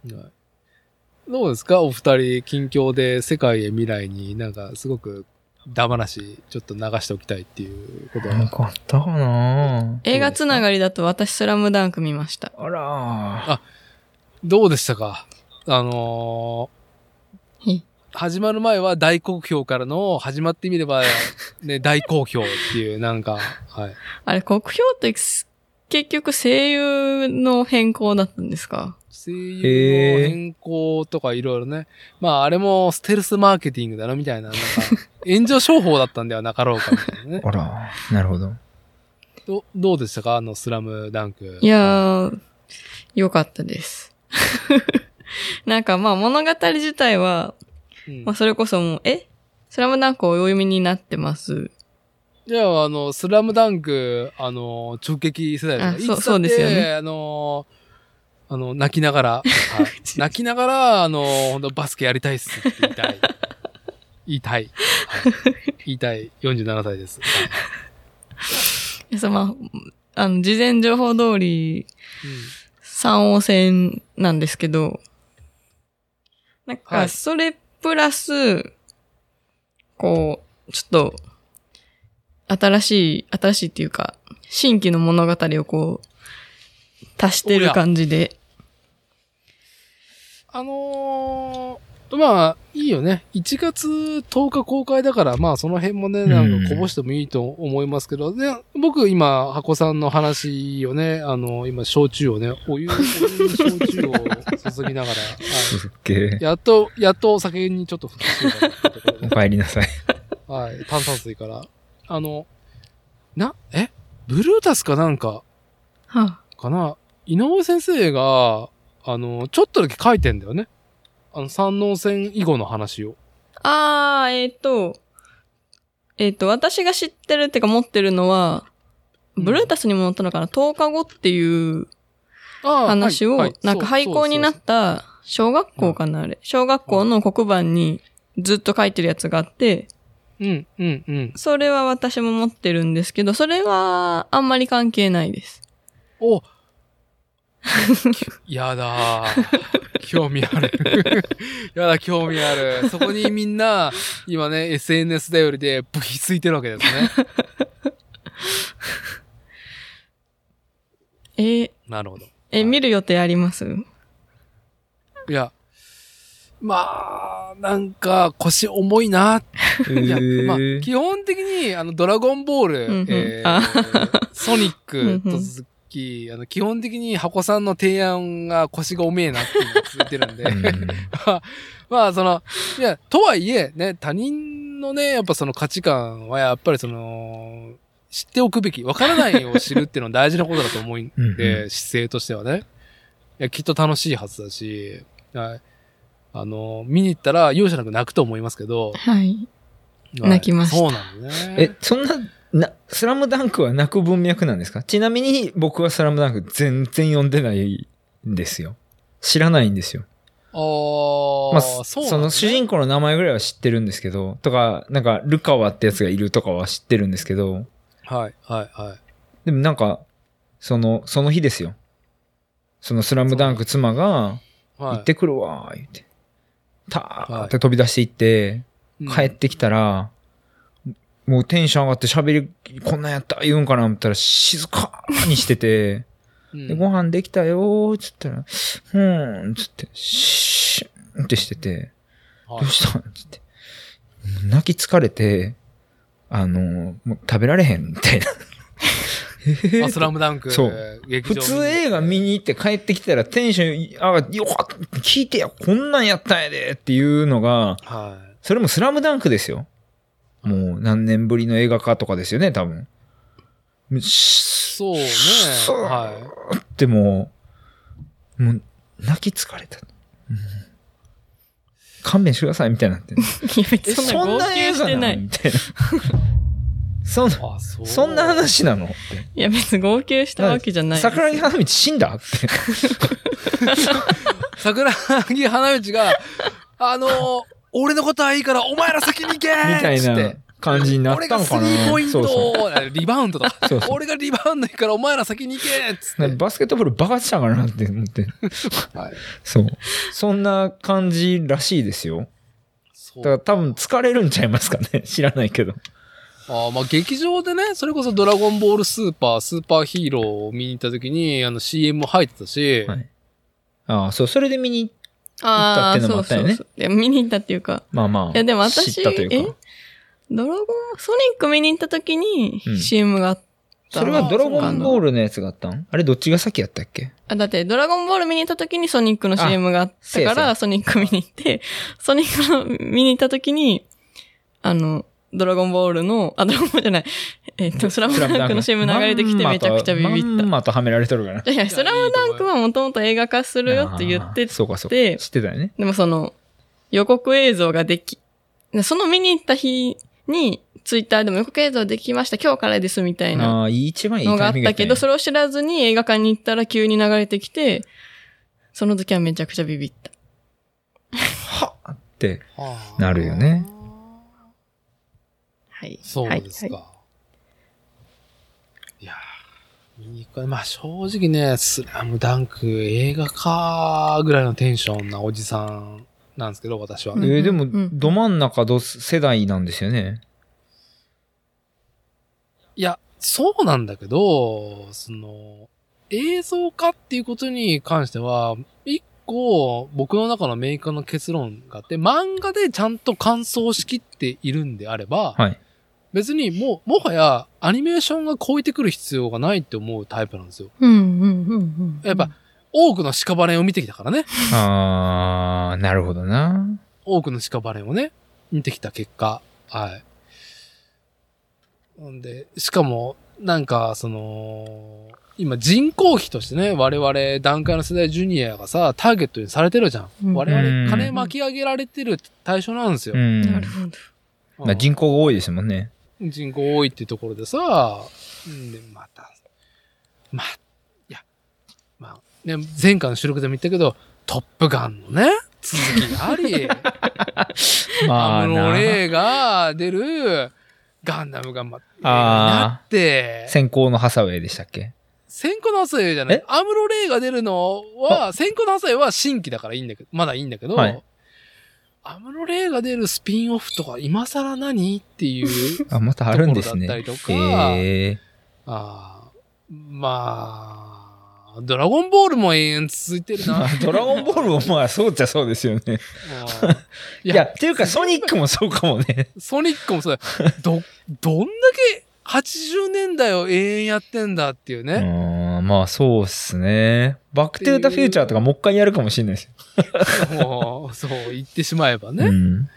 B: ぁ
A: どうですかお二人、近況で世界へ未来になんかすごくダマなし、ちょっと流しておきたいっていうこと
B: よ
A: は。
B: かったかなぁ
C: 映画つながりだと私スラムダンク見ました。
B: あらー
A: あどうでしたかあの
C: ひ
A: ー始まる前は大好評からの、始まってみれ ば、ね、大好評っていう、なんか、はい。
C: あれ、国評ってす結局声優の変更だったんですか
A: 声優の変更とかいろいろね。まあ、あれもステルスマーケティングだな、みた いな。なんか、炎上商法だったんではなかろうか、みたいなね。
B: あらーなるほど。
A: どどうでしたかあの、スラムダンク。
C: いやー、良かったです。 なんかまあ物語自体は、
A: うん
C: まあそれこそもう、えスラムダンクをお読みになってます。
A: いや、あの、スラムダンク、あの、直撃世代だから
C: あそう
A: いつだって
C: そうですよね
A: あの、あの、泣きな がら、はい泣きながら、あの、本当バスケやりたいっすって言いたい。言いたい。はい言いたい。47歳です。はい
C: いやそうまあ、あの、事前情報通り、三王戦なんですけど、な
A: は
C: んか、
A: い
C: それプラス、こう、ちょっと、新しい、新しいっていうか、新規の物語をこう、足して
A: お
C: る
A: や
C: 感じで。
A: あのーまあ、いいよね。1月10日公開だから、まあ、その辺もね、なんかこぼしてもいいと思いますけど、で、僕今、箱さんの話をね、あの、今、焼酎をね、お湯、お湯に焼酎を注ぎながら、はい
B: すっげえ。
A: やっと、やっとお酒にちょっと復帰してたってところで
B: お帰りなさい。
A: はい、炭酸水から。あの、な、えブルータスかなんか、
C: は
A: かな井上先生が、あの、ちょっとだけ書いてんだよね。あの、三能線以後の話を。
C: あ、あー、えっ、と、えっ、と、私が知ってるっていうか持ってるのは、
A: うん
C: ブルータスにも載ったのかな、10日後っていう
A: あ
C: 話を、なんか廃校になっ
A: って
C: た小学校かなあれ。小学校の黒板にずっと書いてるやつがあって、
A: うん、うん、うん。
C: それは私も持ってるんですけど、それはあんまり関係ないです。
A: お やだー。興味ある。 やだ、興味ある。そこにみんな、今ね、SNS 頼りで、ブヒついてるわけです ね。
C: えー
A: なるほど。
C: え
A: はい
C: 見る予定あります
A: いや、まあ、なんか、腰重いなっいや、まあ、基本的に、あの、ドラゴンボール、
C: うんうん
A: えー
C: あ
A: ソニックと続き、あの、基本的に箱さんの提案が腰が重えなっていうのが続いてるんで、 まあ、その、いや、とはいえ、ね、他人のね、やっぱその価値観は、やっぱりその、知っておくべき、わからないを知るっていうのは大事なことだと思うん
B: うん
A: で、姿勢としてはね。いや、きっと楽しいはずだし、はい。あの、見に行ったら容赦なく泣くと思いますけど、
C: はい。
A: はい
C: 泣きました
A: そうなんだね。
B: え、そんな、な、スラムダンクは泣く文脈なんですかちなみに僕はスラムダンク全然読んでないんですよ。知らないんですよ。
A: あ
B: まあ、
A: あ、
B: そ
A: そうなんだね
B: の主人公の名前ぐらいは知ってるんですけど、とか、なんか、ルカワってやつがいるとかは知ってるんですけど、
A: はい、はい、はい。
B: でもなんか、その、その日ですよ。そのスラムダンク妻が、
A: は
B: 行
A: い、
B: ってくるわー、言って。たーって飛び出していって、帰ってきたら、もうテンション上がって喋り、こんなんやった、言うんかな思ったら静かにしてて、
A: うん、
B: でご飯できたよー、つったら、うーん、つって、シーンってしてて、ど
A: は
B: うしたんつって。泣き疲れて、あのーもう食べられへん、みたいな。
A: い、あスラムダンク、
B: そう
A: 劇
B: 普
A: 場に
B: 通映画見に行って帰ってきたらテンション上がって、よかった、聞いてや、こんなんやったんやで、っていうのが、
A: は
B: それもスラムダンクですよ。もう何年ぶりの映画化とかですよね、多分。し
A: そうね
B: そう。
A: は
B: でも、もう、泣き疲れた。うん勘弁してください、みたいになって。
C: いや、別にそんな号泣してない。
B: みたいな。そんな、
A: い。あ、そう。
B: そんな。話なのって。
C: いや、別に号泣したわけじゃない。
B: 桜木花道死んだって。
A: 桜木花道が、 あのー俺のことはいいから、お前ら先に行けみ
B: みたいな感じになっ
A: 俺
B: た
A: が
B: の
A: ス
B: か
A: リ
B: な。
A: ーポイント
B: そうそ
A: を、 リバウンドだ。
B: う。そうそう
A: 俺がリバウンド行くから、お前ら先に行けっつって。
B: なんかバスケットボールバカしたかなって思って。
A: はい。
B: そう。そんな感じらしいですよ。
A: そう
B: だから多分疲れるんちゃいますかね。知らないけど。
A: あーまあ劇場でね、それこそドラゴンボールスーパー、スーパーヒーローを見に行った時に、あの CM も入ってたし、
B: はいああ、そう、それで見に、
C: あ
B: 行ったってい
C: あ、
B: うのも
C: そ
B: あったよ
C: うそう
B: ね
C: そう。いや、見に行ったっていうか。
B: まあまあ、
C: いや、でも私、
B: 知ったというか。
C: ドラゴン、ソニック見に行った時に
B: うん
C: CM があった。
B: それはドラゴンボールのやつがあったんあれどっちが先やったっけ
C: あ、だって、ドラゴンボール見に行った時にソニックの CM があったか
B: せやせや
C: ら、ソニック見に行って、 ソニックの見に行った時に、あの、ドラゴンボールの、あ、ドラゴンボールじゃない、えっと、スラムダンクの CM 流れてきてめちゃくちゃビビ
B: まんまとま
C: っ
B: んまとはめられとるから。
C: た。いやいや、スラムダンクはもともと映画化するよって言って
B: ああそうかそうか。
C: て
B: 知ってたよね。
C: でもその、予告映像ができ、でその見に行った日に、ツイッターでも予告映像できました、今日からですみたいな
B: ああ、いい一番いい
C: のが
B: タイ
C: あっ
B: ミングや
C: たけ
B: ね
C: ど、それを知らずに映画館に行ったら急に流れてきて、その時はめちゃくちゃビビった。
B: はっって。
A: あー
B: なるよね。
C: はい。
A: そうですか。い
C: はい
A: やー見に行くかまあ正直ね、スラムダンク映画かぐらいのテンションなおじさんなんですけど、私は
B: え
A: ね。
B: ーでも
C: うんう、ん
B: ど真ん中ど世代なんですよね。
A: いや、そうなんだけど、その、映像化っていうことに関しては、一個僕の中のメーカーの結論があって、漫画でちゃんと感想しきっているんであれば、
B: はい。
A: 別にもう、もはやアニメーションが超えてくる必要がないって思うタイプなんですよ。
C: うんうんうんうん。
A: やっぱ、多くの屍を見てきたからね。
B: ああ、なるほどな。
A: 多くの屍をね、見てきた結果、はい。なんで、しかも、なんか、その、今人口比としてね、我々、段階の世代ジュニアがさ、ターゲットにされてるじゃ
C: うん
A: ん。我々、金
B: うん
A: 巻き上げられてる対象なんですよ
B: う。ん。
C: なるほど。
A: うん
B: まあ、人口が多いですもんね。
A: 人口多いっていうところでさ、うんで、また、ま、いや、まあ、ね、前回の収録でも言ったけど、トップガンのね、続きがあり、
B: ま
A: ア
B: あ
A: ムロ
B: な、
A: レイが出るガンダムがま、
B: あ
A: なって、
B: 先行のハサウェイでしたっけ
A: 先行のハサウェイじゃな
B: え
A: い。アムロレイが出るのは、先行のハサウェイは新規だからいいんだけど、まだいいんだけど、
B: はい、
A: アムロレイが出るスピンオフとか今更何っていう
B: あ、またあるんですね。
A: ところだったりとか
B: ええ
A: あーまあ、ドラゴンボールも永遠続いて る
B: ま
A: な
B: あ。ドラゴンボールもまあそうっちゃそうですよね。
A: うん
B: い
A: い
B: や、
A: や
B: っていうかソニックもそうかも ね。
A: ソニックもそうだよど、どんだけ80年代を永遠やってんだっていうね。
B: うん、まあそうっすね。バックトゥーザフューチャーとかもう一回やるかもしれないですよ。
A: もう、そう、言ってしまえばね。
B: うん。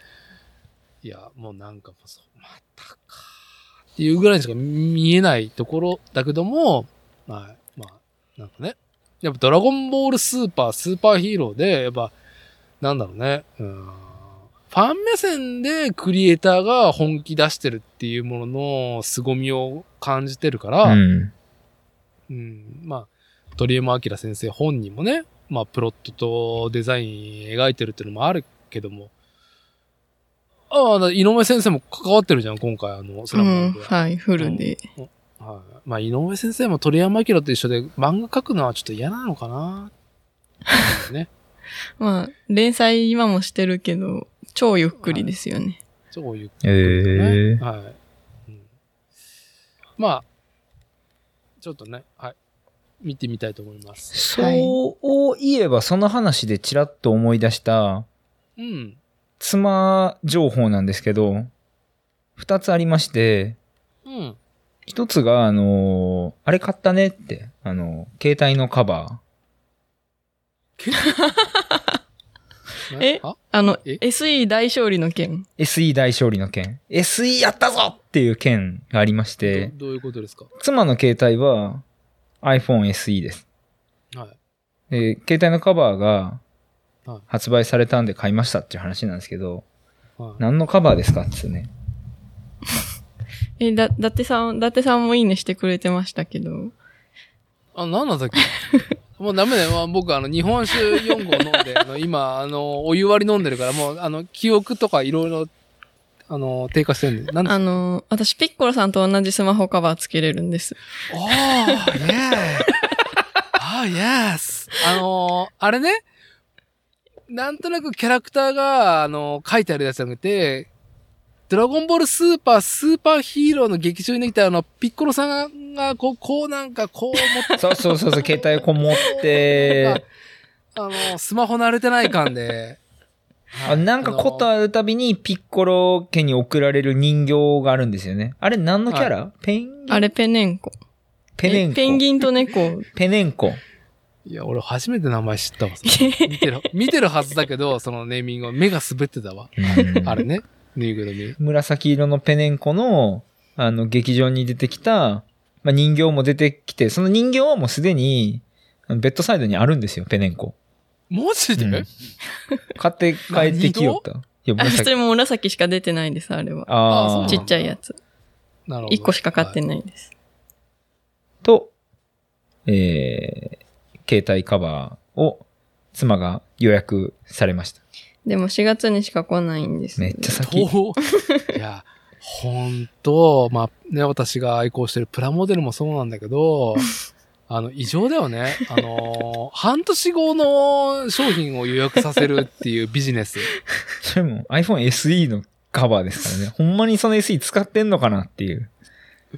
A: いや、もうなんかもうそう、またか。っていうぐらいにしか見えないところだけども、はい。まあ、なんかね。やっぱドラゴンボールスーパー、スーパーヒーローで、やっぱ、なんだろうね。うん。ファン目線でクリエイターが本気出してるっていうものの凄みを感じてるから、
B: うん。
A: うん、まあ、鳥山明先生本人もね、まあ、プロットとデザイン描いてるっていうのもあるけども、ああ、だ井上先生も関わってるじゃん、今回、あの、ス
C: う
A: ラムダン
C: ん、
A: クは
C: はい、フルで。
A: はい。まあ、井上先生も鳥山明と一緒で漫画描くのはちょっと嫌なのかな。ね。
C: まあ、連載今もしてるけど、超ゆっくりですよね。
A: そういう
B: え
A: ね
B: え
A: はい、うんまあ、ちょっとね、はい。見てみたいと思います。
B: そう言えば、その話でちらっと思い出した、
A: うん。
B: 妻情報なんですけど、二つありまして、
A: うん。
B: 一つが、あのーあれ買ったねって、あのー携帯のカバ
C: え
A: あ
C: あの、
A: え
C: SE 大勝利の件。
B: SE 大勝利の件。SE やったぞっていう件がありまして、
A: どどういうことですか
B: 妻の携帯は iPhone SE です。
A: はい。
B: で、携帯のカバーが
A: はい
B: 発売されたんで買いましたっていう話なんですけど、
A: はい、
B: 何のカバーですかっつってね。
C: え、だ、伊達さん、伊達さんもいいねしてくれてましたけど。
A: あ、何なんだっ けもうダメだよ。まあ僕、あの、日本酒4合飲んで、あの今、あの、お湯割り飲んでるから、もう、あの、記憶とかいろいろ、あの、低下してるんで。なん
C: あ
A: あ
C: の、私、ピッコロさんと同じスマホカバーつけれるんです。
A: お ー、イェーイあー、イエスあのーあれね、なんとなくキャラクターが、あのー書いてあるやつじゃなくて、ドラゴンボールスーパー、スーパーヒーローの劇中に来たあの、ピッコロさんが、こう、こうなんか、こう持って
B: そうそ うそうそう、携帯こもって、
A: あの、スマホ慣れてない感で。
B: あなんかことあるたびにピッコロ家に送られる人形があるんですよね。あれ何のキャラ、ペンギン
C: あれ、ペネンコ。
B: ペネン
C: え
B: コ。
C: ペンギン と猫。
B: ペネンコ。
A: いや、俺初めて名前知ったわ。 それ見てる、見てるはずだけど、そのネーミングを目が滑ってたわ。
B: うん
A: あれね。ぬいぐるみ。
B: 紫色のペネンコの、あの、劇場に出てきた、まあ、人形も出てきて、その人形はもうすでに、あのベッドサイドにあるんですよ、ペネンコ。
A: マジで、
B: うん買って帰ってきよった。いや、
C: あ、普
B: 紫
C: 通。にもう紫しか出てないです、あれは。
A: あそう
B: あ
A: な
B: あ
A: ん
C: ち
A: だ
C: っちゃいやつ。
A: なるほど。
C: 一個しか買って
A: はい
C: ないです。
B: と、えー、携帯カバーを妻が予約されました。
C: でも4月にしか来ないんです。
B: めっちゃ先。
A: 遠 いや、ほんと、まあね、私が愛好してるプラモデルもそうなんだけ ど、あの、異常だよね。あの、半年後の商品を予約させるっていうビジネス。
B: それも iPhone SE のカバーで すからね。ほんまにその SE 使ってんのかなっていう。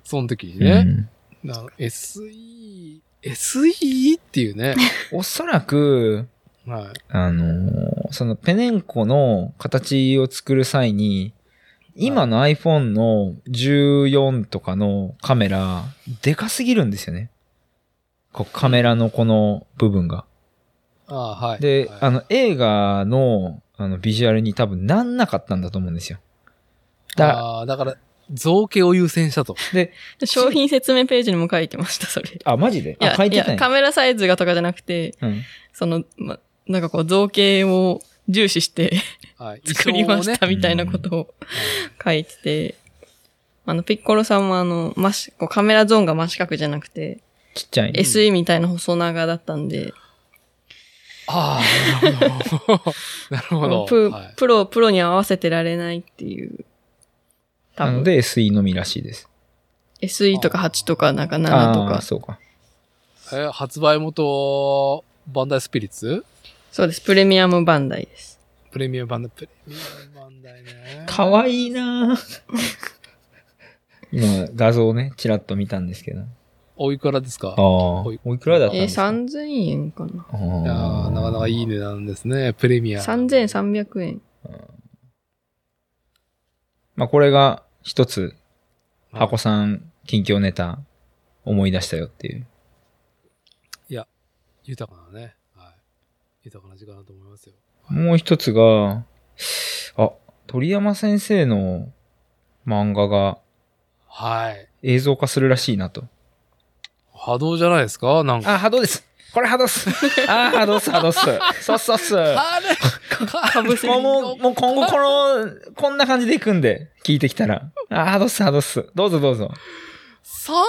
A: その時に
B: う
A: ね。
B: ん
A: あの SE、SE っていうね。
B: おそらく、
A: は
B: あのーそのペネンコの形を作る際に、今の iPhone の14とかのカメラ、でかすぎるんですよね。こうカメラのこの部分が。
A: い。ああはい。
B: で、
A: はい
B: あの映画のあのビジュアルに多分なんなかったんだと思うんですよ。だ、
A: ああ、だから、造形を優先したと。
C: 商品説明ページにも書いてました、それ。い
B: あ、マジであ、
C: や、
B: 書い
C: い
B: てた
C: や、
B: んや
C: カメラサイズがとかじゃなくて、
B: うん。
C: その、ま、なんかこう、造形を重視して
A: はい。
C: 作りまし
A: 一
C: たみたいなことを書いてて、あの、ピッコロさんもあの、まし、こうカメラゾーンが真四角じゃなくて、
B: ちっちゃい。
C: SE みたいな細長だったんで、
A: 応ねはいああ、なるほど。なるほど。
C: プ
A: はい
C: プロ、プロに合わせてられないっていう。多
B: なの
C: 分。
B: で SE のみらしいです。
C: SE とか8とかなんか7と
B: ああー、
C: か。
B: そうか。
A: え、発売元、バンダイスピリッツ
C: そうです。プレミアムバンダイです。
A: プレミアムバンダイ、プレミアムバンダイね。
B: かわいいなぁ 今、画像をね、ちらっと見たんですけど。
A: おいくらですか
B: ああ、おいくらだったん
C: えー、
B: ですか
C: 3000円かな。
B: あ
A: いやー
B: ー
A: なかなかいい値段ですね。プレミアム。
C: 3300円。
B: まあ、これが一つ、
A: はい
B: 箱さん近況ネタ、思い出したよっていう。
A: 豊かなね。はい。豊かな時間だと思いますよ。
B: もう一つが、あ、鳥山先生の漫画が
A: はい。
B: 映像化するらしいなと。
A: 波動じゃないですかなんか。
B: あ、波動ですこれ波動っすあー、波動っす、波動っす。そうそうっ す。
A: あれかぶ
B: もう、もう、もう今後この、こんな感じでいくんで、聞いてきたら。あー、ハドっす、ハドっす。どうぞどうぞ。
A: サン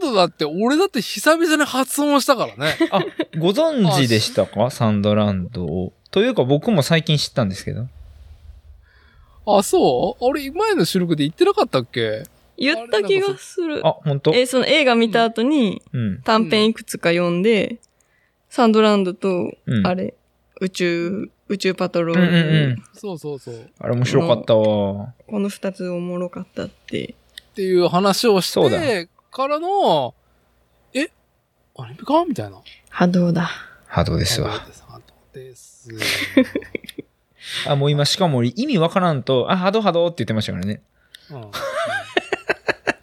A: ドランドだって、俺だって久々に発音したからね。
B: あ、ご存知でしたかサンドランドを。というか僕も最近知ったんですけど。
A: あ、そうあれ、前の収録で言ってなかったっけ
C: 言った気がする。
B: あ、本当
C: えー、その映画見た後に
B: うん。
C: 短編いくつか読んで、サンドランドと、
B: うん
C: あれ、宇宙、宇宙パトロー
B: うんうん
C: ル、
B: うん。
A: そうそうそう。っ
B: あれ面白かったわ。
C: この二つおもろかったって。
A: ていう話をし
B: そうだ
A: て、からの、えアニメかみたいな。
C: 波動だ。
B: ハドです
A: あ
B: わ。
A: そうです。
B: あ、もう今しかも意味わからんと、あ、ハドハドって言ってましたからね。
A: うんうん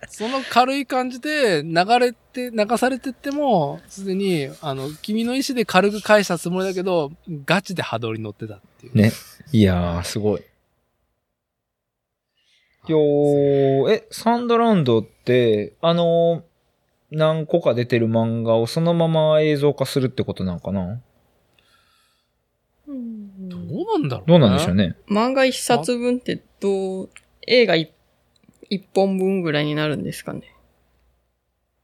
A: そその軽い感じで流れて、流されてっても、すでに、あの、君の意思で軽く返したつもりだけど、ガチで波動に乗ってたっていう。
B: ね。いやー、すごい。よー、え、サンドラウンドって、あのー何個か出てる漫画をそのまま映像化するってことなんかな
A: どうなんだろう、
B: どうなんでしょうね。
C: 漫画一冊分ってどう、映画一一本分ぐらいになるんですかね。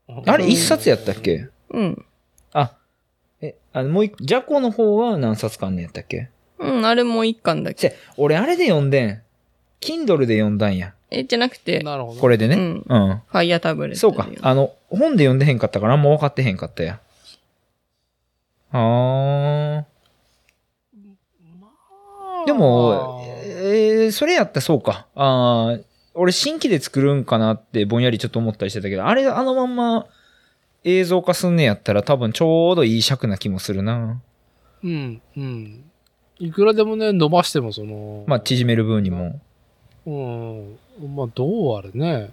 A: ね
B: あれ、一冊やったっけ
C: うん。
B: あ、え、あの、もう一、ジャコの方は何冊かんねやったっけ
C: うん、あれも一巻だけ。
B: じゃ俺あれで読んでん。Kindle で読んだんや。
C: え、じゃなくて、
A: なるほど。
B: これで
C: う
B: ね。
C: ん。
B: うん。
C: ファイヤータブレット。
B: そうか。あの、本で読んでへんかったから、もう分かってへんかったや。あー。でも、えー、それやったらそうか。あー、俺新規で作るんかなってぼんやりちょっと思ったりしてたけど、あれあのまんま映像化すんねやったら多分ちょうどいい尺な気もするな。
A: うん、うん。いくらでもね、伸ばしてもその、
B: まあ、縮める分にも。
A: うん。まあ、どうあれね。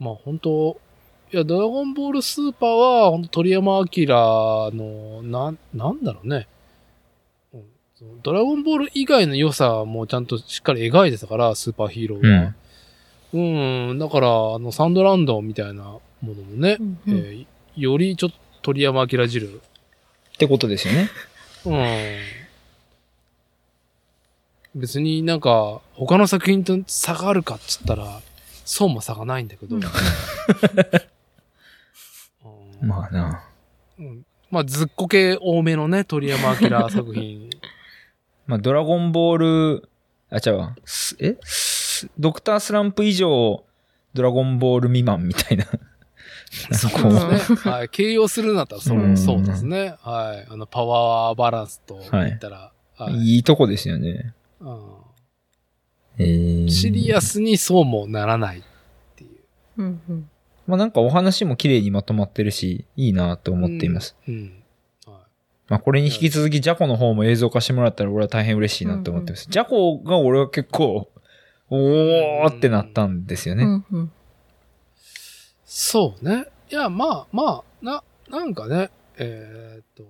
A: まあ、本当いや、ドラゴンボールスーパーは、本当鳥山明の、なん、なんだろうね。うんそのドラゴンボール以外の良さもちゃんとしっかり描いてたから、スーパーヒーローは。うん。だから、あの、サンドランドみたいなものもね、
C: うん
A: えーよりちょっと鳥山明汁。
B: ってことですよね。
A: うん。別になんか、他の作品と差があるかっつったら、そうも差がないんだけど。
C: うん
A: うん
B: まあな。
A: うんまあ、ずっこけ多めのね、鳥山明作品。
B: まあ、ドラゴンボール、あ、違うわ。すえすドクタースランプ以上、ドラゴンボール未満みたいな。なんかこう
A: そうですね。はい。形容するんだったらそうう、
B: ん
A: そうですね。はい。あの、パワーバランスと言ったら、はい
B: いいとこですよね。
A: う
B: えー
A: ん。シリアスにそうもならないっていう。
C: うんうん。
B: まあなんかお話も綺麗にまとまってるし、いいなと思っています。
A: うん。は
B: まあこれに引き続きジャコの方も映像化してもらったら俺は大変嬉しいなと思ってます。ジャコが俺は結構、おーってなったんですよ
C: う
B: ね。
C: んうん。
A: い。そうね。いや、まあまあ、な、なんかね、えーっと、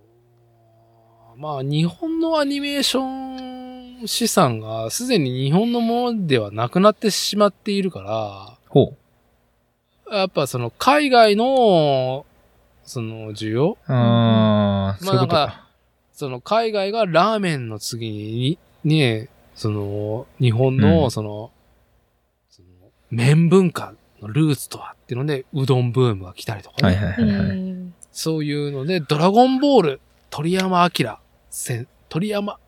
A: まあ日本のアニメーション資産がすでに日本のものではなくなってしまっているから、
B: ほう。
A: やっぱその海外の、その需要
B: あー、
A: うん
B: そういうこと
A: まあなん
B: か。
A: その海外がラーメンの次に、ね、その日本
B: う
A: の
B: ん
A: その、その麺文化のルーツとはっていうので、うどんブームが来たりとかね。
B: はいはいはいはい。
A: そういうので、ドラゴンボール、鳥山明、せん鳥山、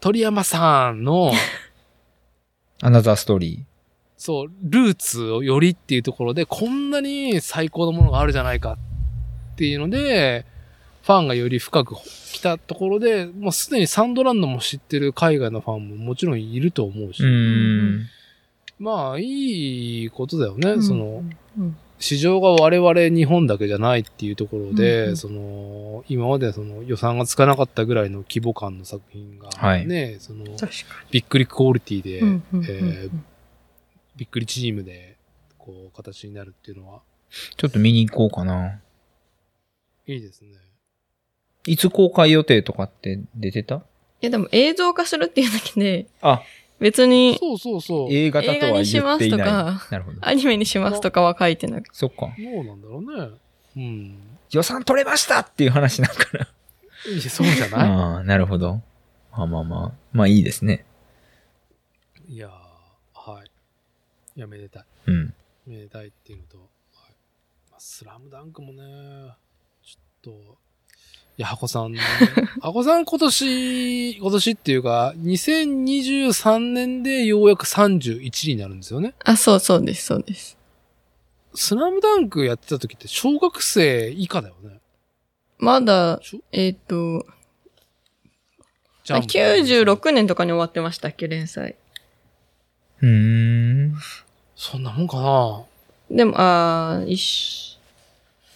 A: 鳥山さんの、
B: アナザーストーリ
A: そう、ルーツをよりっていうところで、こんなに最高のものがあるじゃないかっていうので、ファンがより深く来たところで、もうすでにサンドランドも知ってる海外のファンももちろんいると思うし、
B: ー。うーん。
A: まあ、いいことだよね。
C: うん
A: その、、
C: うん
A: 市場が我々日本だけじゃないっていうところで、
C: うんうん
A: その、今までその予算がつかなかったぐらいの規模感の作品が、
B: はい
A: ね、その、
C: 確か
A: びっくりクオリティで、
C: に。うんうんうん
A: えーびっくりチームで、こう、形になるっていうのは、
B: ちょっと見に行こうかな。
A: いいですね。
B: いつ公開予定とかって出てた
C: いやでも映像化するっていうだけで、
B: あ、
C: 別に
A: そうそうそう。
B: 映画だと
C: 映画
B: は
C: にし
B: 言
C: ま
B: って
C: す
B: い
C: と
B: ない。
C: か
B: なるほど。
C: アニメにしますとかは書いてなく
B: そっか。
A: どうなんだろうね。うん。
B: 予算取れましたっていう話だから。
A: いやそうじゃな
B: ああ、なるほど。まあまあまあ。まあいいですね。
A: いいやー、はい。いや、めでたい。
B: うん。
A: めでたいっていうのと、はいまあスラムダンクもね、ちょっと、いや、箱さん、箱さん今年、今年っていうか、2023年でようやく31になるんですよね。
C: あ、そうそうです、そうです。
A: スラムダンクやってた時って小学生以下だよね。
C: まだ、
A: しょ
C: えっ、と、
A: ジャンプ
C: 96年とかに終わってましたっけ、連載。
B: うーん。
A: そんなもんかな
C: でも、あー一緒、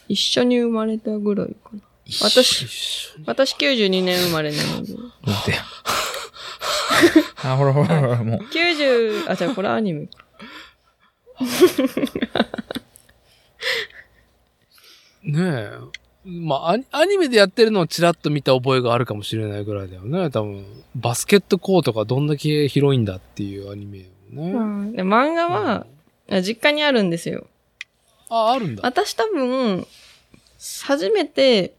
C: 一緒に生まれたぐらいかな。私
A: 一緒に。
C: 私92年生まれなので。
B: どうだよ。あ、ほらほらほら、もう。
C: 90、あ、じゃあこれアニメか。
A: ねえ。まあアニ、アニメでやってるのをちらっと見た覚えがあるかもしれないぐらいだよね。多分、バスケットコートがどんだけ広いんだっていうアニメをね。
C: で漫画は、
A: うん
C: 実家にあるんですよ。
A: あ、あるんだ。
C: 私多分、初めて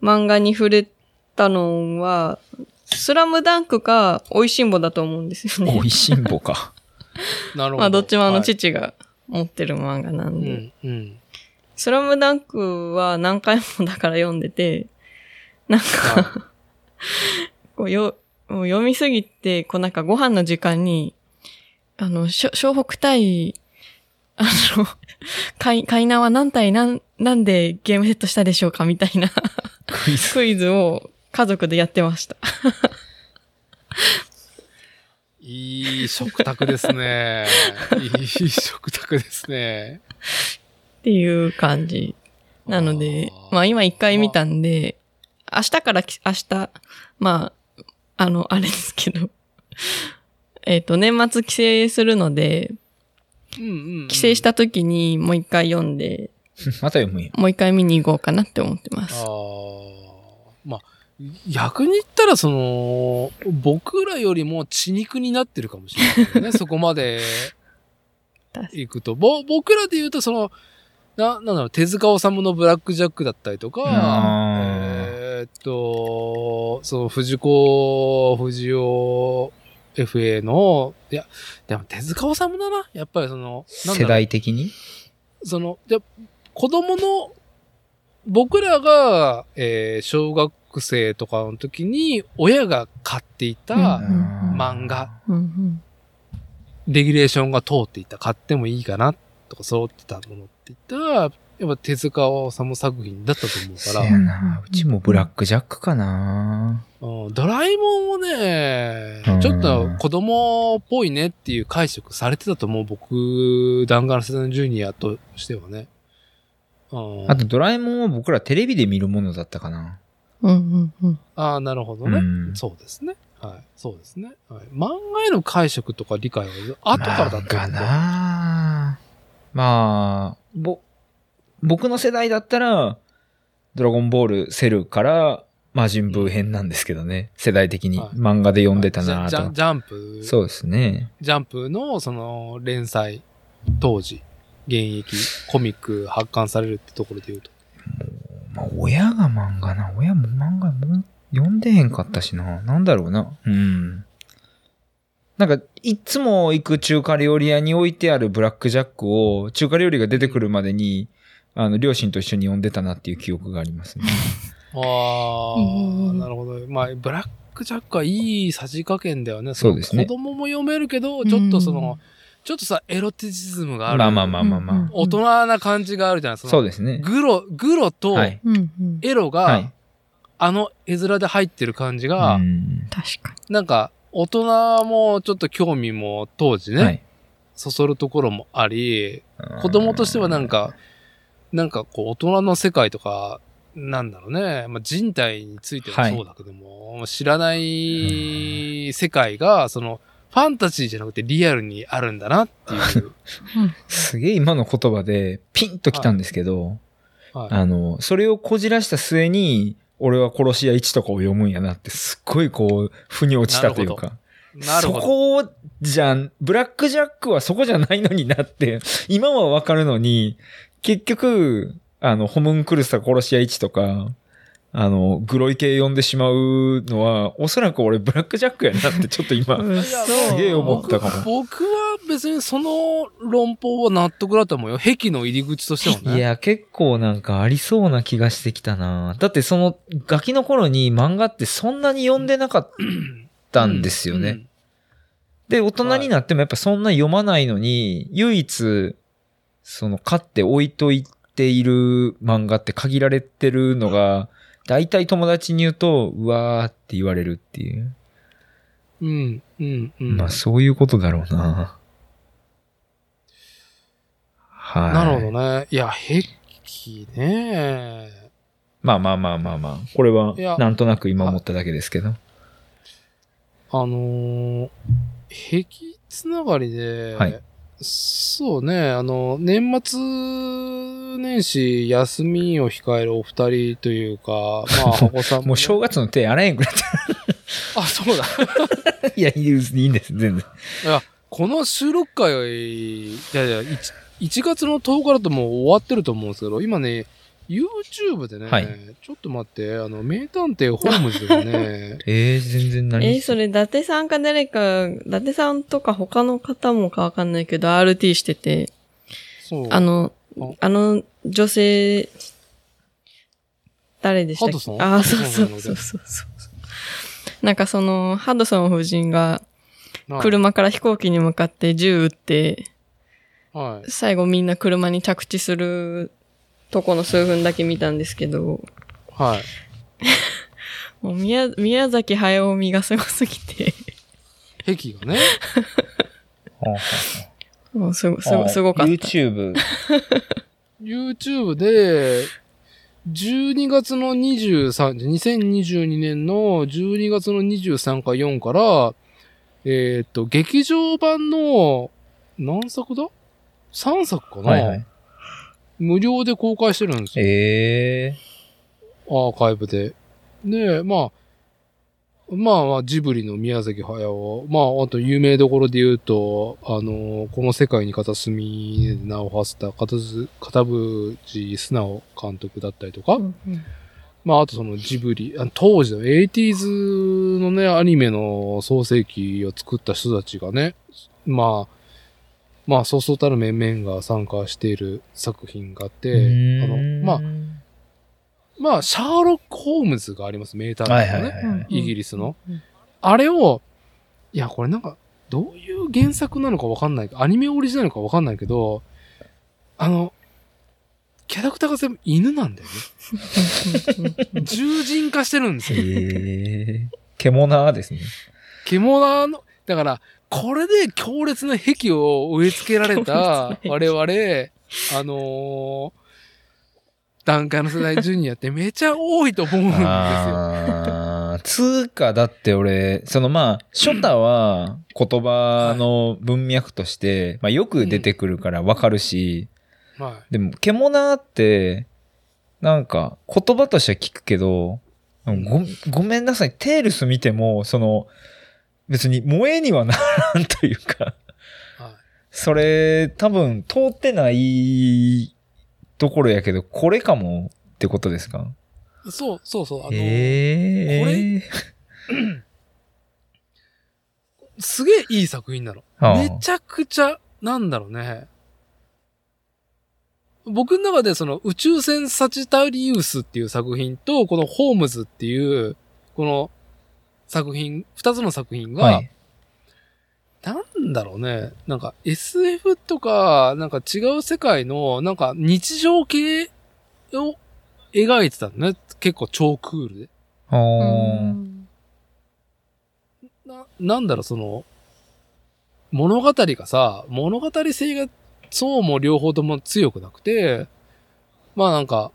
C: 漫画に触れたのは、スラムダンクか、美味しんぼだと思うんです よね
B: お。いしんぼか。
A: なるほど。
C: まあ、どっちもあ
A: は
C: の
A: い
C: 父が持ってる漫画なんで。
A: うん、うん。
C: スラムダンクは何回もだから読んでて、なんか、こうよ、もう読みすぎて、こうなんかご飯の時間に、あの、しょ湘北対、あの、 海海南は何対何、なんでゲームセットしたでしょうかみたいな
B: クイズ。
C: クイズを家族でやってました。
A: いい食卓です ね。いい食卓ですね。
C: っていう感じ。なので
A: あ、ー
C: まあ今一回見たんで、明日からき、明日、まあ、あの、あれですけど、えっと、年末帰省するので、
A: うんうん、うん。
C: 帰省した時にもう一回読んで、
B: また読むんや。
C: もう一回見に行こうかなって思ってま
A: あ
C: す。
A: ーまあ、逆に言ったら、その、僕らよりも血肉になってるかもしれないよね。そこまで
C: 確か
A: 行くと。ぼ僕らで言うと、その、な、なんだろう、手塚治虫のブラックジャックだったりとか、
B: あ
A: えーっと、その、藤子、藤尾 FA の、いや、でも手塚治虫だな。やっぱりその、
B: ー
A: なんだ
B: 世
A: ろう
B: 代的に
A: その、で、子供の、僕らが、えー小学生とかの時に、親が買っていた
C: うん
A: 漫画、
C: うんうん
A: レギュレーションが通っていた、買ってもいいかな、とか揃ってたものって言ったら、やっぱ手塚治虫作品だったと思う
B: そ
A: から
B: や、な。うちもブラックジャックかな。
A: うんドラえもんもね
B: うん、
A: ちょっと子供っぽいねっていう解釈されてたと思う、僕、弾丸世代のジュニアとしてはね。うん
B: あとドラえもんは僕らテレビで見るものだったかな。
C: うんうんうん
A: ああ、なるほど
B: う
A: ね。
B: ん。
A: そうですね。はい。そうですね。はい、漫画への解釈とか理解は後からだった
B: か
A: んで
B: な。まあ、ぼ、僕の世代だったら、ドラゴンボールセルから魔人ブー編なんですけどね。世代的に
A: はい
B: 漫画で読んでた
A: は
B: ない
A: ジャ
B: と
A: ジャ。ジャンプ、
B: そうですね。
A: ジャンプのその連載当時、現役、コミック発刊されるってところで言うと。
B: まあ、親が漫画な。親も漫画も読んでへんかったしな。なんだろうな。うん。なんか、いつも行く中華料理屋に置いてあるブラックジャックを、中華料理が出てくるまでに、あの、両親と一緒に読んでたなっていう記憶がありますね。
A: あ
C: うんうんう
A: あ、
C: ん
A: なるほど。まあ、ブラックジャックはいいさじ加減だよね。
B: そうですね
A: 子供も読めるけど、ちょっとその、
C: うん
A: ちょっとさ、エロティシズムがある。
B: まあまあまあまあまあ。
C: うんうん
A: 大人な感じがあるじゃないですか。
B: そうですね。
A: グロ、グロと
B: はい。
C: うんうん。
A: エロが、
B: はい。
A: あの絵面で入ってる感じが、
B: うん
C: 確か
A: なんか、大人もちょっと興味も当時ね、
B: はい
A: そそるところもあり、子供としてはなんか、なんかこう、大人の世界とか、なんだろうね、まあ、人体についてもそうだけども、知らない世界が、その、ファンタジーじゃなくてリアルにあるんだなって いう。
B: すげえ今の言葉でピンときたんですけど、
A: はい、
B: あの、それをこじらした末に、俺は殺し屋1とかを読むんやなって、すっごいこう、腑に落ちたというか。
A: なる
B: そ
A: ほど。
B: こじゃん、ブラックジャックはそこじゃないのになって、 今はわかるのに、結局、あの、ホムンクルスとか殺し屋1とか、あの、グロい系読んでしまうのは、おそらく俺ブラックジャックやなってちょっと今、
C: に。うっ
A: そう
B: すげえ思ったかも。
A: 僕は別にその論法は納得だと思うよ。壁の入り口としてもね。
B: いや、結構なんかありそうな気がしてきたな。だってそのガキの頃に漫画ってそんなに読んでなかったんですよね。
A: うん
B: で、大人になってもやっぱそんな読まないのに、唯一、その買って置いといている漫画って限られてるのが、大体友達に言うと、うわーって言われるっていう。
A: うん、うん、うん。
B: まあそういうことだろうな。はい。
A: なるほどね。いや、ヘッキね。
B: まあまあまあまあまあ、これはい
A: や
B: なんとなく今思っただけですけど。
A: あのー、ヘキつながりで、
B: はい
A: そうね、あの、年末年始休みを控えるお二人というか、まあ、お子さん
B: もう
A: しょ
B: 正月の手洗えんくなっちゃ
A: あ、そうだ。
B: う。いや、いいですいいんです、全然。
A: いや、この収録会、いやいや、1, 月の10日だともう終わってると思うんですけど、今ね、YouTube でね、
B: はい
A: ちょっと待って、あの、名探偵ホームズで ね、
B: えー、全然何
C: えーそれ、伊達さんか誰か、伊達さんとか他の方もかわかんないけど、RT してて、
A: そう。
C: あの
A: お、
C: あの女性、誰でした
A: ハドソ
C: っ
A: ン
C: けああ、そうそ
A: ハ
C: う
A: ドソンなので
C: そうそうそう。なんかその、ハドソン夫人が
A: はい、
C: 車から飛行機に向かって銃撃って、
A: はい。
C: 最後みんな車に着地するとこの数分だけ見たんですけど、
A: はい。
C: もう宮宮崎駿みがすごすぎて、
A: 壁がね。
B: はあは
C: もうすご、す
B: あは
C: ご、
B: あ
C: すごかった。
B: YouTube。
A: YouTube で、12月の23日、2022年の12月の23か4から、えーっと、劇場版の、何作だ ?3 作かな、
B: はいはい。
A: 無料で公開してるんですよ。
B: え
A: アーカイブで。で、まあ、まあまあ、ジブリの宮崎駿。まあ、あと有名どころで言うと、あの、この世界に片隅で名を馳せた片ず片渕素直監督だったりとか、
C: うんうん
A: まあ、あとそのジブリ、あの当時の 80s のね、アニメの創世記を作った人たちがね、まあ、まあ、そうそうたる面々が参加している作品があっ
B: ー。
A: て、
B: うー
A: あ
B: ん
A: の、まあ、まあ、シャーロック・ホームズがあります、名探偵のね。
B: はいはいはいはい。
A: イギリスの
C: うん
A: あれを、いや、これなんか、どういう原作なのかわかんない、アニメオリジナルなのかわかんないけど、あの、キャラクターが全部犬なんだよ ね。獣人化してるんです
B: え
A: よ。
B: ー。獣です ね。
A: 獣の、だから、これで強烈な癖を植え付けられた
C: 強
A: 我々、あのー、段階の世代ジュニアってめちゃ多いと思うんですよ。
B: あーつうか、だって俺、そのまあ、初太は言葉の文脈として、まあよく出てくるからわかるし、
A: はい。
B: でも、獣って、なんか、言葉としては聞くけど、ご、ごめんなさい、テールス見ても、その、別に萌えにはならんというか、
A: はい
B: それ、多分、通ってないところやけど、これかもってことですか
A: そう、そうそう。あの、
B: ええ
A: すげえいい作品なの。
B: ああ
A: めちゃくちゃ、なんだろうね。僕の中でその宇宙船サジタリウスっていう作品と、このホームズっていう、この作品、二つの作品が、
B: はい。
A: なんだろうね。なんか SF とか、なんか違う世界の、なんか日常系を描いてたのね。結構超クールで。
B: あ
C: う
B: ー
C: ん
A: な、なんだろう、その、物語がさ、物語性が、そうも両方とも強くなくて、まあなんか、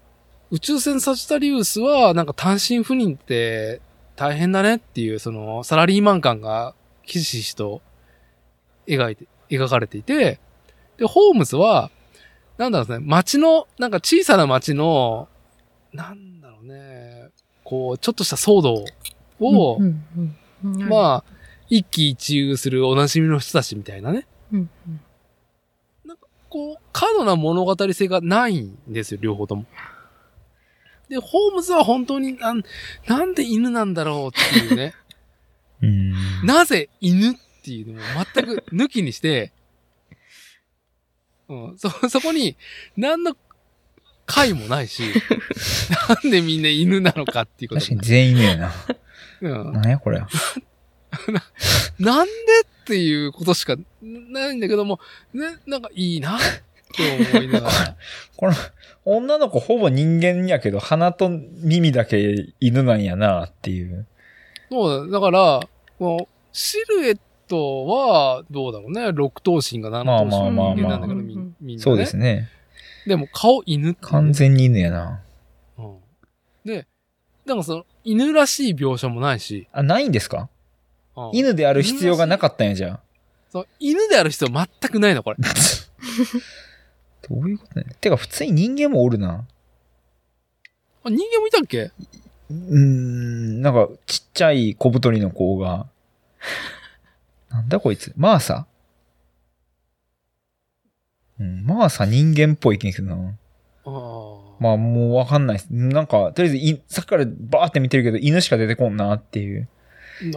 A: 宇宙船サジタリウスは、なんか単身赴任って大変だねっていう、その、サラリーマン感が、ひしひしと、描いて、描かれていて、で、ホームズは、なんだろうね、街の、なんか小さな街の、なんだろうね、こう、ちょっとした騒動を、
C: うんうんうん
A: まあ、一喜一憂するおなじみの人たちみたいなね。
C: うんうん
A: こう、過度な物語性がないんですよ、両方とも。で、ホームズは本当になん、なんで犬なんだろうっていうね。
B: うん。
A: なぜ犬っていうのを全く抜きにして、うん、そ、そこに何の回もないし、なんでみんな犬なのかっていうこと
B: 確かに
A: も。
B: 全員やな。
A: うん
B: なんやこれ。
A: なんでっていうことしかないんだけども、ね、なんかいいなって思い ながら。
B: この、女の子ほぼ人間やけど、鼻と耳だけ犬なんやなっていう。
A: そうだ、だから、このシルエットはどうだろうね。六頭身が七頭身
B: まあまあまあ
A: 人間なんだけど、み
C: うん
A: みんな、ね。
B: そうですね。
A: でも顔犬っていうね
B: 完全に犬やな。
A: うんで、なんかその犬らしい描写もないし。
B: あ、ないんですか
A: うん
B: 犬である必要がなかったんや、じゃあ。
A: そう犬である必要全くないの、 これ。
B: どういうことね。てか、普通に人間もおるな。
A: あ人間もいたっけ
B: うーん、なんか、ちっちゃい小太りの子が。 なんだこいつ。マーサうん、マーサ人間っぽいけどな。
A: ああ。
B: まあもうわかんないです。なんか、とりあえずい、さっきからバーって見てるけど、犬しか出てこんなっていう。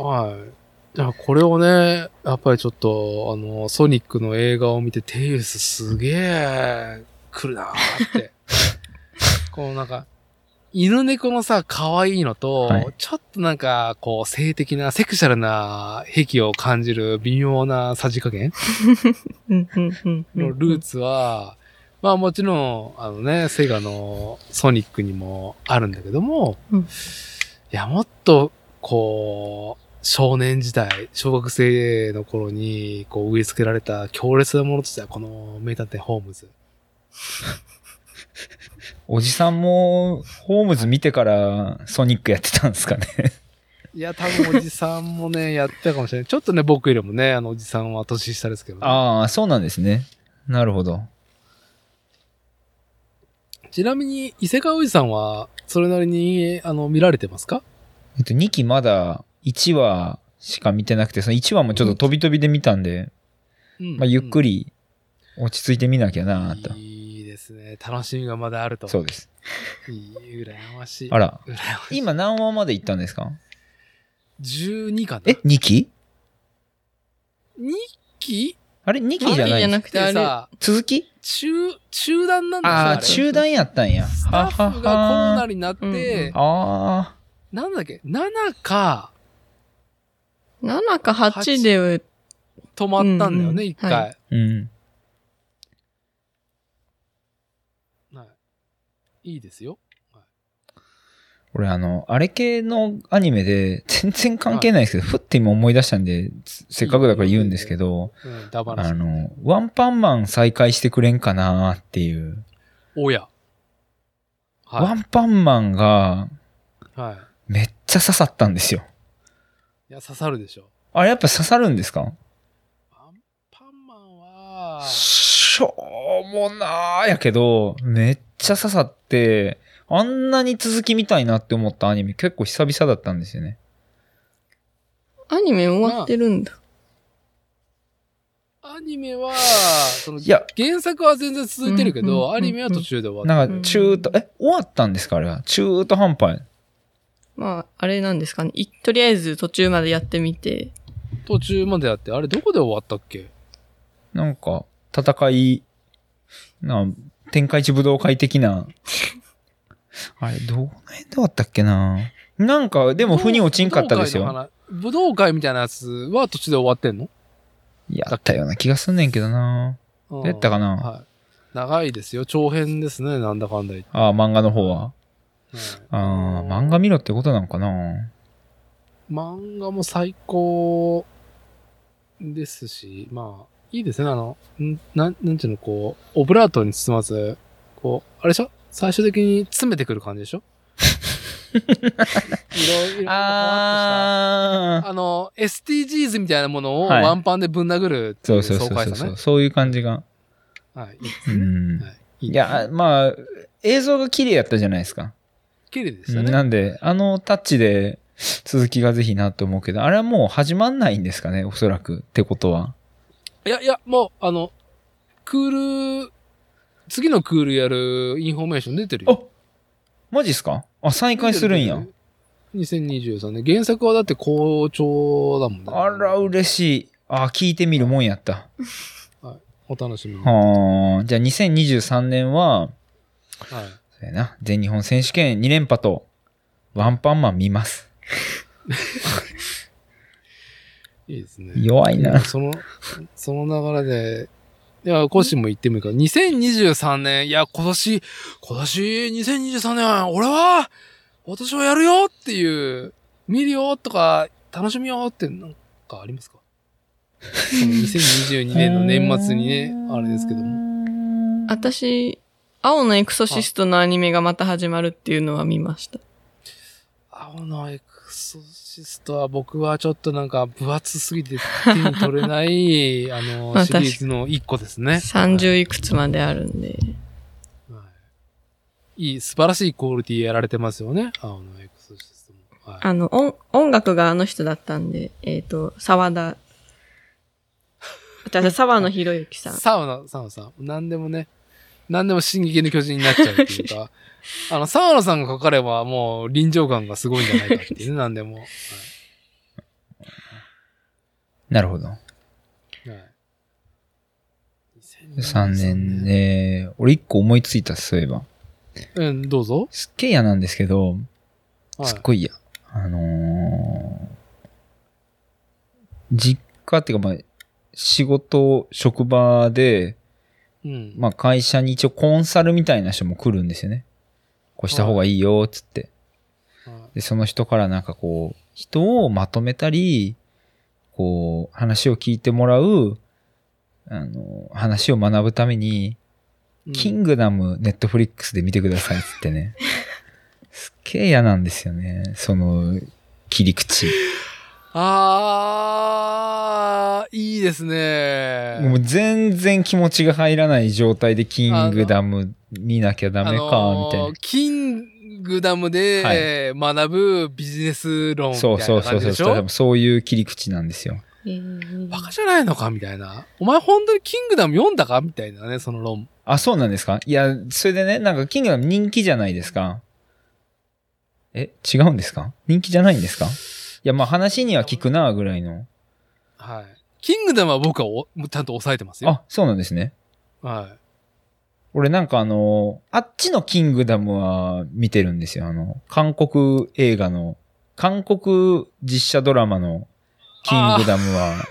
A: はい。じゃあ、これをね、やっぱりちょっと、あの、ソニックの映画を見て、テイウスすげえ、来るなーって。 このなんか、犬猫のさ、可愛いのと、
B: はい
A: ちょっとなんか、こう、性的な、セクシャルな癖を感じる微妙なさじ加減
C: うんうんうんう
A: の
C: ん
A: ルーツは、まあもちろん、あのね、セガのソニックにもあるんだけども、
C: うん
A: いや、もっと、こう、少年時代、小学生の頃に、こう、植え付けられた強烈なものとしては、この名探偵ホームズ。
B: おじさんも、ホームズ見てからソニックやってたんですかね。
A: いや、多分おじさんもね、やってたかもしれない。ちょっとね、僕よりもね、あの、おじさんは年下ですけど、ね、
B: ああ、そうなんですね。なるほど。
A: ちなみに、伊勢川おじさんは、それなりに、あの、見られてますか
B: えっと、2期まだ1話しか見てなくて、その1話もちょっと飛び飛びで見たんで、まあ、ゆっく
A: り
B: り落ち着いて見なきゃなと。
A: いいですね。楽しみがまだあると。
B: そうです。
A: いい、羨ましい。
B: あら、
A: 羨ましい。
B: 今何話まで行ったんですか
A: 12巻だ。
B: え、2期
A: ?2 期
B: あれ ?2 期じゃない
C: じゃ
B: んで
C: な
B: す
C: く
A: って
C: あ
A: て
C: れ。
A: さ、
B: 続き
A: 中、中断なんですよ。
B: ああ、
A: れ
B: 中断やったんや。
A: スタッフがこんな
B: り。
A: になっ
C: はは
A: て、
B: あ
A: なんだっけ、7か
C: 7か8で、
A: 止まったんだよね、
C: うん
A: 一1回。
B: あ、うん。
A: はい。いいですよ。
B: 俺、あの、あれ系のアニメで、全然関係ないですけど、ふって今思い出したんで、せせっかくだから言うんですけど、
A: うん、ダバ
B: あ
A: なし。
B: の、ワンパンマン再開してくれんかなーっていう。
A: おや。
B: ワ
A: は
B: ンパンマンが、
A: い。はい。
B: めっちゃ刺さったんですよ。
A: いや、刺さるでしょ。
B: あれやっぱ刺さるんですか
A: アンパンマンは、
B: しょうもなーやけど、めっちゃ刺さって、あんなに続きみたいなって思ったアニメ結構久々だったんですよね。
C: アニメ終わってるんだ。
A: アニメは、その
B: いや、
A: 原作は全然続いてるけ
C: うんうんうんう
A: ど、
C: ん
A: アニメは途中で終わっ
B: なんか中途、え、終わったんですかあれは。中途半端。
C: まあ、あれなんですかね。いとりあえず途中までやってみて。
A: た。途中までやって、あれどこで終わったっけ
B: なんか、戦い、なんか天下一武道会的 な。あれ、どの辺で終わったっけななんか、でも、腑に落ちんかったです
A: 武道
B: よ。
A: 会の話。武道会みたいなやつは途中で終わってんの
B: やったような気がすんねんけどな
A: ど
B: どうやったかな
A: はい。長いですよ。長編ですね、なんだかんだ言って。
B: ああ、漫画の方は。あ
A: は
B: あ、
A: い
B: 漫画見ろってことなんかな
A: 漫画も最高ですし、まあ、いいですね。あの、んなん、なんていうの、こう、オブラートに包まず、こう、あれでしょ最終的に詰めてくる感じでし ょいろいろ、ふわっとした
B: ああ、
A: あの、SDGs みたいなものを
B: はい
A: ワンパンでぶん殴るってい
B: そううそう
A: 爽
B: そう
A: 快
B: そ
A: さ
B: うそう。
A: ね。
B: そういう感じが。
A: はい。いいです
B: う
A: ね
B: ん。
A: はい
B: いや、まあ、映像が綺麗やったじゃないですか。
A: 綺麗でし
B: う
A: た
B: ん
A: ね。
B: なんで、あのタッチで続きがぜひなと思うけど、あれはもう始まんないんですかね、おそらく。ってことは。
A: いやいや、もう、あの、クール、次のクールやるインフォメーション出てるよ。
B: あマジっすかあ、再開するんや。。
A: 2023年。原作はだって好調だもんね。
B: あら、嬉しい。あ、聞いてみるもんやった。
A: お楽しみに。はい。
B: はあ、じゃあ2023年は、そうやな、全日本選手権2連覇と、ワンパンマン見ます。
A: いいですね。
B: 弱いな。
A: その、その流れで、いや、コッシーも言ってもいいか。2023年、いや、今年、今年、2023年、俺は、私はやるよっていう、見るよとか、楽しみよって、なんかありますかその ?2022 年の年末にね、あれですけども。
B: も
C: 私、青のエクソシストのアニメがまた始まるっていうのは見ました。
A: 青のエクソシストは僕はちょっとなんか分厚すぎて手に取れ ない、あの
C: ま、あ
A: シリーズの一個ですね。
C: 30いくつまであるんで。
A: はい。いい、素晴らしいクオリティやられてますよね。青のエクソシストも。はい。
C: あの、音、音楽があの人だったんで、えっ、と、沢田。私、沢野博 之さん。
A: サウナ、サウナさん。何でもね、何でも進撃の巨人になっちゃうっていうか、 あの、サウナさんがかかればもう臨場感がすごいんじゃないかって いうね、何でも。はい
B: なるほど。
A: はい。
B: 3年。ね。俺一個思いついた、そういえば。
A: うん、どうぞ。
B: すっげえ嫌なんですけど、
A: はい
B: すっごい嫌。あのー実家っていうか、まあ、仕事、職場で、
A: うん。
B: まあ、会社に一応コンサルみたいな人も来るんですよね。こうした方がいいよ、つって。
A: はい
B: で、その人からなんかこう、人をまとめたり、こう、話を聞いてもらう、あの、話を学ぶために、
A: うん
B: キングダム、ネットフリックスで見てくださいっつって ね。すっげえ嫌なんですよね。その、切り口。
A: あー、いいですね。
B: もう全然気持ちが入らない状態でキングダム見なきゃダメか、みたい
A: あ
B: な
A: のー。キングダムで、
B: はい
A: えー学ぶビジネス論みた
B: そ
A: いう
B: そう
A: な
B: そ
A: 感じ
B: うそう。
A: でしょ
B: 多分そういう切り口なんですよ。
C: えー
A: バカじゃないのかみたいな。お前本当にキングダム読んだかみたいなね、その論。
B: あ、そうなんですかいや、それでね、なんかキングダム人気じゃないですか。え、違うんですか人気じゃないんですかいや、まあ話には聞くな、ぐらいの。
A: はい。キングダムは僕はおもうちゃんと抑えてますよ。
B: あ、そうなんですね。
A: は
B: 俺なんかあの、あっちのキングダムは見てるんですよ。あの、韓国映画の、韓国実写ドラマのキングダムは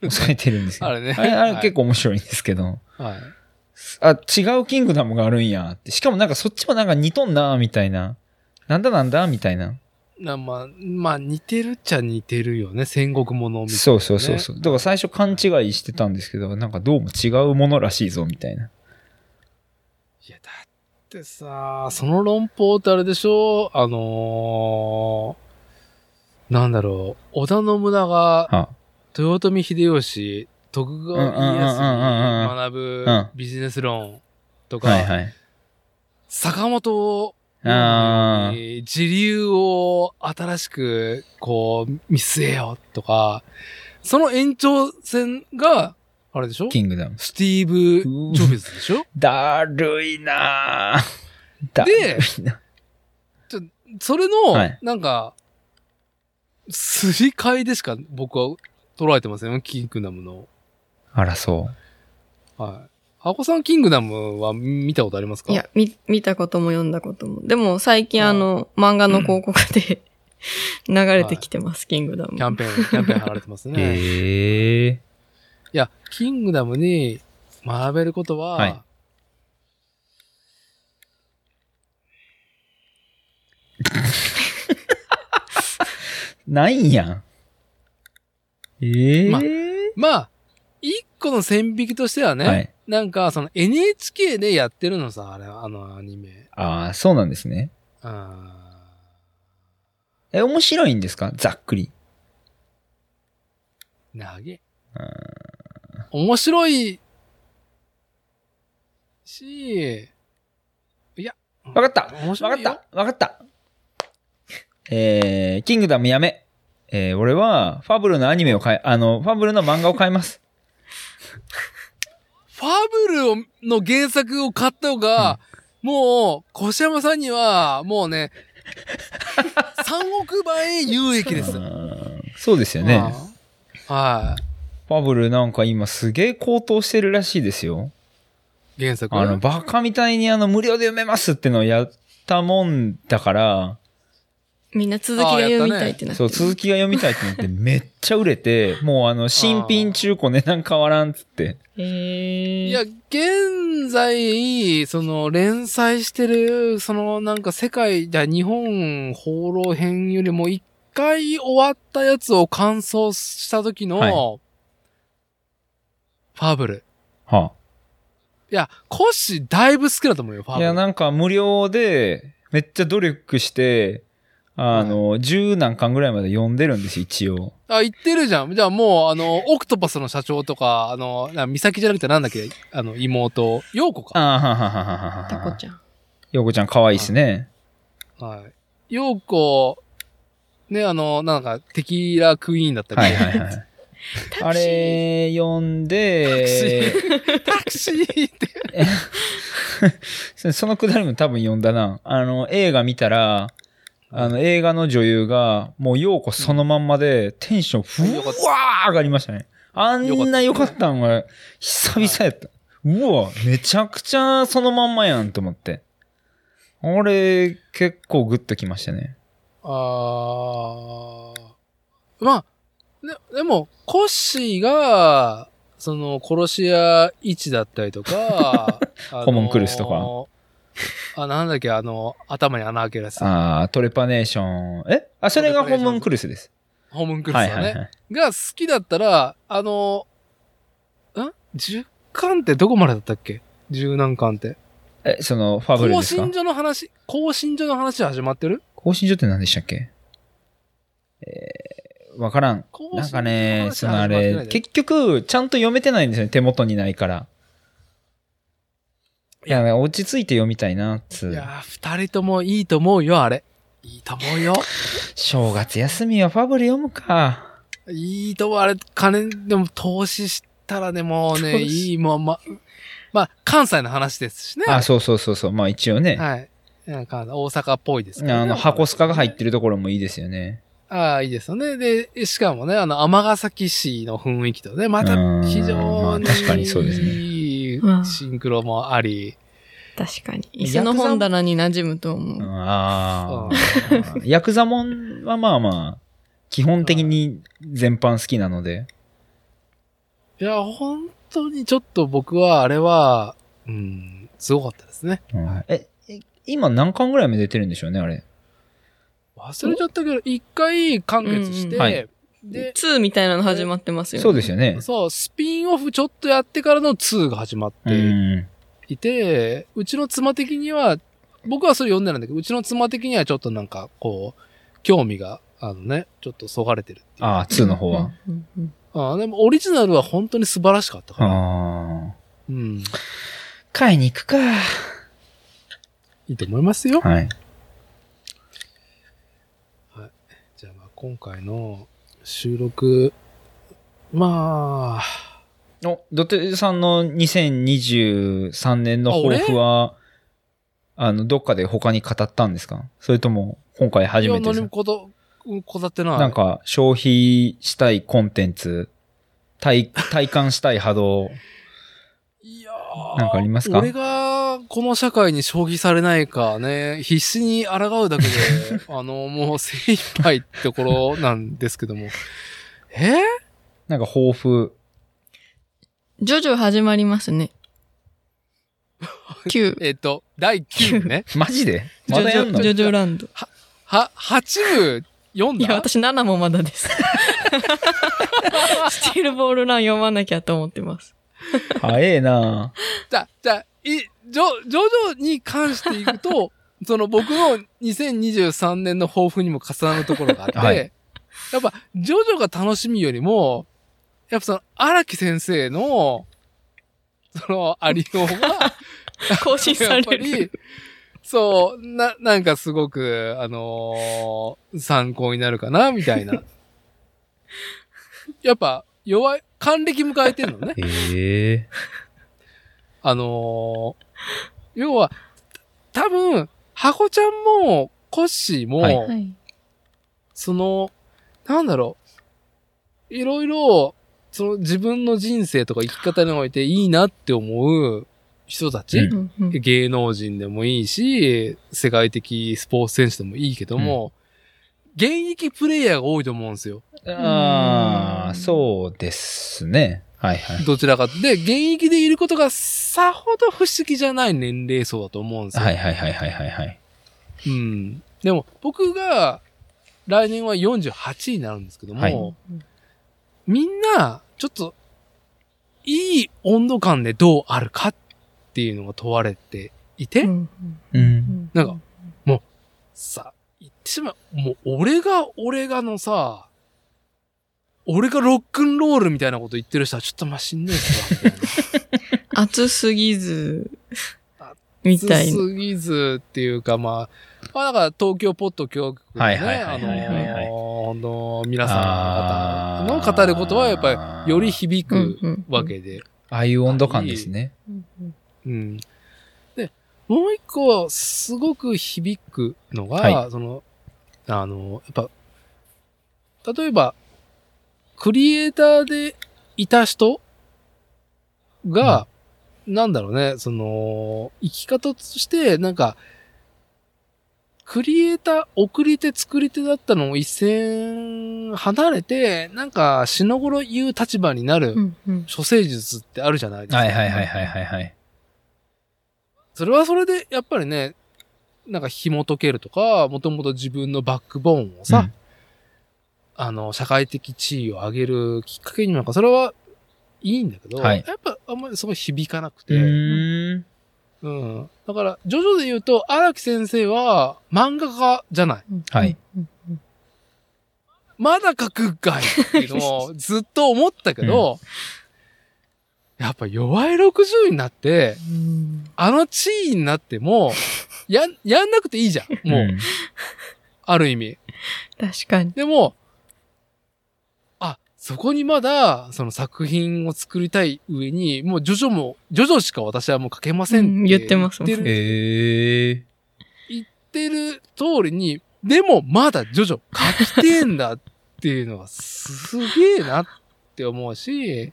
B: 抑えてるんですよ。
A: あるね
B: あれ、あれ
A: はい
B: 結構面白いんですけど。
A: い。はい。
B: あ、違うキングダムがあるんやって。しかもなんかそっちもなんか似とんな、みたいな。なんだなんだみたいな。
A: なまあ、まあ似てるっちゃ似てるよね。戦国ものみたいな、ね。
B: そうそうそうそう。だから最初勘違いしてたんですけど、なんかどうも違うものらしいぞ、みたいな。
A: いや、だってさ、その論法ってあれでしょあのー、なんだろう、織田信長、
B: は
A: 豊臣秀吉、徳川家康に学ぶ
B: うん
A: ビジネス論と
B: あ、はい
A: か、
B: はい。
A: 坂本
B: あ
A: のように自流を新しくこう見据えようとか、その延長線が、あれでしょ
B: キングダム。
A: スティーブ・ジョビズでしょ
B: だるいなぁ。 だる
A: で
B: いな
A: それの、
B: はい
A: なんか、すり替えでしか僕は捉えてませんよ、キングダムの。
B: あら、そ
A: はい。ハコさん、キングダムは見たことありますか
C: いや、み、見たことも読んだことも。でも、最近あの、漫画の広告で 流れてきてます、キングダム。
A: キャンペーン、キャンペーン貼られてます
B: う。
A: ね。い
B: へえ。
A: や、キングダムに学べることは、
B: はいないんやん。ええ。
A: ままあ、一個の線引きとしてはね、
B: はい。
A: なんか、その NHK でやってるのさ、あれ、あのアニメ。
B: ああ、そうなんですね。
A: あ
B: え、面白いんですかざっくり。
A: ーなげ
B: あー
A: 面白いし、
B: わかった
A: 面
B: わ
A: 白
B: かっ
A: いよ。
B: たわかったえー、キングダムやめ。えー、俺は、ファブルのアニメを買い、あの、ファブルの漫画を買います。
A: ファブルをの原作を買った方が、もう、小山さんには、もう ね、3億倍有益です。ね
B: あーそうですよね。
A: は
B: ファブルなんか今すげえ高騰してるらしいですよ。
A: い。原作。
B: あの、バカみたいにあの、無料で読めますってのをやったもんだから、
C: みんな続きが読みたいってなって
B: そう、
C: る。
B: 続きが読みたいってな ってめっちゃ売れて、もうあの、新品中古値段変わらんっつって。
C: えー、
A: いや、現在、その、連載してる、その、なんか世界、じゃ日本放浪編よりも一回終わったやつを完走した時の、
B: はい
A: ファブル。
B: はい
A: や、コッシーだいぶ好きだと思うよ、ファ
B: あ。
A: ブ
B: い
A: ル。
B: や、なんか無料で、めっちゃ努力して、あの、十何巻ぐらいまで読んでるんですよ、一応。
A: あ、言ってるじゃん。じゃあもう、あの、オクトパスの社長とか、あの、な美咲じゃなくてなんだっけ、あの、妹、陽子
B: あ
A: か。
B: あ、はははは
C: タ
B: は
C: コ
B: は。
C: ちゃん。
B: ようこちゃん可愛いですね。
A: はい。陽子、ね、あの、なんか、テキーラクイーンだったり、
B: はいはいはい。あ
C: タクシ
B: れ、
C: ー
B: 読ん
A: タクシ
B: で、
A: ー、タクシーって。
B: そのくだりも多分読んだな。あの、映画見たら、あの、映画の女優が、もうようこそのまんまで、テンションふ
A: よかっ
B: わー上がりましたね。あんな良かったんが、久々やった。うわ、めちゃくちゃそのまんまやんと思って。あれ、結構グッときましたね。
A: あーまあ、ね、でも、コッシーが、その、殺し屋一だったりと か、あのー
B: ホモンクルスと。
A: あ、なんだっけ、あの、頭に穴開けるやつ。
B: あー、トレパネーション。えあ、それがホームンクルスです。
A: ホモンクルス
B: は
A: だね。
B: いはいはい。
A: が好きだったら、あの、ん ?10 巻ってどこまでだったっけ十何巻って。
B: え、その、ファブル
A: 更
B: ですか
A: 新所の話、更新所の話始まってる
B: 更新所って何でしたっけえー、わからん。
A: 更
B: な
A: 新
B: ん
A: 所
B: か
A: の話
B: ね、そ
A: 始
B: のあ
A: まってな
B: れ、
A: いで
B: 結局、ちゃんと読めてないんですよね、手元にないから。いや、落ち着いて読みたいな、つ。
A: いうやー、二人ともいいと思うよ、あれ。いいと思うよ。
B: 正月休みはファブル読むか。
A: いいと思う、あれ、金、でも投資したらね、もうね、
B: 投資
A: いい、もう、ま、まあ、関西の話ですしね。
B: あ、そうそうそうそう。まあ一応ね。
A: はい。なんか、大阪っぽいですけどね
B: あの、箱スカが入ってるところもいいですよね。
A: ああ、いいですよね。で、しかもね、あの、尼崎市の雰囲気とね、また
B: うん
A: 非
B: ま
A: 常
B: あ
A: に、
B: 確かにそうですね
A: いい
C: うん
A: シンクロもあり、
C: 確かに。
B: ヤ
C: 椅
B: クザ
C: 子の本棚に馴染むと
B: うん
C: 思う。
B: ああ。ヤクザモンはまあまあ、基本的に全般好きなので。
A: いや、本当にちょっと僕は、あれは、うん、すごかったですね。
B: うんえ、え今何巻ぐらいまで出てるんでしょうね、あれ。
A: 忘れちゃったけど、一回完結して、
C: うんうん
B: はい
A: で、
C: 2みたいなの始まってますよね。
B: そうですよね。
A: そう、スピンオフちょっとやってからの2が始まっ
B: う
A: て
B: ん。
A: いて、うちの妻的には、僕はそれ読んでないんだけど、うちの妻的にはちょっとなんか、こう、興味が、あのね、ちょっとそがれてるっていう
B: ああ、2の方は。
C: うんうん
A: ああ、でもオリジナルは本当に素晴らしかったから。
B: ああ。
A: うん。
B: 買いに行くか。
A: いいと思いますよ。
B: はい。
A: じゃあまあ今回の収録、まあ、
B: お、ドテさんの2023年の抱負は、あの、どっかで他に語ったんですかそれとも、今回初め
A: い
B: て
A: や
B: です
A: 何も
B: か
A: こと、こだってない。
B: なんか、消費したいコンテンツ、体、 体感したい波動。
A: いや
B: なんかありますか
A: 俺がこの社会に消費されないかね、必死に抗う だけで、あの、もう精一杯ってところなんですけども。え
B: なんか抱負。
C: ジョジョ始まりますね。9。
A: えっと、第9部ね。
B: マジで
C: ジ
B: ま
C: ョ
B: だ
C: ジ
B: やんの
C: ョ、ジョジョランド。
A: は、8部読ん
C: いや、
A: だ
C: 私7もまだ です。スティールボールラン読まなきゃと思ってます。
B: 早えな
A: じゃあ、じゃあ、い、ジョ、ジョジョに関していくと、 その僕の2023年の抱負にも重なるところがあって、
B: はい
A: やっぱ、ジョジョが楽しみよりも、やっぱその、荒木先生の、その、ありようが、
C: 更新さ
A: やっぱ
C: れ
A: り
C: る。、
A: そう、な、なんかすごく、あのー参考になるかな、みたい な。やっぱ、弱い、還暦迎えてるのね。
B: へえ。
A: あのー要は、た多分、ハコちゃんも、コッシーも、
B: はい
C: はい。
A: その、なんだろう、いろいろ、その自分の人生とか生き方においていいなって思う人たち、
B: うん
A: 芸能人でもいいし、世界的スポーツ選手でもいいけども、現役プレイヤーが多いと思うんですよ。
B: あ
C: う
B: あ、
C: ん
B: そうですね。はいはい。
A: どちらかと。で、現役でいることがさほど不思議じゃない年齢層だと思うんですよ。
B: はいはいはいはいはいはい。
A: うん。でも、僕が、来年は48になるんですけども、
B: はい
A: みんな、ちょっと、いい温度感でどうあるかっていうのが問われていて、
C: うん
B: うん。
A: なんか、もう、さ、言って一番、もう俺が、俺がのさ、俺がロックンロールみたいなこと言ってる人はちょっとまあしんどいっすわみたいな。
C: 熱すぎず、 みたいな。
A: すぎずっていうか、まあ、まあだから東京ポッド教育の
B: は
A: ね、
B: いはいは
A: あ
B: いはいはいはい
A: の、あの皆さんの方の語ることはやっぱりより響く
C: うん
A: わ。けで。
B: ああいう温度感ですね。
C: うんうん
A: うん。で、もう一個すごく響くのが、
B: は
A: その、あの、やっぱ、例えば、クリエイターでいた人が、なんだろうね、その、生き方として、なんか、クリエイター、送り手、作り手だったのを一線離れて、なんか、死の頃言う立場にな
C: う
A: る、
C: んうん
A: 処世術ってあるじゃないですか。
B: はいはいはいはいはいはい。
A: それはそれで、やっぱりね、なんか紐解けるとか、もともと自分のバックボーンをさ、
B: うん
A: あの、社会的地位を上げるきっかけになんか、それはいいんだけど、
B: はい
A: やっぱあんまりすごい響かなく
B: う
A: て、
B: ーん。
A: うん。だから、ジョジョで言うと、荒木先生は漫画家じゃない。
C: うん
B: はい。
C: うんうん
A: まだ書くんかいっていうの をずっと思ったけど、やっぱ弱い60になって、
C: うん
A: あの地位になっても、や、やんなくていいじゃん。もう、
B: ん
A: ある意味。
C: 確かに。
A: でも、あ、そこにまだ、その作品を作りたい上に、もうジョジョも、ジョジョしか私はもう書けません
C: うん言ってますもん
A: 言ってる、
B: ええ
A: 言ってる通りに、でもまだジョジョ書きてえんだっていうのがすげえなって思うし、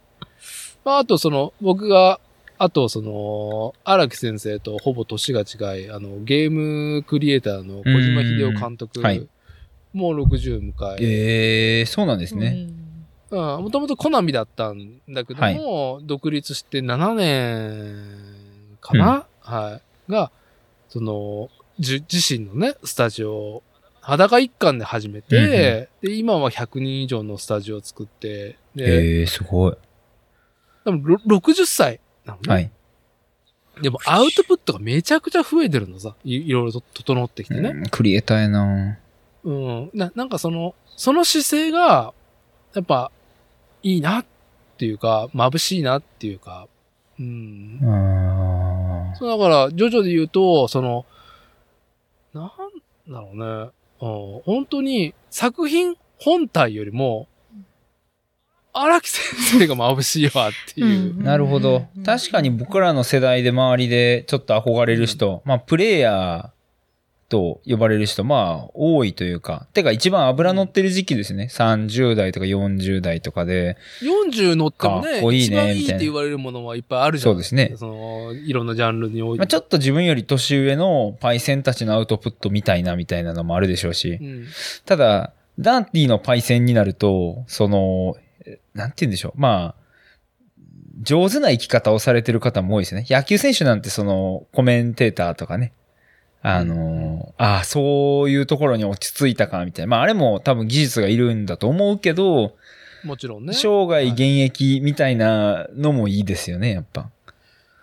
A: まあ、あとその、僕が、あとその、荒木先生とほぼ年が違い、あの、ゲームクリエイターの小島秀夫監督、
B: うんはい
A: もう60迎え、
B: ええそうなんですね。
A: うん、もともとコナミだったんだけども、独立して7年かな、はい。が、その、じ、自身のね、スタジオを裸一貫で始め
B: うんうん
A: て、で、今は100人以上のスタジオを作って、で、
B: ええすごい。
A: 多分ろ60歳なのね。
B: はい。
A: でもアウトプットがめちゃくちゃ増えてるのさ。いいろいろと整ってきてね。
B: うんクリエイターやな
A: うん。な、なんかその、その姿勢が、やっぱ、いいなっていうか、眩しいなっていうか、うん。
B: あ
A: そうだから、ジョジョで言うと、その、なんだろうね。うん、本当に作品本体よりも、荒木先生が眩しいわっていう。
B: ーなるほど。確かに僕らの世代で周りでちょっと憧れる人、まあ、プレイヤーと呼ばれる人、まあ、多いというか、てか一番脂乗ってる時期ですね。30代とか40代とかで。
A: 40乗っても
B: か
A: ね
B: っこいい
A: 一
B: ね
A: 番いい
B: み
A: ったて
B: いな
A: 言われるものはいっぱいあるじゃん。
B: そうですね
A: その、いろんなジャンルにおいて。
B: まあ、ちょっと自分より年上のパイセンたちのアウトプットみたいなみたいなのもあるでしょうし
A: う、ん。
B: ただ、ダンディのパイセンになると、その、えなんて言うんでしょう。まあ、上手な生き方をされてる方も多いですよね。野球選手なんてその、コメンテーターとかね。あの、ああ、そういうところに落ち着いたか、みたいな。まあ、あれも多分技術がいるんだと思うけど、
A: もちろんね。
B: 生涯現役みたいなのもいいですよね、やっぱ。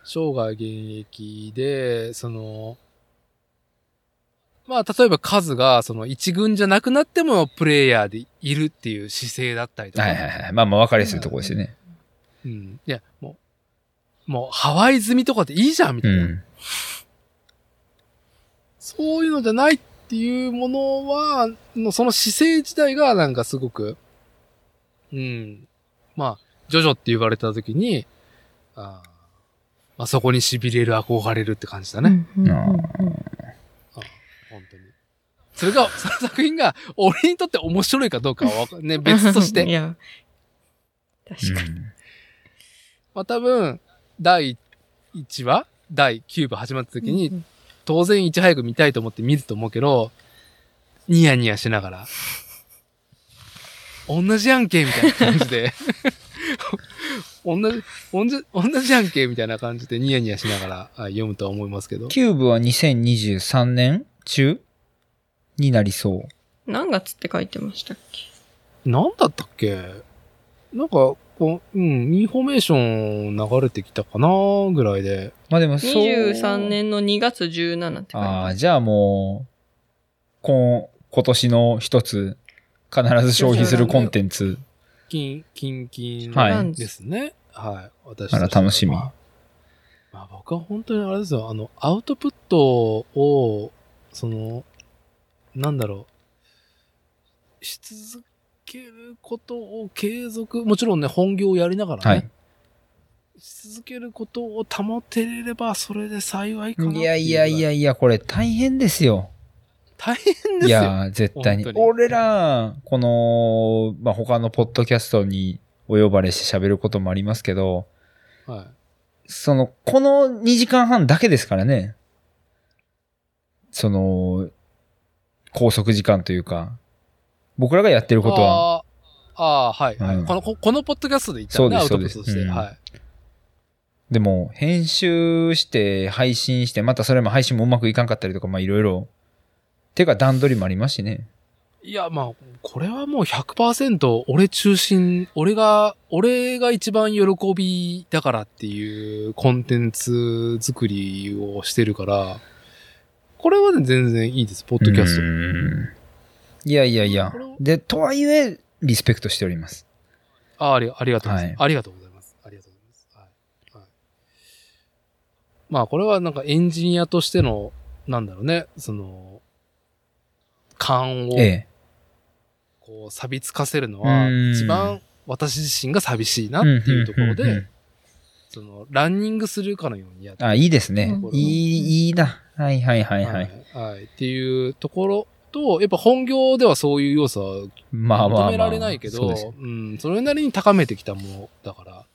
A: 生涯現役で、その、まあ、例えばカズが、その一軍じゃなくなってもプレイヤーでいるっていう姿勢だったりとか。
B: はいはいはい。まあまあ、分かりやすいところですよね。
A: うん。いや、もう、もうハワイ済みとかでいいじゃんみた
B: う
A: いな。
B: ん。
A: そういうのじゃないっていうものは、のその姿勢自体がなんかすごく、うん。まあ、ジョジョって言われた時に、あーまあそこに痺れる、憧れるって感じだね。
C: うんうんうんうん
A: 本当に。それが、 その作品が、俺にとって面白いかどうかはわかん、ね、別とし
C: い
A: て。
C: や、確かに。
A: まあ多分、第1話第9部始まった時に、
C: うん
A: 当然いち早く見たいと思って見ると思うけど、ニヤニヤしながら、同じやんけ、みたいな感じで、 同じ、同じ、同じやんけ、みたいな感じでニヤニヤしながらあ読むとは思いますけど。
B: キューブは2023年中になりそう。
C: 何月って書いてましたっけ
A: なんだったっけなんか、こう、うん、インフォメーション流れてきたかなぐらいで。
B: まあでもそう。
C: ?23 年の2月17って書いて
B: あ
C: ま
B: あ、
C: す。
B: じゃあもう、こん、今年の一つ、必ず消費するコンテンツ。
A: キン、キンキン
B: はい
A: ですね。はい。私
B: あ
A: と
B: ら
A: しては
B: 楽しみ
A: まあまあ僕は本当にあれですよ、あの、アウトプットを、その、なんだろう、し続けることを継続、もちろんね、本業をやりながらね、
B: はい
A: し続けることを保てれば、それで幸いかなって
B: いうやいやい。やいや、これ大変ですよ。
A: 大変です
B: い
A: よ。
B: や、絶対に
A: 本。当に
B: 俺ら、この、まあ、他のポッドキャストにお呼ばれして喋ることもありますけど、
A: はい。
B: その、この2時間半だけですからね。その、拘束時間というか、僕らがやってることは、
A: あーあー、はい、はい
B: うん
A: この。ここのポッドキャストで言ったよね、アウ
B: そ
A: ト
B: う
A: プ
B: で
A: ッ
B: す
A: トとして。
B: そうですうん
A: はい。
B: でも、編集して、配信して、またそれも配信もうまくいかんかったりとか、まあ、いろいろ。ていうか、段取りもありますしね。
A: いや、まあ、これはもう100%俺中心、俺が、俺が一番喜びだからっていうコンテンツ作りをしてるから、これはね、全然いいです、ポッドキャスト。
B: うんいやいやいや
A: これを。
B: で、とはいえ、リスペクトしております。
A: あありありがとうございます、
B: は
A: ありがとうございます。ありがとうございます。はい。はい、まあ、これはなんかエンジニアとしての、なんだろうね、その、勘を
B: ええ。
A: こう錆びつかせるのは
B: うん
A: 一番私自身が寂しいなっていうところ
B: んうんう
A: で
B: ん、
A: そのランニングするかのようにやって、
B: あ、いいですね
A: う。ん
B: いい、いいな。はいはいはいはい。
A: はいはいっていうところと、やっぱ本業ではそういう要素
B: まあ
A: は
B: まあま
A: 認
B: あ。
A: められないけど、
B: そうです
A: うん、それなりに高めてきたものだから、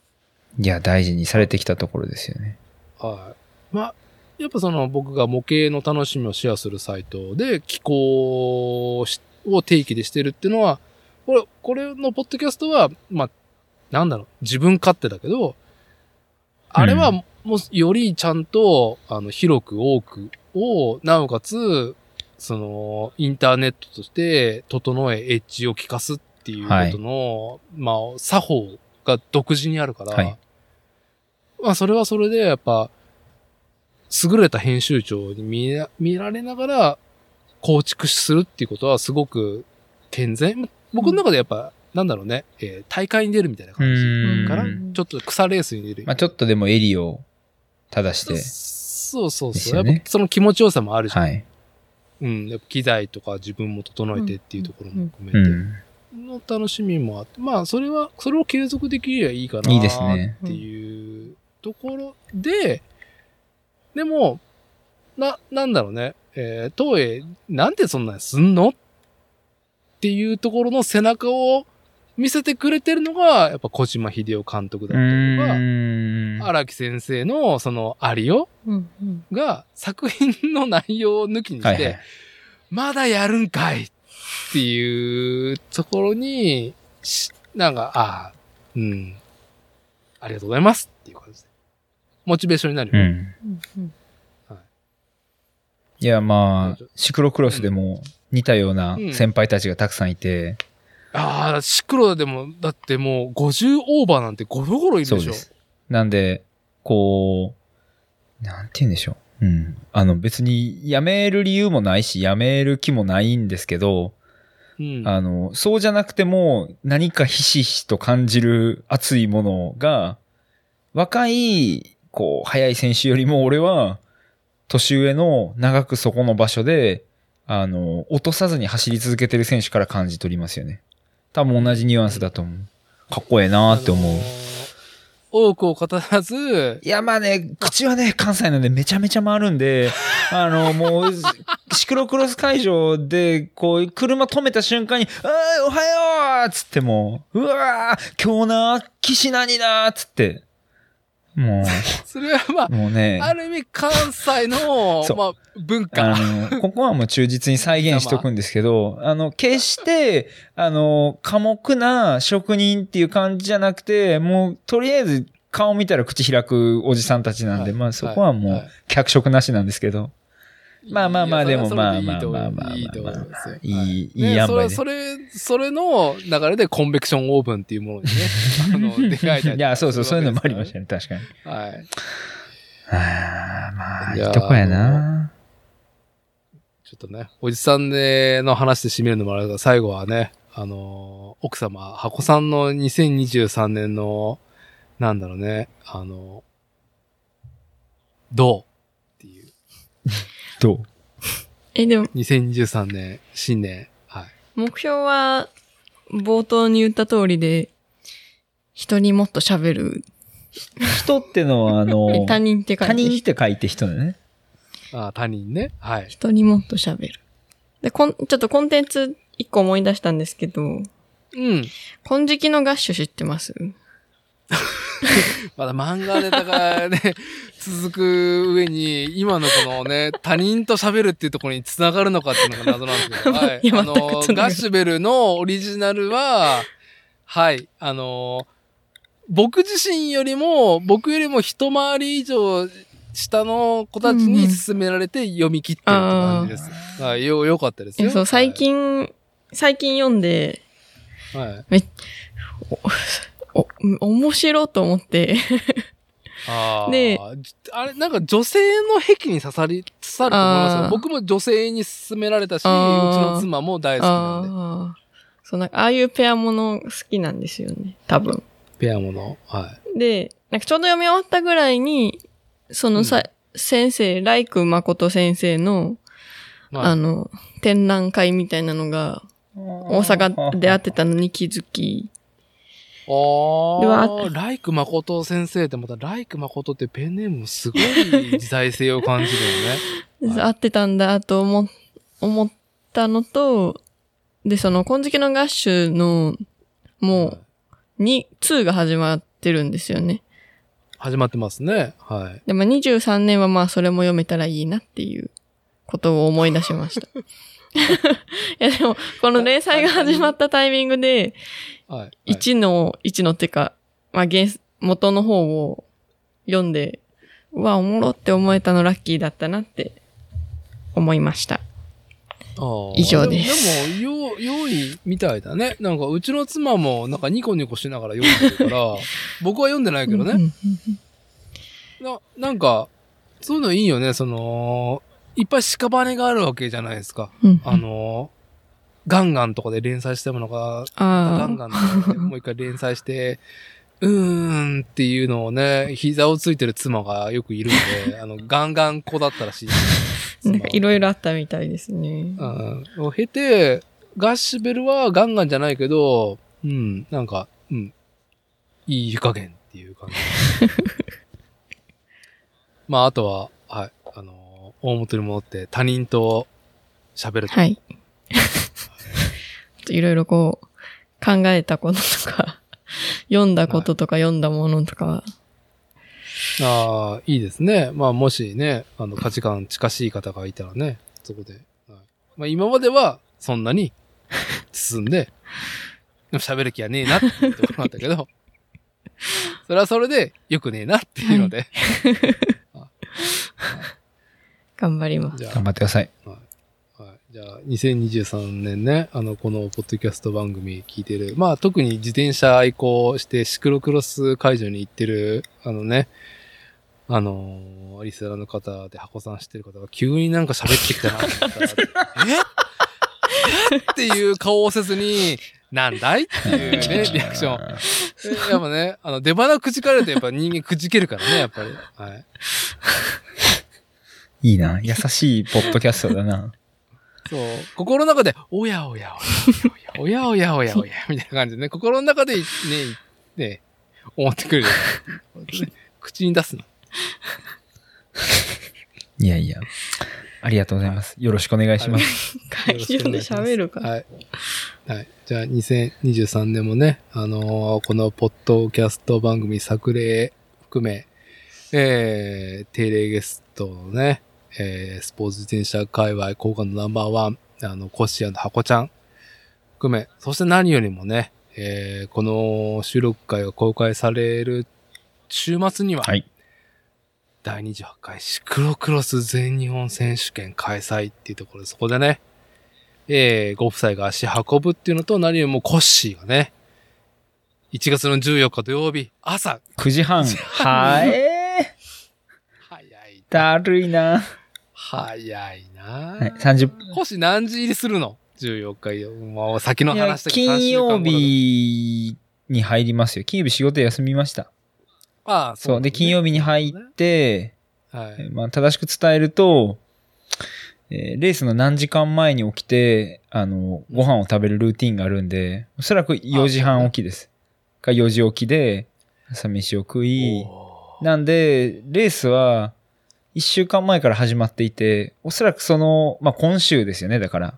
B: いや、大事にされてきたところですよね。
A: はい。まあ、やっぱその僕が模型の楽しみをシェアするサイトで寄稿をしを定期でしてるっていうのは、これ、これのポッドキャストは、まあ、なんだろう、自分勝手だけど、あれは
B: う
A: もうよりちゃんと、あの、広く多くを、なおかつ、その、インターネットとして整え、エッジを効かすっていうことの、まあ、作法が独自にあるから、
B: はい
A: まあ、それはそれで、やっぱ、優れた編集長に見え見られながら構築するっていうことはすごく健全。僕の中でやっぱ、なんだろうね、えー大会に出るみたいな
B: う
A: 感じ
B: ん
A: かな。
C: うん
A: ちょっと草レースに出る。
B: まあちょっとでも襟を正し
A: そ
B: て。
A: そうそう
B: です
A: そう。
B: よ
A: やっ
B: ね
A: ぱその気持ちよさもあるし、
B: はい。
A: うん、やっぱ機材とか自分も整えてっていうところも含めて、
B: うん。
A: の楽しみもあって、まあ、それは、それを継続できればいいかな。
B: いいですね
A: っていうところで、でも、な、なんだろうね。えー、東映、なんでそんなにすんのっていうところの背中を見せてくれてるのが、やっぱ小島秀夫監督だ
B: う
A: ったり
B: ん
A: とか、。荒木先生のそのありよ
C: うんうん
A: が作品の内容を抜きにして、
B: はいはい。
A: まだやるんかいっていうところに、しなんか、ああ、うん。ありがとうございますっていう感じで。モチベーションになる
B: う
A: よね。
B: ん。
C: うんうん
B: いや、まあ、シクロクロスでも似たような先輩たちがたくさんいて、
A: ああ、シクロでも、だってもう50オーバーなんてゴロゴロいる
B: そ
A: で
B: う
A: し
B: で
A: ょ。
B: す。なんで、こう、なんて言うんでしょう。うん。あの、別に辞める理由もないし、辞める気もないんですけど、
A: うん。
B: あの、そうじゃなくても何かひしひしと感じる熱いものが、若い、こう、速い選手よりも俺は、年上の長くそこの場所で、あの、落とさずに走り続けてる選手から感じ取りますよね。多分同じニュアンスだと思う。かっこええなーって思う。
A: あのー多くを語らず、
B: いや、まあね、口はね、関西なんでめちゃめちゃ回る んで、あの、もう、シクロクロス会場で、こう、車止めた瞬間に、あーおはようっつってもう、うわー今日な、岸何なっつって、も
A: それはま
B: う、もうね
A: あ、、ある意味関西の
B: そ、う
A: まあ、文化。
B: あの、ここはもう忠実に再現しとくんですけど、あの、決して、あの、寡黙な職人っていう感じじゃなくて、もう、とりあえず顔見たら口開くおじさんたちなんで、
A: はい
B: まあそこはも、
A: はいう
B: 脚色なしなんですけど、まあまあま
A: い
B: あ
A: や
B: でも
A: それはそれ
B: まあまあまあまあまあまあ
A: でいいと思いますよ
B: いい
A: はい
B: い
A: ね
B: 塩梅で
A: それ、それ、それの流れでコンベクションオーブンっていうもの にね、あの、出会えたり。
B: いや、そうそう、そういうのもありましたね、確かに。
A: た。はい。
B: ああ、まあ、
A: い
B: い
A: や
B: いとこやな。
A: ちょっとね、おじさんでの話で締めるのもあれだから最後はね、あのー奥様、箱さんの2023年の、なんだろうね、あのどうっていう、
B: どう
C: え、でも、
A: 2023年、新年、はい。
C: 目標は、冒頭に言った通りで、人にもっと喋る。
B: 人ってのは、あ の、
C: 他人って
B: 他
C: 感じ。
B: 人って書いて人だよね。
A: あー他人ね、はい。
C: 人にもっと喋る。で、こん、ちょっとコンテンツ一個思い出したんですけど、
A: うん。
C: 金色のガッシュ知ってます
A: まだ漫画ネタがね、 続く上に、今のこのね、他人と喋るっていうところに繋がるのかっていうのが謎なんですけ ど、はい。
C: いや
A: あ
C: 全
A: の
C: く繋がる、
A: ガッシュベルのオリジナルは、はい、あの、僕自身よりも、僕よりも一回り以上下の子たちに勧められて読み切ってるって感じです。はい、よ、よかったです
C: い
A: よ。
C: やそう、最近、最近読んで、
A: はい。はい。
C: お、面白と思って、
A: あー
C: で
A: あれ、なんか女性の癖に刺さり、刺さると思います
C: あー
A: よ。僕も女性に勧められたし、うち
C: あー
A: の妻も大好きなんで。
C: ああ、そうなんか、ああいうペアもの好きなんですよね、多分。
A: ペアもの。は
C: で、なんかちょうど読み終わったぐらいに、そのさ、
A: う
C: 先生、来久誠先生の、
A: い。はい
C: あの、展覧会みたいなのが、大
B: 大
C: 阪で会ってたのに気づき、
A: あ
C: では
A: あ、ライク誠先生ってまた、ライク誠ってペンネームもすごい時代性を感じるよね。はい
C: 会ってたんだと思、思ったのと、で、その、金色の合衆の、 もう、に、2が始まってるんですよね。
A: 始まってますね。はい。
C: で、まあ、23年はまあ、それも読めたらいいなっていうことを思い出しま した。 いや、でも、この連載が始まったタイミングで、
A: はい。一
C: 1の、1のっていうか、まあ、原す、元の方を読んで、うわ、おもろって思えたのラッキーだったなって思いました。以上です
A: でも、よ、良いみたいだね。なんか、うちの妻も、なんかニコニコしながら読んでるから、僕は読んでないけどね
C: うんう。ん
A: な、なんか、そういうのいいよね、その、いっぱい屍があるわけじゃないですか。
C: うんうん
A: あの、ガンガンとかで連載したものが、ガ
C: あ
A: ン
C: あ、
A: ガンとかでもう一回連載して、うーんっていうのをね、膝をついてる妻がよくいるんで、あの、ガンガン子だったらしい。
C: なん かい
A: ろ
C: ろいろあったみたいですね。
A: うん。を経て、ガッシュベルはガンガンじゃないけど、うん、なんか、うん、いい湯加減っていう 感じ。まあ、あとは、はい、あのー大元に戻って他人と喋ると。
C: はい。 いろいろこう、考えたこととか、 読んだこととか読んだものとかは、
A: ああ、いいですね。まあ、もしね、あの、価値観近しい方がいたらね、そこで。はいまあ、今までは、そんなに、進んで、でも喋る気はねえなっていうところだったけど、それはそれで、良くねえなっていうので、
C: 頑張ります。
A: じゃ
B: 頑張ってくだ さい。
A: あ、はい、じゃあ、2023年ね、あの、このポッドキャスト番組聞いてる、まあ、特に自転車愛好して、シクロクロス会場に行ってる、あのね、あのーリスナーの方で箱さん知ってる方が急になんか喋ってきたなと思ったらええっていう顔をせずに、なんだいって いうね、リアクション。やっぱね、あの、出花くじかれるとやっぱ人間くじけるからね、やっぱり。はい。
B: いいな。優しいポッドキャスト だな。
A: そう。心の中で、おやおやおやおやおやおやおやおや、みたいな感じでね、心の中でね、ね、思って くる。口に出すの。
B: いやいや。ありがとうございます。よろしくお願いします。
C: 会場で喋るから。
A: はい。はい。じゃあ、2023年もね、あのーこのポッドキャスト番組作例含め、えー、定例ゲストのね、えー、スポーツ自転車界隈、効果のナンバーワン、あの、コシアの箱ちゃん含め、そして何よりもね、えー、この収録会が公開される週末には、
B: はい。
A: 第28回シクロクロス全日本選手権開催っていうところで、そこでね、えー、ご夫妻が足運ぶっていうのと、何よりもコッシーがね、1月の14日土曜日、朝、
B: 9時半。はーい。
A: 早い、
B: だるいな。
A: 早いな、
B: はい、30
A: 星何時入りするの ?14 日よ。まあ、先の
B: いや
A: 話だけど
B: 金
A: 三週間
B: 曜。
A: 後だと
B: 日に入りますよ。金曜日仕事休みました。
A: ああ、
B: そう。で、金曜日に入
A: なるほ
B: って、
A: どね。はい。
B: まあ、正しく伝えると、えーレースの何時間前に起きて、あの、ご飯を食べるルーティンがあるんで、おそらく4時半起きです。か4時起きで、朝飯を食い、
A: おー
B: なんで、レースは、1週間前から始まっていて、おそらくその、まあ、今週ですよね、だから。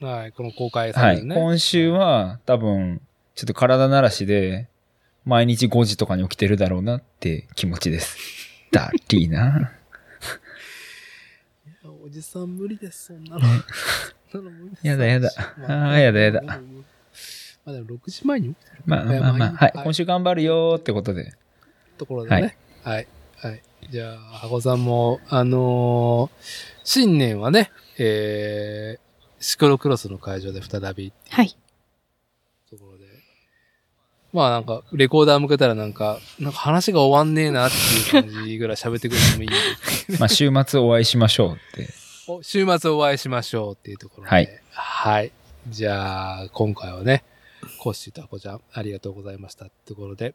A: はい、この公開さ
B: は
A: れ
B: い。
A: るね。
B: 今週は、多分、ちょっと体慣らしで、毎日5時とかに起きてるだろうなって気持ち です。だりーな。
A: いやおじさん無理です、そんなの。そんなの無理です
B: やだやだ
A: ま
B: あーやだやだ
A: まあでも6時前に起きてる
B: まあまあまあ、
A: は
B: はいい。今週頑張るよーってことで。
A: ところでね。はい。はい。じゃあ、箱さんも、あのー新年はね、えー、シクロクロスの会場で再び
C: はい。
A: ところで。まあなんか、レコーダー向けたらなんか、なんか話が終わんねえなっていう感じぐらい喋ってくれてもいいんで。
B: まあ、週末お会いしましょうって。
A: お週末お会いしましょうっていうところで。
B: はい。
A: はい。じゃあ、今回はね、コッシーとアコちゃん、ありがとうございましたってところで、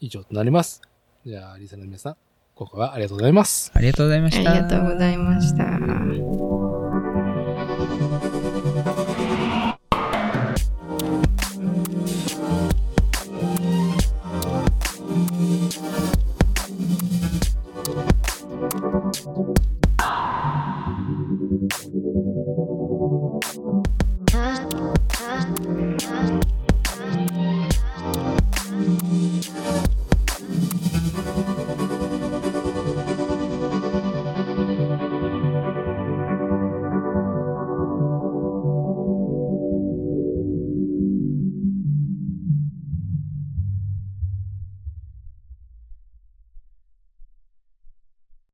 A: 以上となります。じゃあ、リサの皆さん、今回はありがとうございます。
B: ありがとうございま
C: あ
B: し
C: り
B: た。
C: がとうございました。
D: First